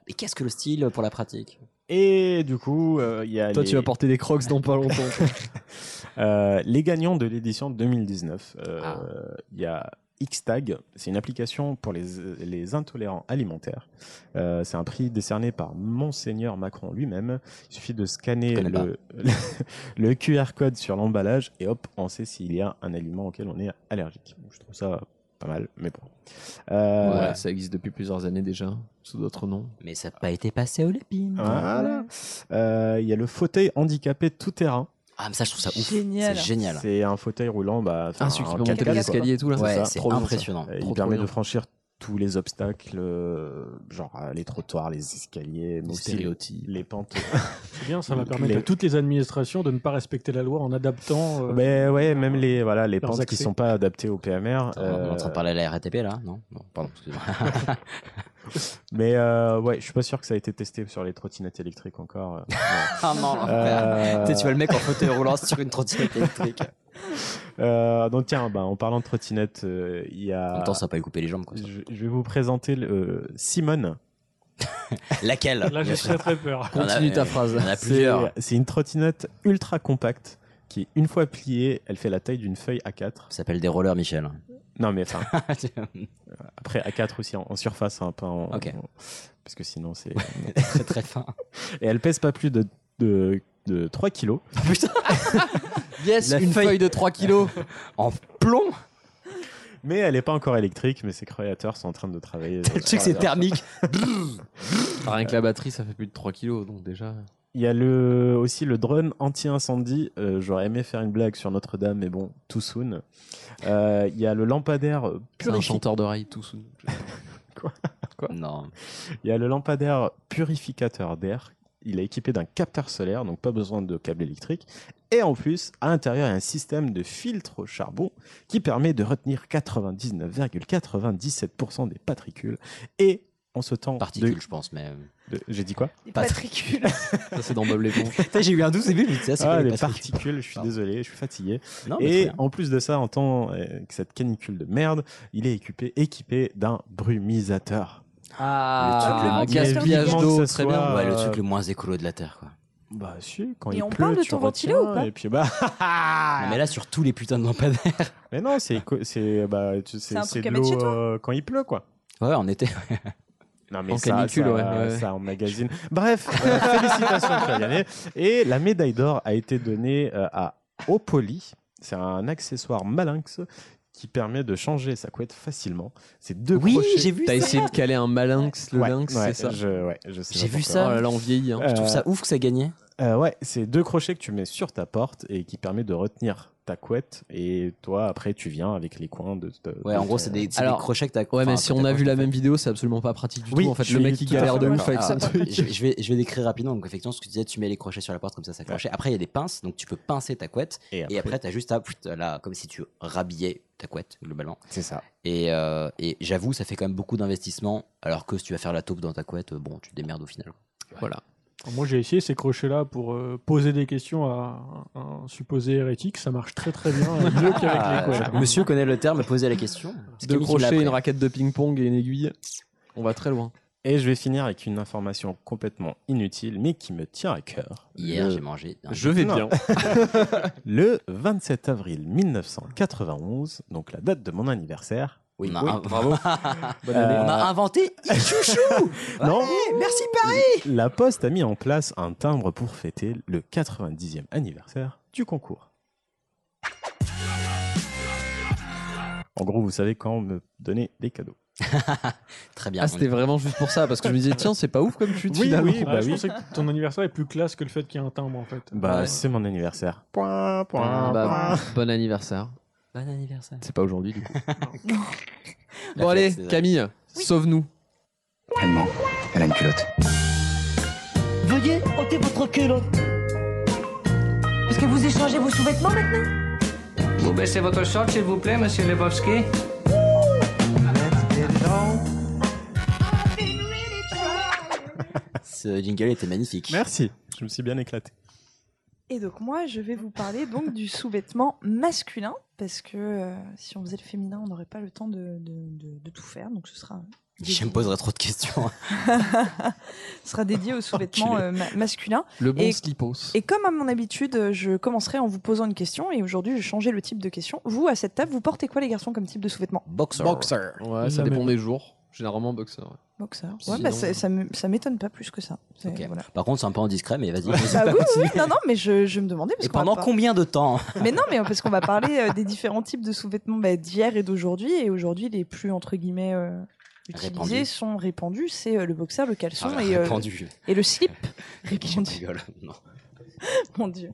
I: Mais qu'est-ce que le style pour la pratique
J: Et du coup, euh, il y a
B: Toi,
J: les-
B: tu vas porter des crocs dans pas longtemps.
J: Euh, les gagnants de l'édition 2019. Euh,
I: Ah.
J: Il y a Xtag, c'est une application pour les, les intolérants alimentaires. Euh, c'est un prix décerné par Monseigneur Macron lui-même. Il suffit de scanner
I: connais
J: le, <laughs> le QR code sur l'emballage et hop, on sait s'il y a un aliment auquel on est allergique. Donc, Je trouve ça pas mal, mais bon.
B: <laughs>
J: Euh,
B: Ouais, ça existe depuis plusieurs années déjà, sous d'autres noms.
I: Mais ça n'a pas été passé au lépine.
J: Voilà. Euh, Il y a le fauteuil handicapé tout terrain.
I: Ah, mais ça, je trouve ça ouf.
J: Génial.
I: C'est génial.
J: C'est un fauteuil roulant. Bah, enfin,
I: Ah, celui qui
J: un
I: peut monter les
J: 4x4,
I: escaliers
J: quoi.
I: et tout, là. Ouais,
J: ça,
I: c'est
J: trop bien, ça.
I: impressionnant.
J: Euh,
I: Trop,
J: Il
I: trop
J: permet
I: bien.
J: de franchir tous les obstacles, euh, genre euh, les trottoirs, les escaliers, mais aussi
B: stéréotypes.
J: les pentes.
D: C'est bien, ça va
J: Tous
D: permettre
J: les-
D: à toutes les administrations de ne pas respecter la loi en adaptant. euh,
J: Mais ouais, même les voilà les
D: Leurs
J: pentes qui
D: accès.
J: sont pas adaptées au PMR.
I: Ah, On est en train
J: euh,
I: de parler à la RATP là Non Non, pardon, excusez-moi.
J: Mais euh, ouais, je suis pas sûr que ça a été testé sur les trottinettes électriques
I: <laughs>
J: encore. euh,
I: <laughs> Ah non, l'enfer. Tu sais, tu vois le mec en fauteuil roulant sur une trottinette électrique.
J: Euh, donc tiens, bah, en parlant de trottinette, euh, il y a.
I: En même temps, ça va pas lui couper les jambes, quoi, ça.
J: Je, je vais vous présenter le, euh, Simone.
I: Laquelle
J: Bah,
D: Là, j'ai très, très peur.
I: Continue ta phrase. Il y en a
J: C'est-
I: plusieurs.
J: C'est une trottinette ultra compacte qui, une fois pliée, elle fait la taille d'une feuille A4.
I: Ça s'appelle des rollers, Michel. <laughs>
J: Non, mais enfin. après, A4 aussi en, en surface, hein, pas en.
I: Ok.
J: en- parce que sinon, c'est. <laughs>
I: très très fin.
J: Et elle pèse pas plus de, de, de 3 kilos.
B: Yes,
J: La
B: une feuille...
J: feuille
B: de 3 kilos
I: <laughs> en plomb.
J: Mais elle n'est pas encore électrique, mais ses créateurs sont en train de travailler.
B: <laughs> Le truc, c'est thermique. Rien que la batterie, ça fait plus de 3 kilos, donc déjà.
J: Il y a le, aussi le drone anti-incendie. Euh, J'aurais aimé faire une blague sur Notre-Dame, mais bon, too soon. Euh, il y a le lampadaire
B: C'est un
J: purifi-
B: chanteur d'oreille tout soon.
J: Quoi
I: Non.
J: Il y a le lampadaire purificateur d'air. Il est équipé d'un capteur solaire, donc pas besoin de câble électrique. Et en plus, à l'intérieur, il y a un système de filtre au charbon qui permet de retenir 99,97% des patricules. Et en ce temps.
I: Particules,
J: de-
I: je pense, mais. euh.
J: de- J'ai dit quoi
I: Patricules.
B: Ça, c'est dans Bob
I: <laughs>
B: l'éponge.
I: J'ai eu un doute au début, je me disais, c'est
J: Ah,
I: quoi
J: les
I: les particules
J: particules, je suis désolé, je suis fatigué.
I: Non, mais très
J: et
I: bien.
J: en plus de ça, en temps euh, que cette canicule de merde, il est équipé, équipé d'un brumisateur.
I: Ah,
J: Le truc le moins gaspillage d'eau, que ce très soit, bien.
I: Ouais, le
J: euh,
I: truc le moins écolo de la Terre, quoi.
J: Bah, si, quand
C: Et
J: il
C: on
J: pleut,
C: parle de
J: tu
C: ton
J: retiens,
C: ventilo ou pas
J: Et puis bah, <laughs>
I: mais là, sur tous les putains de lampadaires.
J: mais non, c'est éco- c'est bah, tu- c'est
I: un
J: c'est
I: truc
J: de
I: à mettre chez
J: l'eau
I: toi.
J: euh, quand il pleut, quoi.
I: Ouais, en <laughs> été.
J: Non, mais
I: En
J: ça,
I: canicule,
J: ça,
I: ouais, ouais.
J: ça en <laughs> magazine. Bref, euh, félicitations Flavianet. Et la médaille d'or a été donnée euh, à Opoly. C'est un accessoire malinx qui permet de changer sa couette facilement. C'est deux
B: Oui,
J: crochets.
B: j'ai vu T'as ça. essayé de caler un malinx, le lynx,
J: ouais,
B: c'est ça
J: je- ouais, je sais
I: J'ai
J: pas
I: vu
J: pourquoi.
I: ça. Euh,
B: Oh là là, on vieillit. hein.
I: Je trouve ça ouf que ça gagnait.
J: Euh, ouais, c'est deux crochets que tu mets sur ta porte et qui permet de retenir ta couette. Et toi, après, tu viens avec les coins de. de-
I: Ouais, en
J: de
I: gros,
J: ton-
I: c'est des, c'est des crochets que t'as.
B: Ouais,
I: enfin,
B: mais si
I: que
B: on a
I: t'as-
B: vu la même vidéo, c'est absolument pas pratique du tout. En fait,
I: je
B: le
I: suis Ah,
B: mec, il
I: tout à
B: galère
I: fait
B: de ouf
I: d'accord. <laughs>
B: avec son
I: Alors, Je,
B: truc.
I: je vais, je vais décrire rapidement. Donc, effectivement, ce que tu disais, tu mets les crochets sur la porte, comme ça, ça accroche. Après, il y a des pinces, donc tu peux pincer ta couette.
J: Et
I: après, tu as juste à, pfft, là, comme si tu rhabillais ta couette, globalement.
J: C'est ça.
I: Et, euh, et j'avoue, ça fait quand même beaucoup d'investissement. Alors que si tu vas faire la taupe dans ta couette, euh, bon, tu te démerdes au final.
B: Voilà.
D: Alors, Moi, j'ai essayé ces crochets-là pour euh, poser des questions à un, un supposé hérétique. Ça marche très très
J: <laughs>
D: bien. mieux qu'avec
J: Ah,
D: les couettes.
I: Ah, Monsieur connaît le terme, posez la question.
B: Deux crochets, une raquette de ping-pong et une aiguille. On va très loin.
J: Et je vais finir avec une information complètement inutile, mais qui me tient à cœur.
I: Hier,
J: Le-
I: j'ai mangé un-
B: Je vais
I: <laughs>
J: Non.
B: bien.
J: le 27 avril 1991, donc la date de mon anniversaire.
I: Oui,
J: oui, bravo.
I: <laughs> on
J: Bonne
B: Euh,
J: année.
I: a inventé Ichouchou
J: Non.
I: Ouais, Merci Paris
J: La Poste a mis en place un timbre pour fêter le 90e anniversaire du concours. En gros, vous savez quand me donner des cadeaux.
I: Très
B: Ah, c'était vraiment juste pour ça, parce que je me disais, tiens, c'est pas ouf comme chute
D: Oui,
B: finalement.
D: oui, bah, je pensais que ton anniversaire est plus classe que le fait qu'il y ait un timbre en fait.
J: Bah, c'est mon anniversaire. Point,
B: Ah,
J: point,
B: bah,
J: point.
B: bon anniversaire.
I: Bon anniversaire.
B: C'est pas aujourd'hui, du coup.
I: La
B: <laughs> bon,
I: fête,
B: allez,
I: c'est ça.
B: Camille, sauve-nous.
N: Pleinement. Elle a une culotte.
O: Veuillez ôter votre culotte. Est-ce que vous échangez vos sous-vêtements maintenant
P: Vous baissez votre short, s'il vous plaît, monsieur Lebowski.
I: Ce jingle était magnifique.
J: Merci, je me suis bien éclaté.
C: Et donc moi, je vais vous parler donc du sous-vêtement masculin, parce que euh, si on faisait le féminin, on n'aurait pas le temps de, de- de- de tout faire, donc ce sera,
I: Je me poserai trop de questions.
C: ce sera dédié au sous-vêtement
I: Enculé.
C: euh, ma- masculin.
B: Le bon
C: Et-
B: slipos.
C: Et comme à mon habitude, je commencerai en vous posant une question, et aujourd'hui, j'ai changé le type de question. Vous, à cette table, vous portez quoi les garçons comme type de sous-vêtement
I: Boxer.
B: Ouais, ça
D: La
B: dépend
D: même.
B: des jours. Généralement, boxer. ouais.
C: Boxer. Ouais,
B: Sinon,
C: bah, ça- ça me- ça m'étonne pas plus que ça. C'est-
I: Ok.
C: voilà.
I: Par contre, c'est un peu indiscret, mais vas-y.
C: Bah oui, oui, non, non, mais je, je me demandais. Parce
I: Et
C: qu'on va
I: pendant
C: pas-
I: combien de temps
C: Mais non, mais parce qu'on va parler euh, des différents types de sous-vêtements bah, d'hier et d'aujourd'hui. Et aujourd'hui, les plus, entre guillemets, euh, utilisés
I: Répandus.
C: sont répandus. C'est euh, le boxer, le caleçon
I: Ah,
C: et, euh,
I: répandu.
C: et
I: <laughs>
C: le slip.
I: Je
C: répandu,
I: rigole, non.
C: mon Dieu.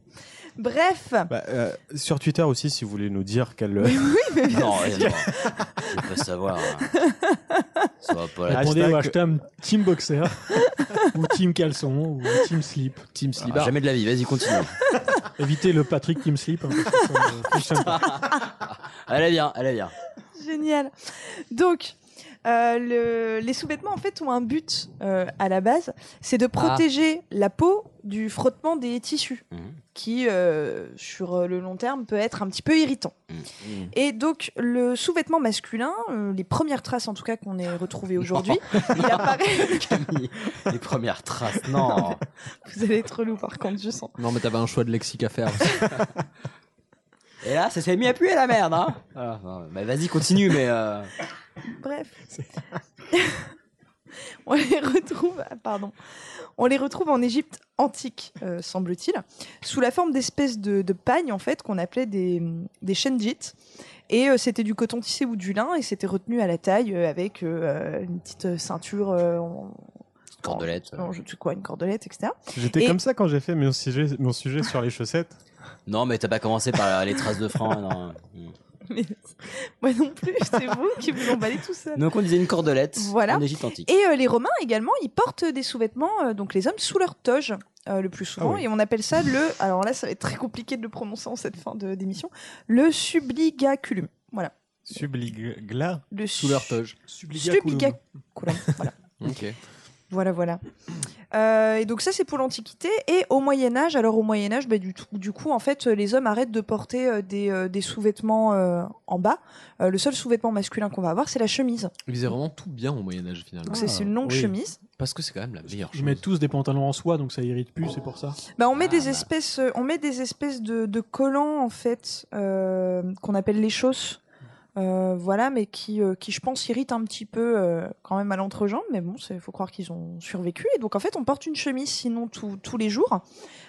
C: Bref,
J: Bah, euh, sur Twitter aussi, si vous voulez nous dire euh, quelle. <laughs>
C: Mais oui, mais bien
I: Non,
C: sûr.
I: non. Je peux savoir. hein. Ça va pas
J: Bah,
I: la
D: Répondez au hashtag Team
J: <laughs>
D: Boxer ou Team Caleçon ou Team Slip.
B: Team
I: Ah, jamais de la vie, vas-y, continue.
D: Évitez le Patrick Team Slip. hein, parce que ça ne
J: <laughs>
D: fonctionne pas.
I: Elle est bien, elle est bien.
C: Génial. Donc, euh, le- les sous-vêtements, en fait, ont un but euh, à la base, c'est
I: Ah.
C: de protéger la peau du frottement des tissus,
I: Mmh.
C: qui, euh, sur le long terme, peut être un petit peu irritant. Et donc, le sous-vêtement masculin, euh, les premières traces, en tout cas, qu'on ait retrouvées <laughs> aujourd'hui, il apparaît...
I: Camille, <laughs> les premières traces, non.
C: Vous allez être relou, par contre, je sens.
B: <laughs> Non, mais t'avais un choix de lexique à faire.
I: Et là, ça s'est mis à puer la merde, hein. Ah, non, bah, vas-y, continue, mais. euh,
C: <laughs> Bref. on les retrouve, ah, pardon, on les retrouve en Égypte antique, euh, semble-t-il, sous la forme d'espèces de, de pagnes en fait qu'on appelait des des shenjit. Et euh, c'était du coton tissé ou du lin et c'était retenu à la taille euh, avec euh, une petite ceinture. euh, en-
I: Cordelette.
C: en- je ne sais quoi, une cordelette, etc.
J: J'étais
C: Et-
J: comme ça quand j'ai fait mon sujet, mon sujet sur les chaussettes.
I: Non, mais t'as pas commencé par les traces de francs,
C: <laughs>
I: non.
C: Mais- moi non plus, <laughs> c'est vous qui vous emballez tout seul.
I: Donc, on disait une cordelette
C: Voilà.
I: en Égypte antique.
C: Et euh, les Romains également, ils portent des sous-vêtements, euh, donc les hommes, sous leur toge. euh, le plus souvent,
I: oui.
C: et on appelle ça le. Alors là, ça va être très compliqué de le prononcer en cette fin de- d'émission. Le subligaculum. Voilà.
J: Subligla.
C: Le
B: Sous leur toge.
C: <laughs> Subligaculum.
B: <laughs> Ok.
C: Voilà, voilà. Euh, et donc ça, c'est pour l'Antiquité. Et au Moyen Âge, alors au Moyen Âge, bah, du, tout- du coup, en fait, les hommes arrêtent de porter euh, des, euh, des sous-vêtements euh, en bas. Euh, le seul sous-vêtement masculin qu'on va avoir, c'est la chemise.
B: Ils faisaient vraiment tout bien au Moyen-Âge finalement.
C: Donc, c'est- c'est une longue
D: oui.
C: chemise.
B: Parce que c'est quand même la meilleure
D: Ils
B: chose.
D: mettent tous des pantalons en soie, donc ça irrite plus, c'est pour ça.
C: Bah, on met des espèces, euh, on met des espèces de, de collants en fait euh, qu'on appelle les chausses. Euh, voilà, mais qui, euh, qui je pense irritent un petit peu euh, quand même à l'entrejambe, mais bon, il faut croire qu'ils ont survécu. Et donc en fait, on porte une chemise sinon tous tous les jours.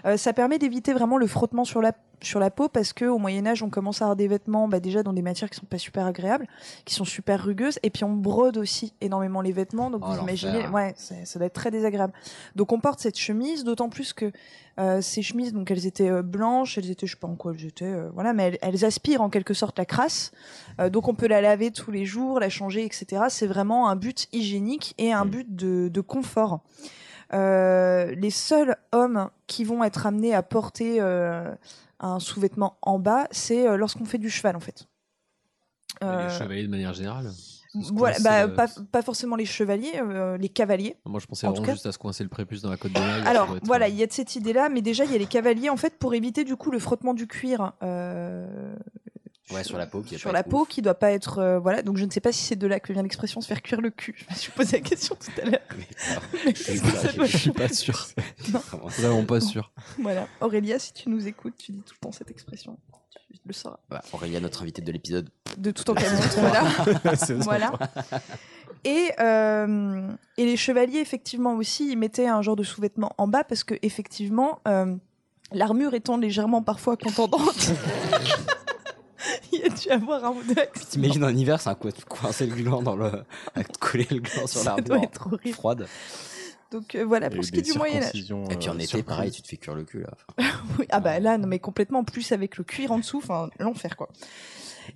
C: Euh, ça permet d'éviter vraiment le frottement sur la sur la peau parce que au Moyen Âge, on commence à avoir des vêtements bah, déjà dans des matières qui sont pas super agréables, qui sont super rugueuses, et puis on brode aussi énormément les vêtements. Donc
I: Oh,
C: vous imaginez,
I: l'enfer.
C: ouais, c'est- ça doit être très désagréable. Donc on porte cette chemise, d'autant plus que euh, ces chemises, donc elles étaient euh, blanches, elles étaient, je sais pas en quoi elles étaient, euh, voilà, mais elles, elles aspirent en quelque sorte la crasse. Euh, donc on peut la laver tous les jours, la changer, etc. C'est vraiment un but hygiénique et un but de, de confort. Euh, les seuls hommes qui vont être amenés à porter euh, un sous-vêtement en bas, c'est euh, lorsqu'on fait du cheval en fait. Euh,
B: Les chevaliers de manière générale.
C: voilà,
B: coincer,
C: bah,
B: euh,
C: pas, pas forcément les chevaliers, euh, les cavaliers.
B: Moi, je pensais
C: En
B: vraiment
C: tout cas-
B: juste à se coincer le prépuce dans la côte de l'ail. ça
C: Alors
B: doit être- euh,
C: voilà, il y a de cette idée-là, mais déjà il y a les cavaliers en fait pour éviter du coup le frottement du cuir euh,
I: Ouais, sur la peau qui est
C: sur
I: pas
C: la
I: ouf.
C: peau qui doit pas être euh, voilà. Donc je ne sais pas si c'est de là que vient l'expression se faire cuire le cul. Je me suis posé la question tout à l'heure.
I: suis
C: Est-ce que
I: pas- <laughs>
C: ça
I: je
C: doit-
I: suis
B: pas sûr.
C: <laughs> Non.
B: Vraiment pas sûr.
C: <laughs> Voilà, Aurélia, si tu nous écoutes, tu dis tout le temps cette expression. Tu le sauras.
I: Bah, Aurélia, notre invitée de l'épisode. <laughs>
C: De tout en
I: de la
C: canon,
I: saison
C: voilà.
I: trois. Saison
C: Voilà.
I: trois.
C: <laughs> Et, euh, et les chevaliers, effectivement, aussi, ils mettaient un genre de sous-vêtement en bas parce que, effectivement, euh, l'armure étant légèrement parfois contendante, <laughs> il y a dû avoir un ou deux accidents.
I: T'imagines en hiver, c'est un coup de coincer le gland dans le. à te coller le gland sur
C: Ça
I: l'arbre.
C: doit être horrible.
I: Froide.
C: Donc euh, voilà pour ce qui est du Moyen-Âge.
I: Et puis
J: euh,
I: en été, pareil, tu te fais cuire le cul là.
C: ah bah là, non mais complètement, en plus avec le cuir en dessous, enfin l'enfer quoi.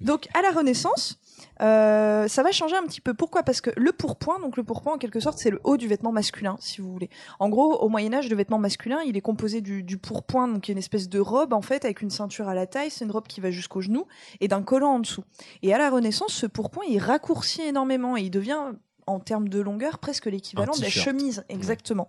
C: Donc à la Renaissance, euh, ça va changer un petit peu. Pourquoi Parce que le pourpoint, donc le pourpoint en quelque sorte, c'est le haut du vêtement masculin, si vous voulez. En gros, au Moyen Âge, le vêtement masculin, il est composé du, du pourpoint, donc qui est une espèce de robe en fait avec une ceinture à la taille, c'est une robe qui va jusqu'au genou et d'un collant en dessous. Et à la Renaissance, ce pourpoint, il raccourcit énormément et il devient en termes de longueur presque l'équivalent de la
Q: t-shirt.
C: chemise, exactement.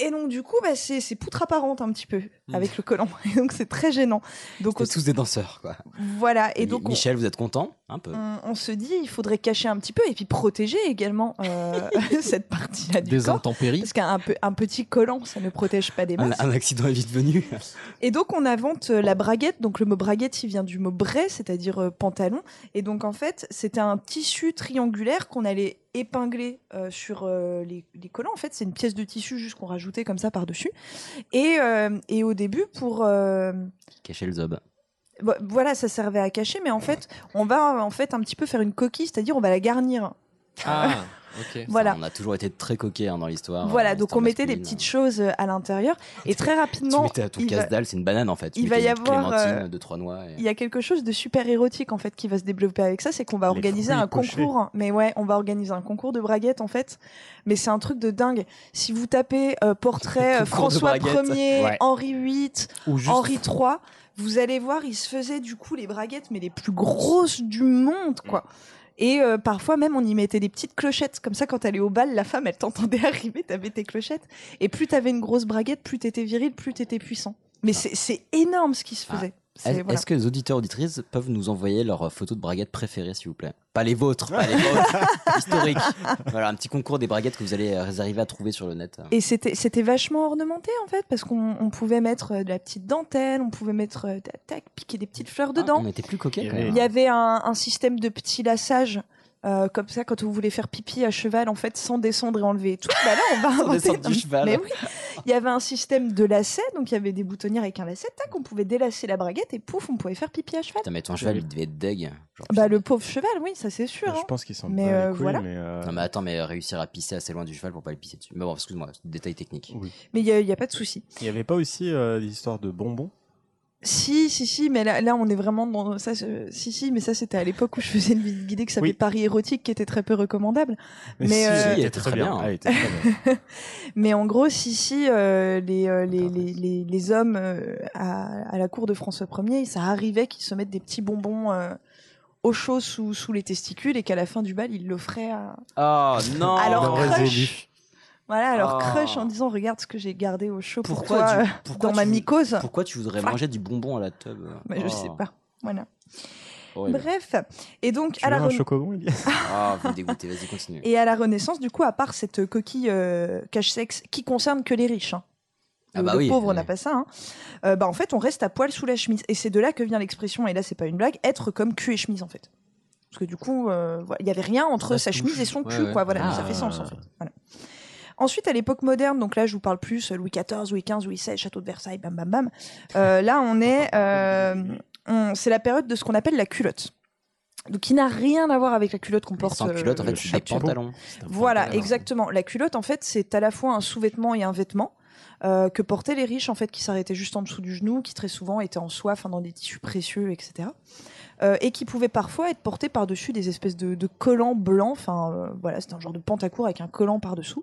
C: Et donc du coup, bah, c'est c'est poutre apparente un petit peu avec le collant. <laughs> Et donc c'est très gênant. Donc
I: T'es tous des danseurs quoi.
C: voilà.
I: Mi-
C: Et donc on,
I: Michel, vous êtes content Un peu.
C: Euh, on- on se dit, il faudrait cacher un petit peu et puis protéger également euh, <laughs> cette partie-là du
I: Des Ah,
C: corps.
I: intempéries.
C: Parce qu'un un peu- un petit collant, ça ne protège pas des
I: Un,
C: masses.
I: un accident est vite venu.
C: Et donc on invente euh, la braguette. Donc le mot braguette, il vient du mot bray, c'est-à-dire euh, pantalon. Et donc en fait, c'était un tissu triangulaire qu'on allait épingler euh, sur euh, les, les collants. En fait, c'est une pièce de tissu juste qu'on rajoutait comme ça par-dessus. Et, euh, et au début, pour euh,
I: Cacher le zob.
C: Vo- voilà, ça servait à cacher, mais en fait, on va en fait un petit peu faire une coquille, c'est-à-dire on va la garnir.
I: Ah, ok.
C: Voilà.
I: on a toujours été très coquets hein, dans l'histoire.
C: voilà,
I: euh,
C: donc
I: histoire
C: on mettait des
I: masculine.
C: petites choses euh, à l'intérieur et très
I: Tu
C: rapidement,
I: mettais à ton
C: il va-
I: casse-dalle, c'est une banane en fait. Tu
C: il va
I: mettais
C: y
I: une
C: avoir,
I: Clémentine,
C: euh,
I: deux, trois noix. et-
C: il y a quelque chose de super érotique en fait qui va se développer avec ça, c'est qu'on va organiser
I: fruits
C: un
I: pochés.
C: concours. Mais ouais, on va organiser un concours de braguettes en fait. Mais c'est un truc de dingue. Si vous tapez
I: <laughs>
C: euh, portrait euh,
Q: Concours de
C: François
Q: braguettes.
C: Ier,
Q: Ouais.
C: Henri VIII,
Q: Ou juste-
C: Henri III, vous allez voir, ils se faisaient du coup les braguettes mais les plus grosses du monde
I: Mm.
C: quoi. Et euh, parfois même on y mettait des petites clochettes comme ça quand t'allais au bal, la femme elle t'entendait <laughs> arriver, t'avais tes clochettes et plus t'avais une grosse braguette, plus t'étais viril, plus t'étais puissant. Mais c'est- c'est énorme ce qui se faisait. C'est-
I: Est- Ah. Est-ce
C: voilà.
I: que les auditeurs auditrices peuvent nous envoyer leurs euh, photos de braguettes préférées, s'il vous plaît Pas les vôtres, pas les <laughs> vôtres, historiques. Voilà, un petit concours des braguettes que vous allez euh, arriver à trouver sur le net.
C: Et c'était c'était vachement ornementé en fait parce qu'on on pouvait mettre euh, de la petite dentelle, on pouvait mettre euh, tac, tac, piquer des petites fleurs dedans.
I: on était Ah, plus coquets, quand même.
C: Il y avait un, un système de petits lassages. euh, comme ça, quand on voulait faire pipi à cheval, en fait, sans descendre et enlever et tout, bah là, on
I: <laughs>
C: va
I: Sans
C: inventer-
I: descendre du cheval.
C: Mais oui, il y avait un système de lacets, donc il y avait des boutonnières avec un lacet, tac, on pouvait délacer la braguette et pouf, on pouvait faire pipi à cheval.
I: Putain, mais ton cheval, il devait être deg.
C: Bah le pauvre cheval, oui, ça c'est sûr. hein. Mais euh, voilà.
I: Non, mais attends, mais euh, réussir à pisser assez loin du cheval pour pas le pisser dessus. Mais bon, excuse-moi, détail technique.
C: Mais il y a- il y a pas de souci.
J: Il n'y avait pas aussi euh, des histoires de bonbons
C: Si, si, si, mais là, là on est vraiment dans ça. c'est- Si, si, mais ça, c'était à l'époque où je faisais une visite guidée qui s'appelait
J: Oui.
C: Paris érotique, qui était très peu recommandable. Mais,
J: si,
C: euh,
J: elle était très bien. Ah, Elle était très
C: <laughs>
J: bien.
C: mais en gros, si, si, euh, les, euh, les, les, les, les hommes euh, à, à la cour de François Ier, ça arrivait qu'ils se mettent des petits bonbons euh, au chaud sous, sous les testicules et qu'à la fin du bal, ils l'offraient à.
I: Oh non
C: Alors, crush Voilà, alors crush en disant regarde ce que j'ai gardé au chaud pour
I: Pourquoi
C: toi,
I: tu-
C: euh,
I: pourquoi
C: dans
I: tu
C: ma
I: vou-
C: mycose.
I: Pourquoi tu voudrais
C: Frac.
I: manger du bonbon à la tub Oh,
C: Mais je sais pas. Voilà.
I: Horrible.
C: Bref, et donc
I: Tu
C: à la
I: veux un
C: Rena-
I: chocobon, Elias Ah, vous me dégoûtez, vas-y, continue.
C: Et à la Renaissance, du coup, à part cette coquille euh, cache-sexe qui concerne que les riches, hein.
I: Ah
C: le,
I: bah
C: le
I: oui,
C: pauvre
I: oui.
C: n'a pas ça, hein. Euh, bah en fait, on reste à poil sous la chemise. Et c'est de là que vient l'expression, et là, c'est pas une blague, être comme cul et chemise, en fait. Parce que du coup, euh, voilà, il y avait rien entre
Q: Ça se
C: sa chemise et son
Q: touche.
C: cul,
Q: Ouais,
C: quoi.
Q: ouais.
C: Voilà, donc ça
Q: Ah.
C: fait sens, en fait. Voilà. Ensuite, à l'époque moderne, donc là, je vous parle plus euh, Louis XIV, Louis XV, Louis XVI, château de Versailles, bam, bam, bam. Euh, là,
I: <laughs>
C: on est, euh, on- c'est la période de ce qu'on appelle la culotte. Donc, qui n'a rien à voir avec la culotte qu'on porte.
I: sans culotte, en
C: euh,
I: fait, c'est des
C: actuellement.
I: pantalons.
C: Voilà,
J: hein.
C: exactement. La culotte, en fait, c'est à la fois un sous-vêtement et un vêtement euh, que portaient les riches, en fait, qui s'arrêtaient juste en dessous du genou, qui très souvent étaient en soie, enfin, dans des tissus précieux, etc. Euh, et qui pouvaient parfois être portés par-dessus des espèces de, de collants blancs. Enfin, euh, voilà, c'était un genre de pantacourt avec un collant par-dessous.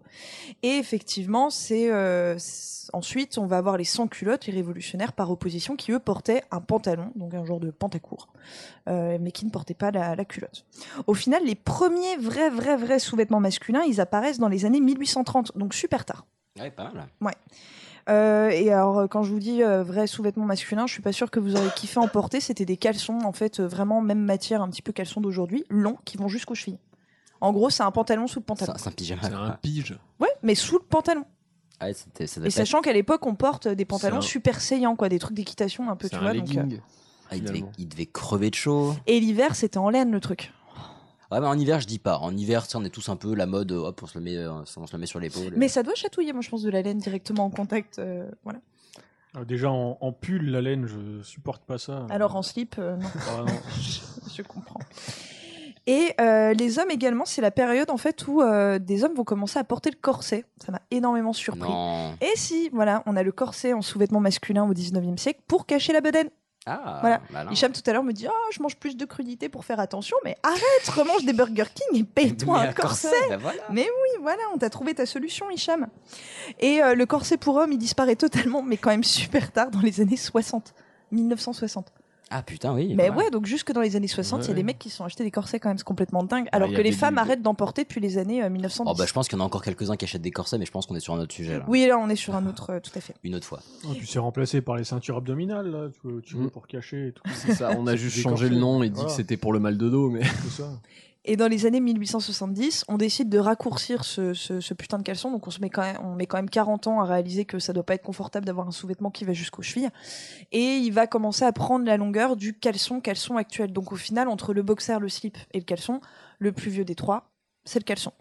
C: Et effectivement, c'est euh, c'est- ensuite, on va avoir les sans-culottes, les révolutionnaires par opposition, qui eux portaient un pantalon, donc un genre de pantacourt, euh, mais qui ne portaient pas la, la culotte. Au final, les premiers vrais, vrais, vrais sous-vêtements masculins, ils apparaissent dans les années 1830, donc super tard.
I: Ouais, pas mal.
C: Ouais. Euh, et alors, euh, quand je vous dis euh, vrai sous-vêtement masculin, je suis pas sûre que vous aurez kiffé en porter. C'était des caleçons, en fait, euh, vraiment même matière, un petit peu caleçon d'aujourd'hui, longs, qui vont jusqu'aux chevilles. En gros, c'est un pantalon sous le pantalon.
I: C'est un pyjama. C'est un
B: pige.
C: Ouais, mais sous le pantalon.
I: Ah, c'était, ça doit
C: Et
I: pas
C: sachant qu'à l'époque, on porte euh, des pantalons
I: un-
C: super saillants, quoi, des trucs d'équitation un peu,
I: être-
C: tu vois. donc, euh,
I: Ah, il, devait, il devait crever de chaud.
C: Et l'hiver, c'était en laine le truc.
I: Ouais, mais en hiver, je dis pas. En hiver, tu sais, on est tous un peu la mode, euh, hop, on se le met, euh, on se le met sur l'épaule.
C: Mais ça doit chatouiller, moi, je pense, de la laine directement en contact. euh, voilà.
D: Alors, Euh, déjà en, en pull, la laine, je supporte pas ça.
C: Alors en slip, euh, non.
D: Ah, non.
C: <laughs> je comprends. Et euh, les hommes également, c'est la période en fait où euh, des hommes vont commencer à porter le corset. Ça m'a énormément surpris.
I: Non.
C: Et si, voilà, on a le corset en sous-vêtement masculin au 19e siècle pour cacher la bedaine.
I: Ah,
C: voilà.
I: malin.
C: Hicham tout à l'heure me dit Ah, je mange plus de crudités pour faire attention, mais arrête, remange des Burger King et paye-toi
I: Mais
C: un
I: un
C: corset.
I: corset, bah voilà.
C: Mais oui, voilà, on t'a trouvé ta solution, Hicham. Et euh, le corset pour homme, il disparaît totalement, mais quand même super tard dans les années 60, 1960.
I: Ah putain, oui.
C: Mais
I: pas
C: ouais,
I: mal.
C: donc jusque dans les années 60, il
I: Ouais,
C: y a des
I: ouais. Ah,
C: mecs qui se sont achetés des corsets quand même, c'est complètement dingue, alors
I: il y
C: que les
I: avait
C: femmes
I: du-
C: arrêtent d'en porter depuis les années euh, 1910.
I: Oh, bah, je pense qu'il y en a encore quelques-uns qui achètent des corsets, mais je pense qu'on est sur un autre sujet là.
C: Oui, là, on est sur un autre, euh, tout à fait.
I: Une autre fois. <laughs>
D: Oh, puis c'est remplacé par les ceintures abdominales, là, tu, tu
I: Mm.
D: veux pour cacher et tout.
B: C'est ça,
C: <laughs>
B: on a juste changé le nom et dit que c'était pour le mal de dos, mais.
C: Et dans les années 1870, on décide de raccourcir ce, ce- ce putain de caleçon. Donc on, se met quand même, on met quand même 40 ans à réaliser que ça doit pas être confortable d'avoir un sous-vêtement qui va jusqu'aux chevilles. Et il va commencer à prendre la longueur du caleçon, caleçon actuel. Donc au final, entre le boxer, le slip et le caleçon, le plus vieux des trois, c'est le caleçon.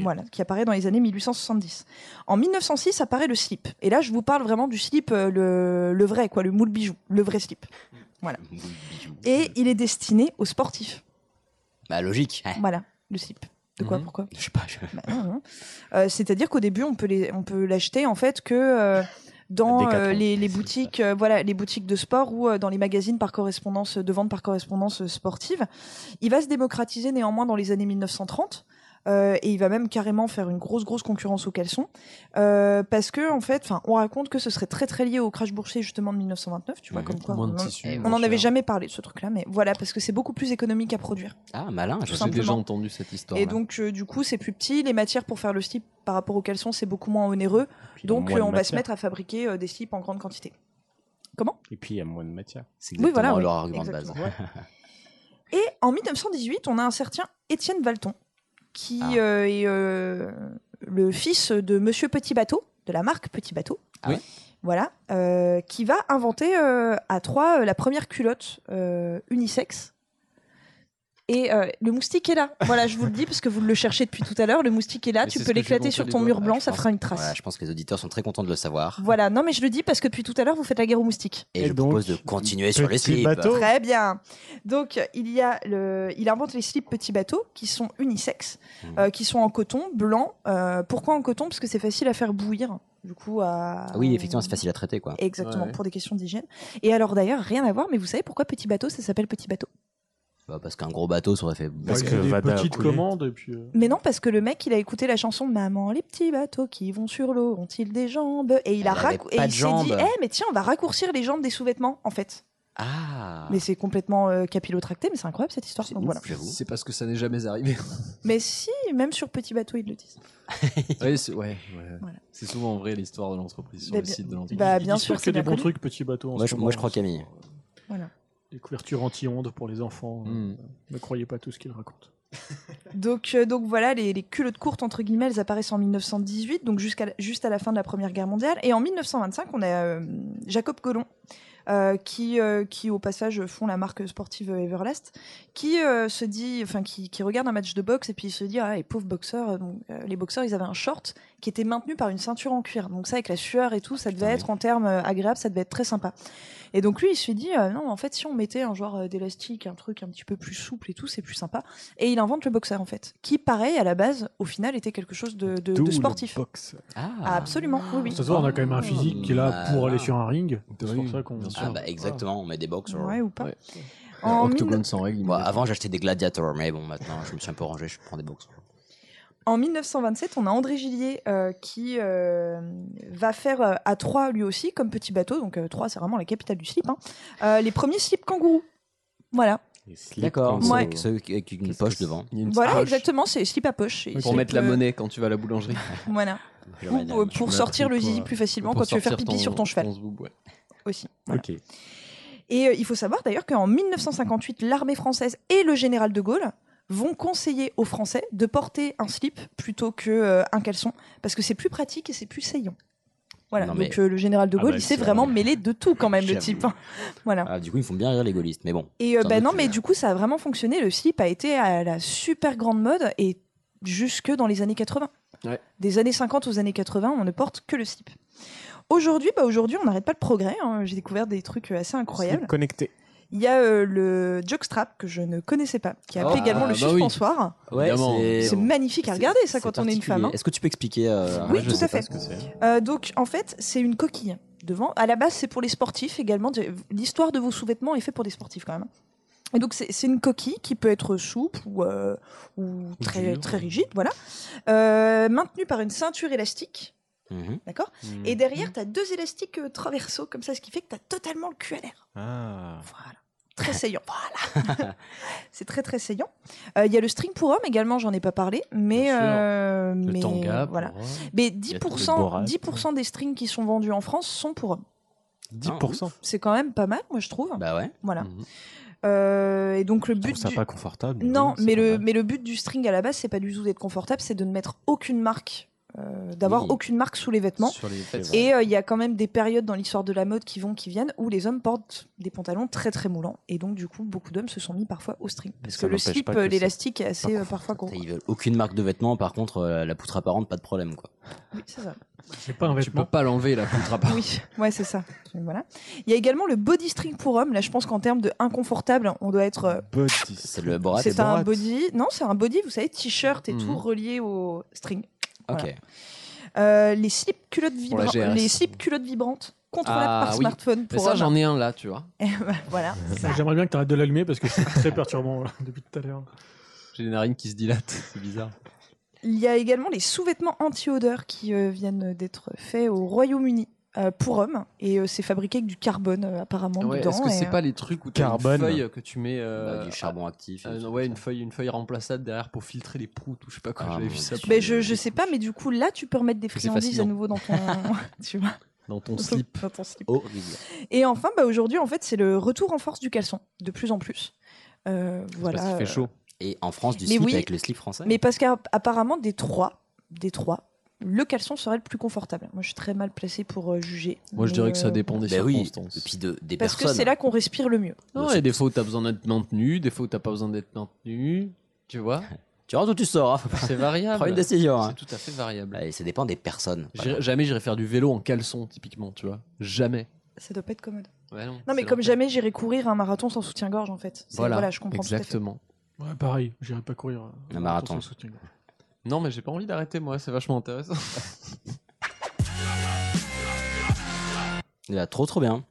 C: Voilà, qui apparaît dans les années 1870. En 1906 apparaît le slip. Et là, je vous parle vraiment du slip, euh, le, le vrai, quoi, le moule bijou, le vrai slip. Voilà. Et il est destiné aux sportifs.
I: Bah, logique. <laughs> Eh.
C: Voilà, le slip. De quoi,
I: Mhm.
C: pourquoi
I: Je sais pas. je-
C: Bah, non, non. Euh, C'est-à-dire qu'au début, on peut les- on peut l'acheter en fait que euh, dans
H: Décathlon.
C: euh, les, les boutiques, euh, voilà, les boutiques de sport ou euh, dans les magazines par correspondance, de vente par correspondance euh, sportive. Il va se démocratiser néanmoins dans les années 1930. euh, et il va même carrément faire une grosse grosse concurrence au caleçon euh, parce que en fait, enfin, on raconte que ce serait très très lié au crash boursier justement de 1929, tu vois
I: Mhm.
B: <laughs>
C: comme quoi.
I: Moins de
C: on en-
I: tissu,
C: on
B: hein. Ah,
I: moins
C: n'en avait
I: cher.
C: jamais parlé de ce truc-là, mais voilà parce que c'est beaucoup plus économique à produire.
I: Ah, malin,
C: Tout
I: je
C: simplement.
B: cette hein,
C: Et donc, euh, du coup, c'est plus petit. Les matières pour faire le slip par rapport au caleçon, c'est beaucoup moins onéreux.
J: il y a
C: Donc,
J: moins
C: euh,
J: de
C: on va se
J: matière.
C: mettre à fabriquer euh, des slips en grande quantité. Comment
J: Et puis il y a moins de matière.
I: C'est
C: Oui, voilà, exactement oui. leur
I: argument de <laughs> base.
C: Exactement. Et en 1918, on a un certain Étienne Valton, qui
I: Ah.
C: euh, est euh, le fils de Monsieur Petit Bateau, de la marque Petit Bateau.
I: Ah oui.
C: Voilà, euh, qui va inventer euh, à Troyes euh, la première culotte euh, unisexe. Et euh, le moustique est là. Voilà, je vous le dis parce que vous le cherchez depuis tout à l'heure. Le moustique est là.
I: Mais
C: tu
I: c'est
C: peux
I: ce que j'ai
C: l'éclater
I: montré
C: sur
I: du
C: ton
I: doigt.
C: mur
I: Ah,
C: blanc,
I: je
C: ça
I: pense-
C: fera une trace.
I: voilà, je pense que les auditeurs sont très contents de le savoir.
C: Voilà, non mais je le dis parce que depuis tout à l'heure, vous faites la guerre aux moustiques.
I: Et, je propose de continuer sur les
C: Petit
I: slips.
C: Très bien. Donc il y a le, il invente les slips petits bateaux qui sont unisexes,
I: Hmm.
C: euh, qui sont en coton blanc. Euh, pourquoi en coton Parce que c'est facile à faire bouillir. Du coup, à...
I: Ah Oui, effectivement, c'est facile à traiter, quoi.
C: Exactement, pour des questions d'hygiène. Et alors d'ailleurs, rien à voir, mais vous savez pourquoi petit bateau, ça s'appelle petit bateau
I: Bah, parce qu'un gros bateau, ça aurait fait.
D: Parce que des petites commandes, et puis. euh,
C: Mais non, parce que le mec, il a écouté la chanson Maman, les petits bateaux qui vont sur l'eau ont-ils des jambes Et il a
I: Elle Ah, avait pas
C: racou- et il
I: de
C: s'est dit,
I: jambes.
C: Eh, mais tiens, on va raccourcir les jambes des sous-vêtements, en fait.
I: Ah
C: Mais c'est complètement euh, capillotracté, mais c'est incroyable cette histoire. Donc, voilà.
B: C'est parce que ça n'est jamais arrivé.
C: Mais si, même sur petit bateau, ils le disent.
B: <laughs> oui, c'est ouais, ouais.
C: Voilà.
B: C'est souvent vrai l'histoire de l'entreprise sur
C: Bah,
B: le
C: bien-
B: site de l'entreprise.
C: bah,
D: ils
C: bien
D: disent
C: sûr,
D: pas
C: c'est
D: que
C: bien
D: des bons
C: connu.
D: trucs, petit bateau. En
I: Moi,
D: ce
I: je-
D: moment,
I: moi,
D: hein, euh,
I: je crois Camille.
C: Voilà.
D: Des couvertures anti-ondes pour les enfants. euh,
I: Mm.
B: Hmm.
D: Ne croyez pas tout ce qu'ils racontent.
C: Donc, euh, donc voilà, les, les culottes courtes, entre guillemets, elles apparaissent en 1918, donc jusqu'à la- juste à la fin de la Première Guerre mondiale. Et en 1925, on a euh, Jacob Colomb, euh, qui, euh, qui au passage font la marque sportive Everlast, qui euh, se dit, enfin, qui, qui regarde un match de boxe et puis il se dit, ah, les pauvres boxeurs, euh, donc, euh, les boxeurs, ils avaient un short qui était maintenu par une ceinture en cuir. Donc ça, avec la sueur et tout, ça
D: Ah
C: devait être en termes euh, agréables, ça devait être très sympa. Et donc lui, il se dit, euh, non, en fait, si on mettait un genre euh, d'élastique, un truc un petit peu plus souple et tout, c'est plus sympa. Et il invente le boxer, en fait, qui, pareil, à la base, au final, était quelque chose de, de- de
J: D'où le
C: sportif. Ah, absolument, oui, Oh. oui.
D: Ça se voit, on a quand même un physique qui est là pour aller sur un ring. C'est
I: Oui,
D: pour ça qu'on.
I: Ah bah exactement, on met des boxers.
C: Ouais, ou pas. En
I: En
C: mille-
I: sans règle. Moi, avant, j'achetais des gladiators, mais bon, maintenant, je me suis un peu rangé, je prends des boxers.
C: En 1927, on a André Gillier euh, qui euh, va faire euh, à Troyes lui aussi, comme petit bateau, donc euh, Troyes c'est vraiment la capitale du slip, hein, euh, les premiers slips kangourous. Voilà.
I: D'accord,
C: Ouais.
I: ceux- ceux qui- avec une poche devant.
C: Voilà, exactement, c'est slip à poche. Et
B: Pour
C: slip,
B: mettre la
C: euh,
B: monnaie quand tu vas à la boulangerie.
C: Voilà. Ou euh, pour, pour sortir le zizi plus facilement
B: Pour
C: quand tu veux faire
B: sortir
C: pipi sur ton cheval.
B: zboub, ouais.
C: Aussi. voilà. Et euh, il faut savoir d'ailleurs qu'en 1958, l'armée française et le général de Gaulle vont conseiller aux Français de porter un slip plutôt que euh, un caleçon parce que c'est plus pratique et c'est plus saillant. Voilà,
I: Non,
C: donc
I: mais-
C: euh, le général de
I: Ah
C: Gaulle,
I: bah,
C: il s'est
I: c'est-
C: vraiment mêlé de tout quand même, le
I: J'avoue.
C: type. hein. voilà.
I: Ah, du coup, ils font bien rire les gaullistes, mais bon.
C: Et euh,
I: Sans
C: ben
I: doute,
C: non,
I: c'est-
C: mais du coup, ça a vraiment fonctionné. Le slip a été à la super grande mode et jusque dans les années 80.
B: Ouais.
C: Des années 50 aux années 80, on ne porte que le slip. Aujourd'hui, bah aujourd'hui, on n'arrête pas le progrès. hein. J'ai découvert des trucs assez incroyables.
J: Connecté.
C: Il y a euh, le jockstrap que je ne connaissais pas, qui a
I: Ah,
C: appelé également le
I: bah oui.
C: suspensoir.
I: Ouais, Évidemment. c'est-
C: c'est magnifique à regarder ça quand on est une femme. hein.
I: Est-ce que tu peux expliquer euh,
C: Oui,
I: Arnaud, je
C: tout
I: sais
C: à
I: pas
C: fait.
I: ce que c'est.
C: Euh, donc, en fait, c'est une coquille devant. À la base, c'est pour les sportifs également. L'histoire de vos sous-vêtements est faite pour des sportifs quand même. hein. Et donc, c'est c'est une coquille qui peut être souple ou, euh, ou très,
O: dure.
C: très rigide, voilà. Euh, maintenue par une ceinture élastique, d'accord
O: Mhm.
B: Hmm.
C: Et derrière, tu as deux élastiques euh, traversaux, comme ça, ce qui fait que tu as totalement le cul à l'air.
J: Ah.
B: <laughs>
C: Très saillant. Voilà. <laughs> c'est très, très saillant. Euh, Il y a le string pour homme également, j'en ai pas parlé, mais. euh,
B: Le
C: mais
B: tanga pour
C: voilà.
B: hommes.
C: Mais
B: Il y a tout le borax.
C: 10%, 10% des strings qui sont vendus en France sont pour hommes.
J: 10%.
C: C'est quand même pas mal, moi je trouve.
I: Bah ouais.
C: Voilà.
B: mm. Hmm.
C: Euh, et donc le
I: Ah,
C: but.
J: Ça
C: du-
J: pas confortable.
C: Non, mais le, mais le but du string à la base, c'est pas du tout d'être confortable, c'est de ne mettre aucune marque, euh, d'avoir
J: Oui.
C: aucune marque sous les vêtements.
J: Sur les vêtements.
C: Et euh, il y a quand même des périodes dans l'histoire de la mode qui vont, qui viennent, où les hommes portent des pantalons très très moulants. Et donc, du coup, beaucoup d'hommes se sont mis parfois au string. Parce
I: ça
C: que le
I: n'empêche
C: slip,
I: pas que
C: euh,
I: c'est
C: l'élastique est assez euh, parfois gros.
I: Ils veulent aucune marque de vêtements, par contre, euh, la poutre apparente, pas de problème, quoi.
C: Oui, c'est ça.
D: C'est pas un
B: Tu peux pas l'enlever la poutre à part.
C: Oui, <laughs> ouais, c'est ça. Voilà. Il y a également le body string pour hommes. Là, je pense qu'en termes de inconfortable, on doit être. euh,
I: C'est le Borat.
C: C'est un body. Non, c'est un body, vous savez, t-shirt et
I: Mhm.
C: tout relié au string. Voilà.
I: Ok.
C: Euh, les slips culottes
B: Pour la
C: vibrantes.
B: GRS.
C: Les slips culottes vibrantes contrôlables
B: Ah,
C: par
B: oui.
C: smartphone
B: Mais
C: pour
B: ça,
C: hommes.
B: j'en ai un là, tu vois.
C: Eh ben, <laughs> voilà.
D: J'aimerais bien que tu arrêtes de l'allumer parce que c'est très perturbant là, <laughs> depuis tout à l'heure.
B: J'ai les narines qui se dilatent, <laughs> c'est bizarre.
C: Il y a également les sous-vêtements anti-odeur qui euh, viennent d'être faits au Royaume-Uni euh, pour hommes et euh, c'est fabriqué avec du carbone euh, apparemment
B: Ouais,
C: dedans.
B: Est-ce que
C: et,
B: c'est
C: euh,
B: pas les trucs où tu une
J: Carbone.
B: feuille que tu mets euh,
I: Bah, du charbon actif.
B: euh, ouais, une feuille, une feuille remplaçable derrière pour filtrer les proutes ou je sais pas quoi.
I: Ah,
B: J'avais
I: mon
B: vu ça.
C: Ben, je, je sais pas, mais du coup là tu peux remettre des
B: C'est
C: friandises à
B: fascinant.
C: nouveau dans
B: <laughs>
C: ton, tu vois.
B: Dans ton
C: Dans ton-
B: slip.
C: dans ton slip.
I: Horrible.
C: Et enfin, bah, aujourd'hui, en fait, c'est le retour en force du caleçon, de plus en plus. Euh, voilà. euh,
I: Et en France, du
C: mais
I: slip
C: oui,
I: avec le slip français.
C: Mais parce qu'apparemment, des trois, des trois, le caleçon serait le plus confortable. Moi, je suis très mal placée pour euh, juger. mais, euh,
I: Bah oui, Et puis de, des
C: Parce que
I: personnes.
C: c'est là qu'on respire le mieux.
B: Non, il y a des fois où t'as besoin d'être maintenu, des fois où t'as pas besoin d'être maintenu.
C: <laughs>
B: Tu vois
I: Tu rentres ou tu sors. hein.
B: C'est
C: Ah,
B: variable.
I: Prends une
C: bah.
I: décision. hein.
B: C'est tout à fait variable.
I: Et ça dépend des personnes.
B: J'irai- Jamais j'irai faire du vélo en caleçon, typiquement, tu vois. Jamais.
C: Ça doit pas être commode.
B: Ouais, non,
C: Non, mais
B: c'est
C: comme
B: l'enfer.
C: jamais j'irai courir un marathon sans soutien-gorge, en fait. C'est- Voilà, je comprends
B: exactement.
D: Ouais, pareil, j'irai pas courir. euh,
I: Un marathon.
B: Non, mais j'ai pas envie d'arrêter, moi, c'est vachement intéressant.
I: Il a bah, trop trop bien.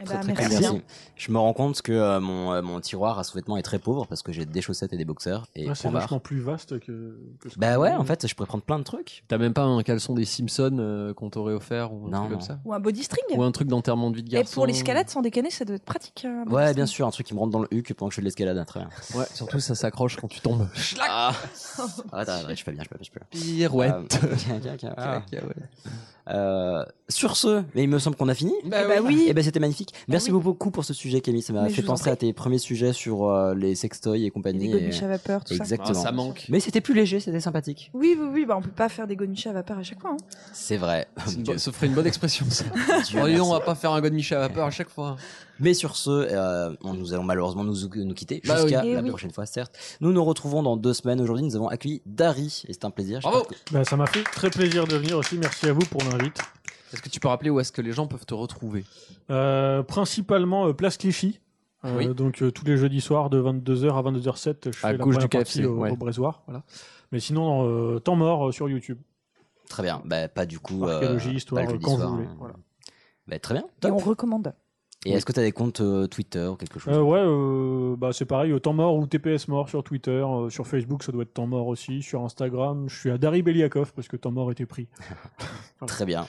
C: Eh
I: Très,
C: ben,
I: très
C: merci.
I: bien. Je me rends compte que euh, mon, euh, mon tiroir à sous-vêtements est très pauvre parce que j'ai des chaussettes et des boxers et
D: Ouais, c'est
I: crevard.
D: vachement plus vaste que. que ce
I: Bah
D: qu'on-
I: ouais, en fait, je pourrais prendre plein de trucs.
B: T'as même pas un caleçon des Simpsons euh, qu'on t'aurait offert ou un
I: Non,
B: truc
I: non.
B: comme
C: tout
B: ça
C: à fait. Ou un body string.
B: Ou un truc d'enterrement de vie de
C: Et
B: garçon
C: pour l'escalade, sans déconner, ça doit être pratique. hein, un body
I: Ouais,
C: string.
I: bien sûr, un truc qui me rentre dans le huc pendant que je fais de l'escalade à travers.
B: Ouais, surtout ça s'accroche quand tu <laughs> tombes.
C: <laughs>
I: Ah, attends, attends, je fais bien, je fais bien, je fais bien.
B: Pirouette.
I: Euh, tiens, tiens, tiens, ah.
B: Cacahuète.
I: Euh, sur ce, mais il me semble qu'on a fini.
C: Eh ben oui.
I: Eh ben, c'était magnifique. Merci beaucoup pour ce sujet, Camille. Ça m'a
C: Mais je
I: fait
C: vous en
I: penser à tes premiers sujets sur euh, les sextoys et compagnie.
C: Les godemiches à vapeur, tout ça.
I: Exactement.
C: Ah, ça manque.
I: Mais c'était plus léger, c'était sympathique.
C: Oui, oui, oui, bah on peut pas faire des gonichets à vapeur à chaque fois. hein.
I: C'est <laughs> vrai.
B: Ça ferait une bonne expression, <laughs> ça. Oh, dis donc, on va pas faire un God Michel à vapeur à chaque fois.
I: Mais sur ce, euh, on- nous allons malheureusement nous, nous quitter
B: Bah oui.
I: jusqu'à
B: Eh
I: la
B: oui.
I: prochaine fois, certes. Nous nous retrouvons dans deux semaines. Aujourd'hui, nous avons accueilli Dari et c'est un plaisir. J'espère que-
D: Bah, ça m'a fait très plaisir de venir aussi. Merci à vous pour l'invite.
B: Est-ce que tu peux rappeler où est-ce que les gens peuvent te retrouver
D: Euh, principalement euh, Place Clichy. Euh,
B: Oui.
D: Donc euh, tous les jeudis soirs de 22h à 22h07, je fais
B: À
D: la
B: gauche
D: première
B: du
D: partie
B: KFC,
D: au,
B: ouais.
D: au Brésoir. Voilà. Mais sinon, euh, temps mort euh, sur YouTube.
I: Très bien. Bah, pas du coup.
D: Archéologie,
I: pas
D: histoire,
I: le jeudi
D: quand vous
I: soir,
D: voulez,
I: hein.
D: voilà.
I: Bah, très bien.
C: Et on recommande.
I: Et est-ce que tu as des comptes euh, Twitter ou quelque chose
D: Euh, ouais, euh, bah, c'est pareil, euh, temps mort ou TPS mort sur Twitter, euh, sur Facebook ça doit être temps mort aussi, sur Instagram, je suis à Dari Beliakov parce que temps mort était pris.
I: Très bien.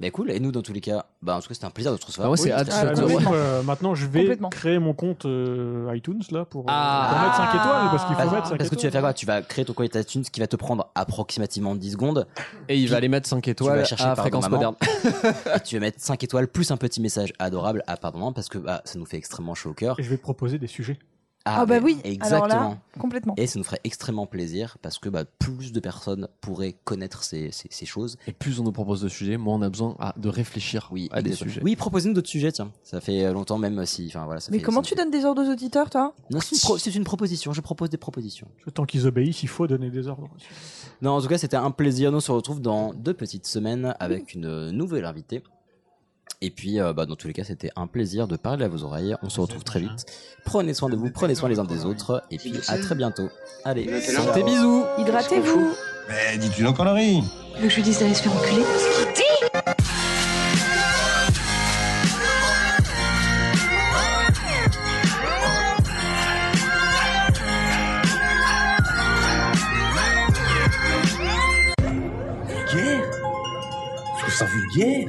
I: Bah, cool. Et nous, dans tous les cas, bah, en tout cas, c'était un plaisir de te recevoir.
D: Ah ouais,
I: Oui,
D: Ah,
I: très-
D: par contre, euh, maintenant, je vais créer mon compte euh, iTunes là pour, euh, pour mettre 5 étoiles parce qu'il faut
I: Parce-
D: mettre 5
I: parce que tu vas faire quoi Tu vas créer ton compte iTunes qui va te prendre approximativement 10
C: <laughs>
I: secondes.
B: Et il va aller mettre 5 étoiles à Fréquence
I: et tu vas mettre 5 étoiles plus un petit message adorable à Pardon Maman parce que bah, ça nous fait extrêmement chaud au cœur.
D: Et je vais proposer des sujets.
I: Ah,
C: bah
I: mais
C: oui, alors
I: exactement.
C: là, complètement.
I: Et ça nous ferait extrêmement plaisir parce que bah, plus de personnes pourraient connaître ces, ces- ces choses.
B: Et plus on nous propose de sujets, moins on a besoin à- de réfléchir
C: Ah,
B: à des
I: Exactement.
B: sujets.
I: Oui, proposez-nous d'autres sujets, tiens. Ça fait euh, longtemps même si. Enfin, voilà, ça
C: Mais
I: fait-
C: comment
I: ça-
C: tu donnes des ordres aux auditeurs, toi
I: Non,
C: <laughs>
I: c'est une, pro- c'est une proposition, je propose des propositions.
D: Tant qu'ils obéissent, il faut donner des ordres.
I: Non, en tout cas, c'était un plaisir. Nous on se retrouve dans deux petites semaines avec une nouvelle invitée. Et puis, euh, bah, dans tous les cas, c'était un plaisir de parler à vos oreilles. On se retrouve très vite. Prenez soin de vous, prenez soin les uns des autres. Et puis, à très bientôt. Allez, santé, bisous
C: Hydratez-vous.
F: Mais dis-tu une connerie
H: Tu veux que je lui dise d'aller se faire enculer
O: Vulgaire Je trouve ça vulgaire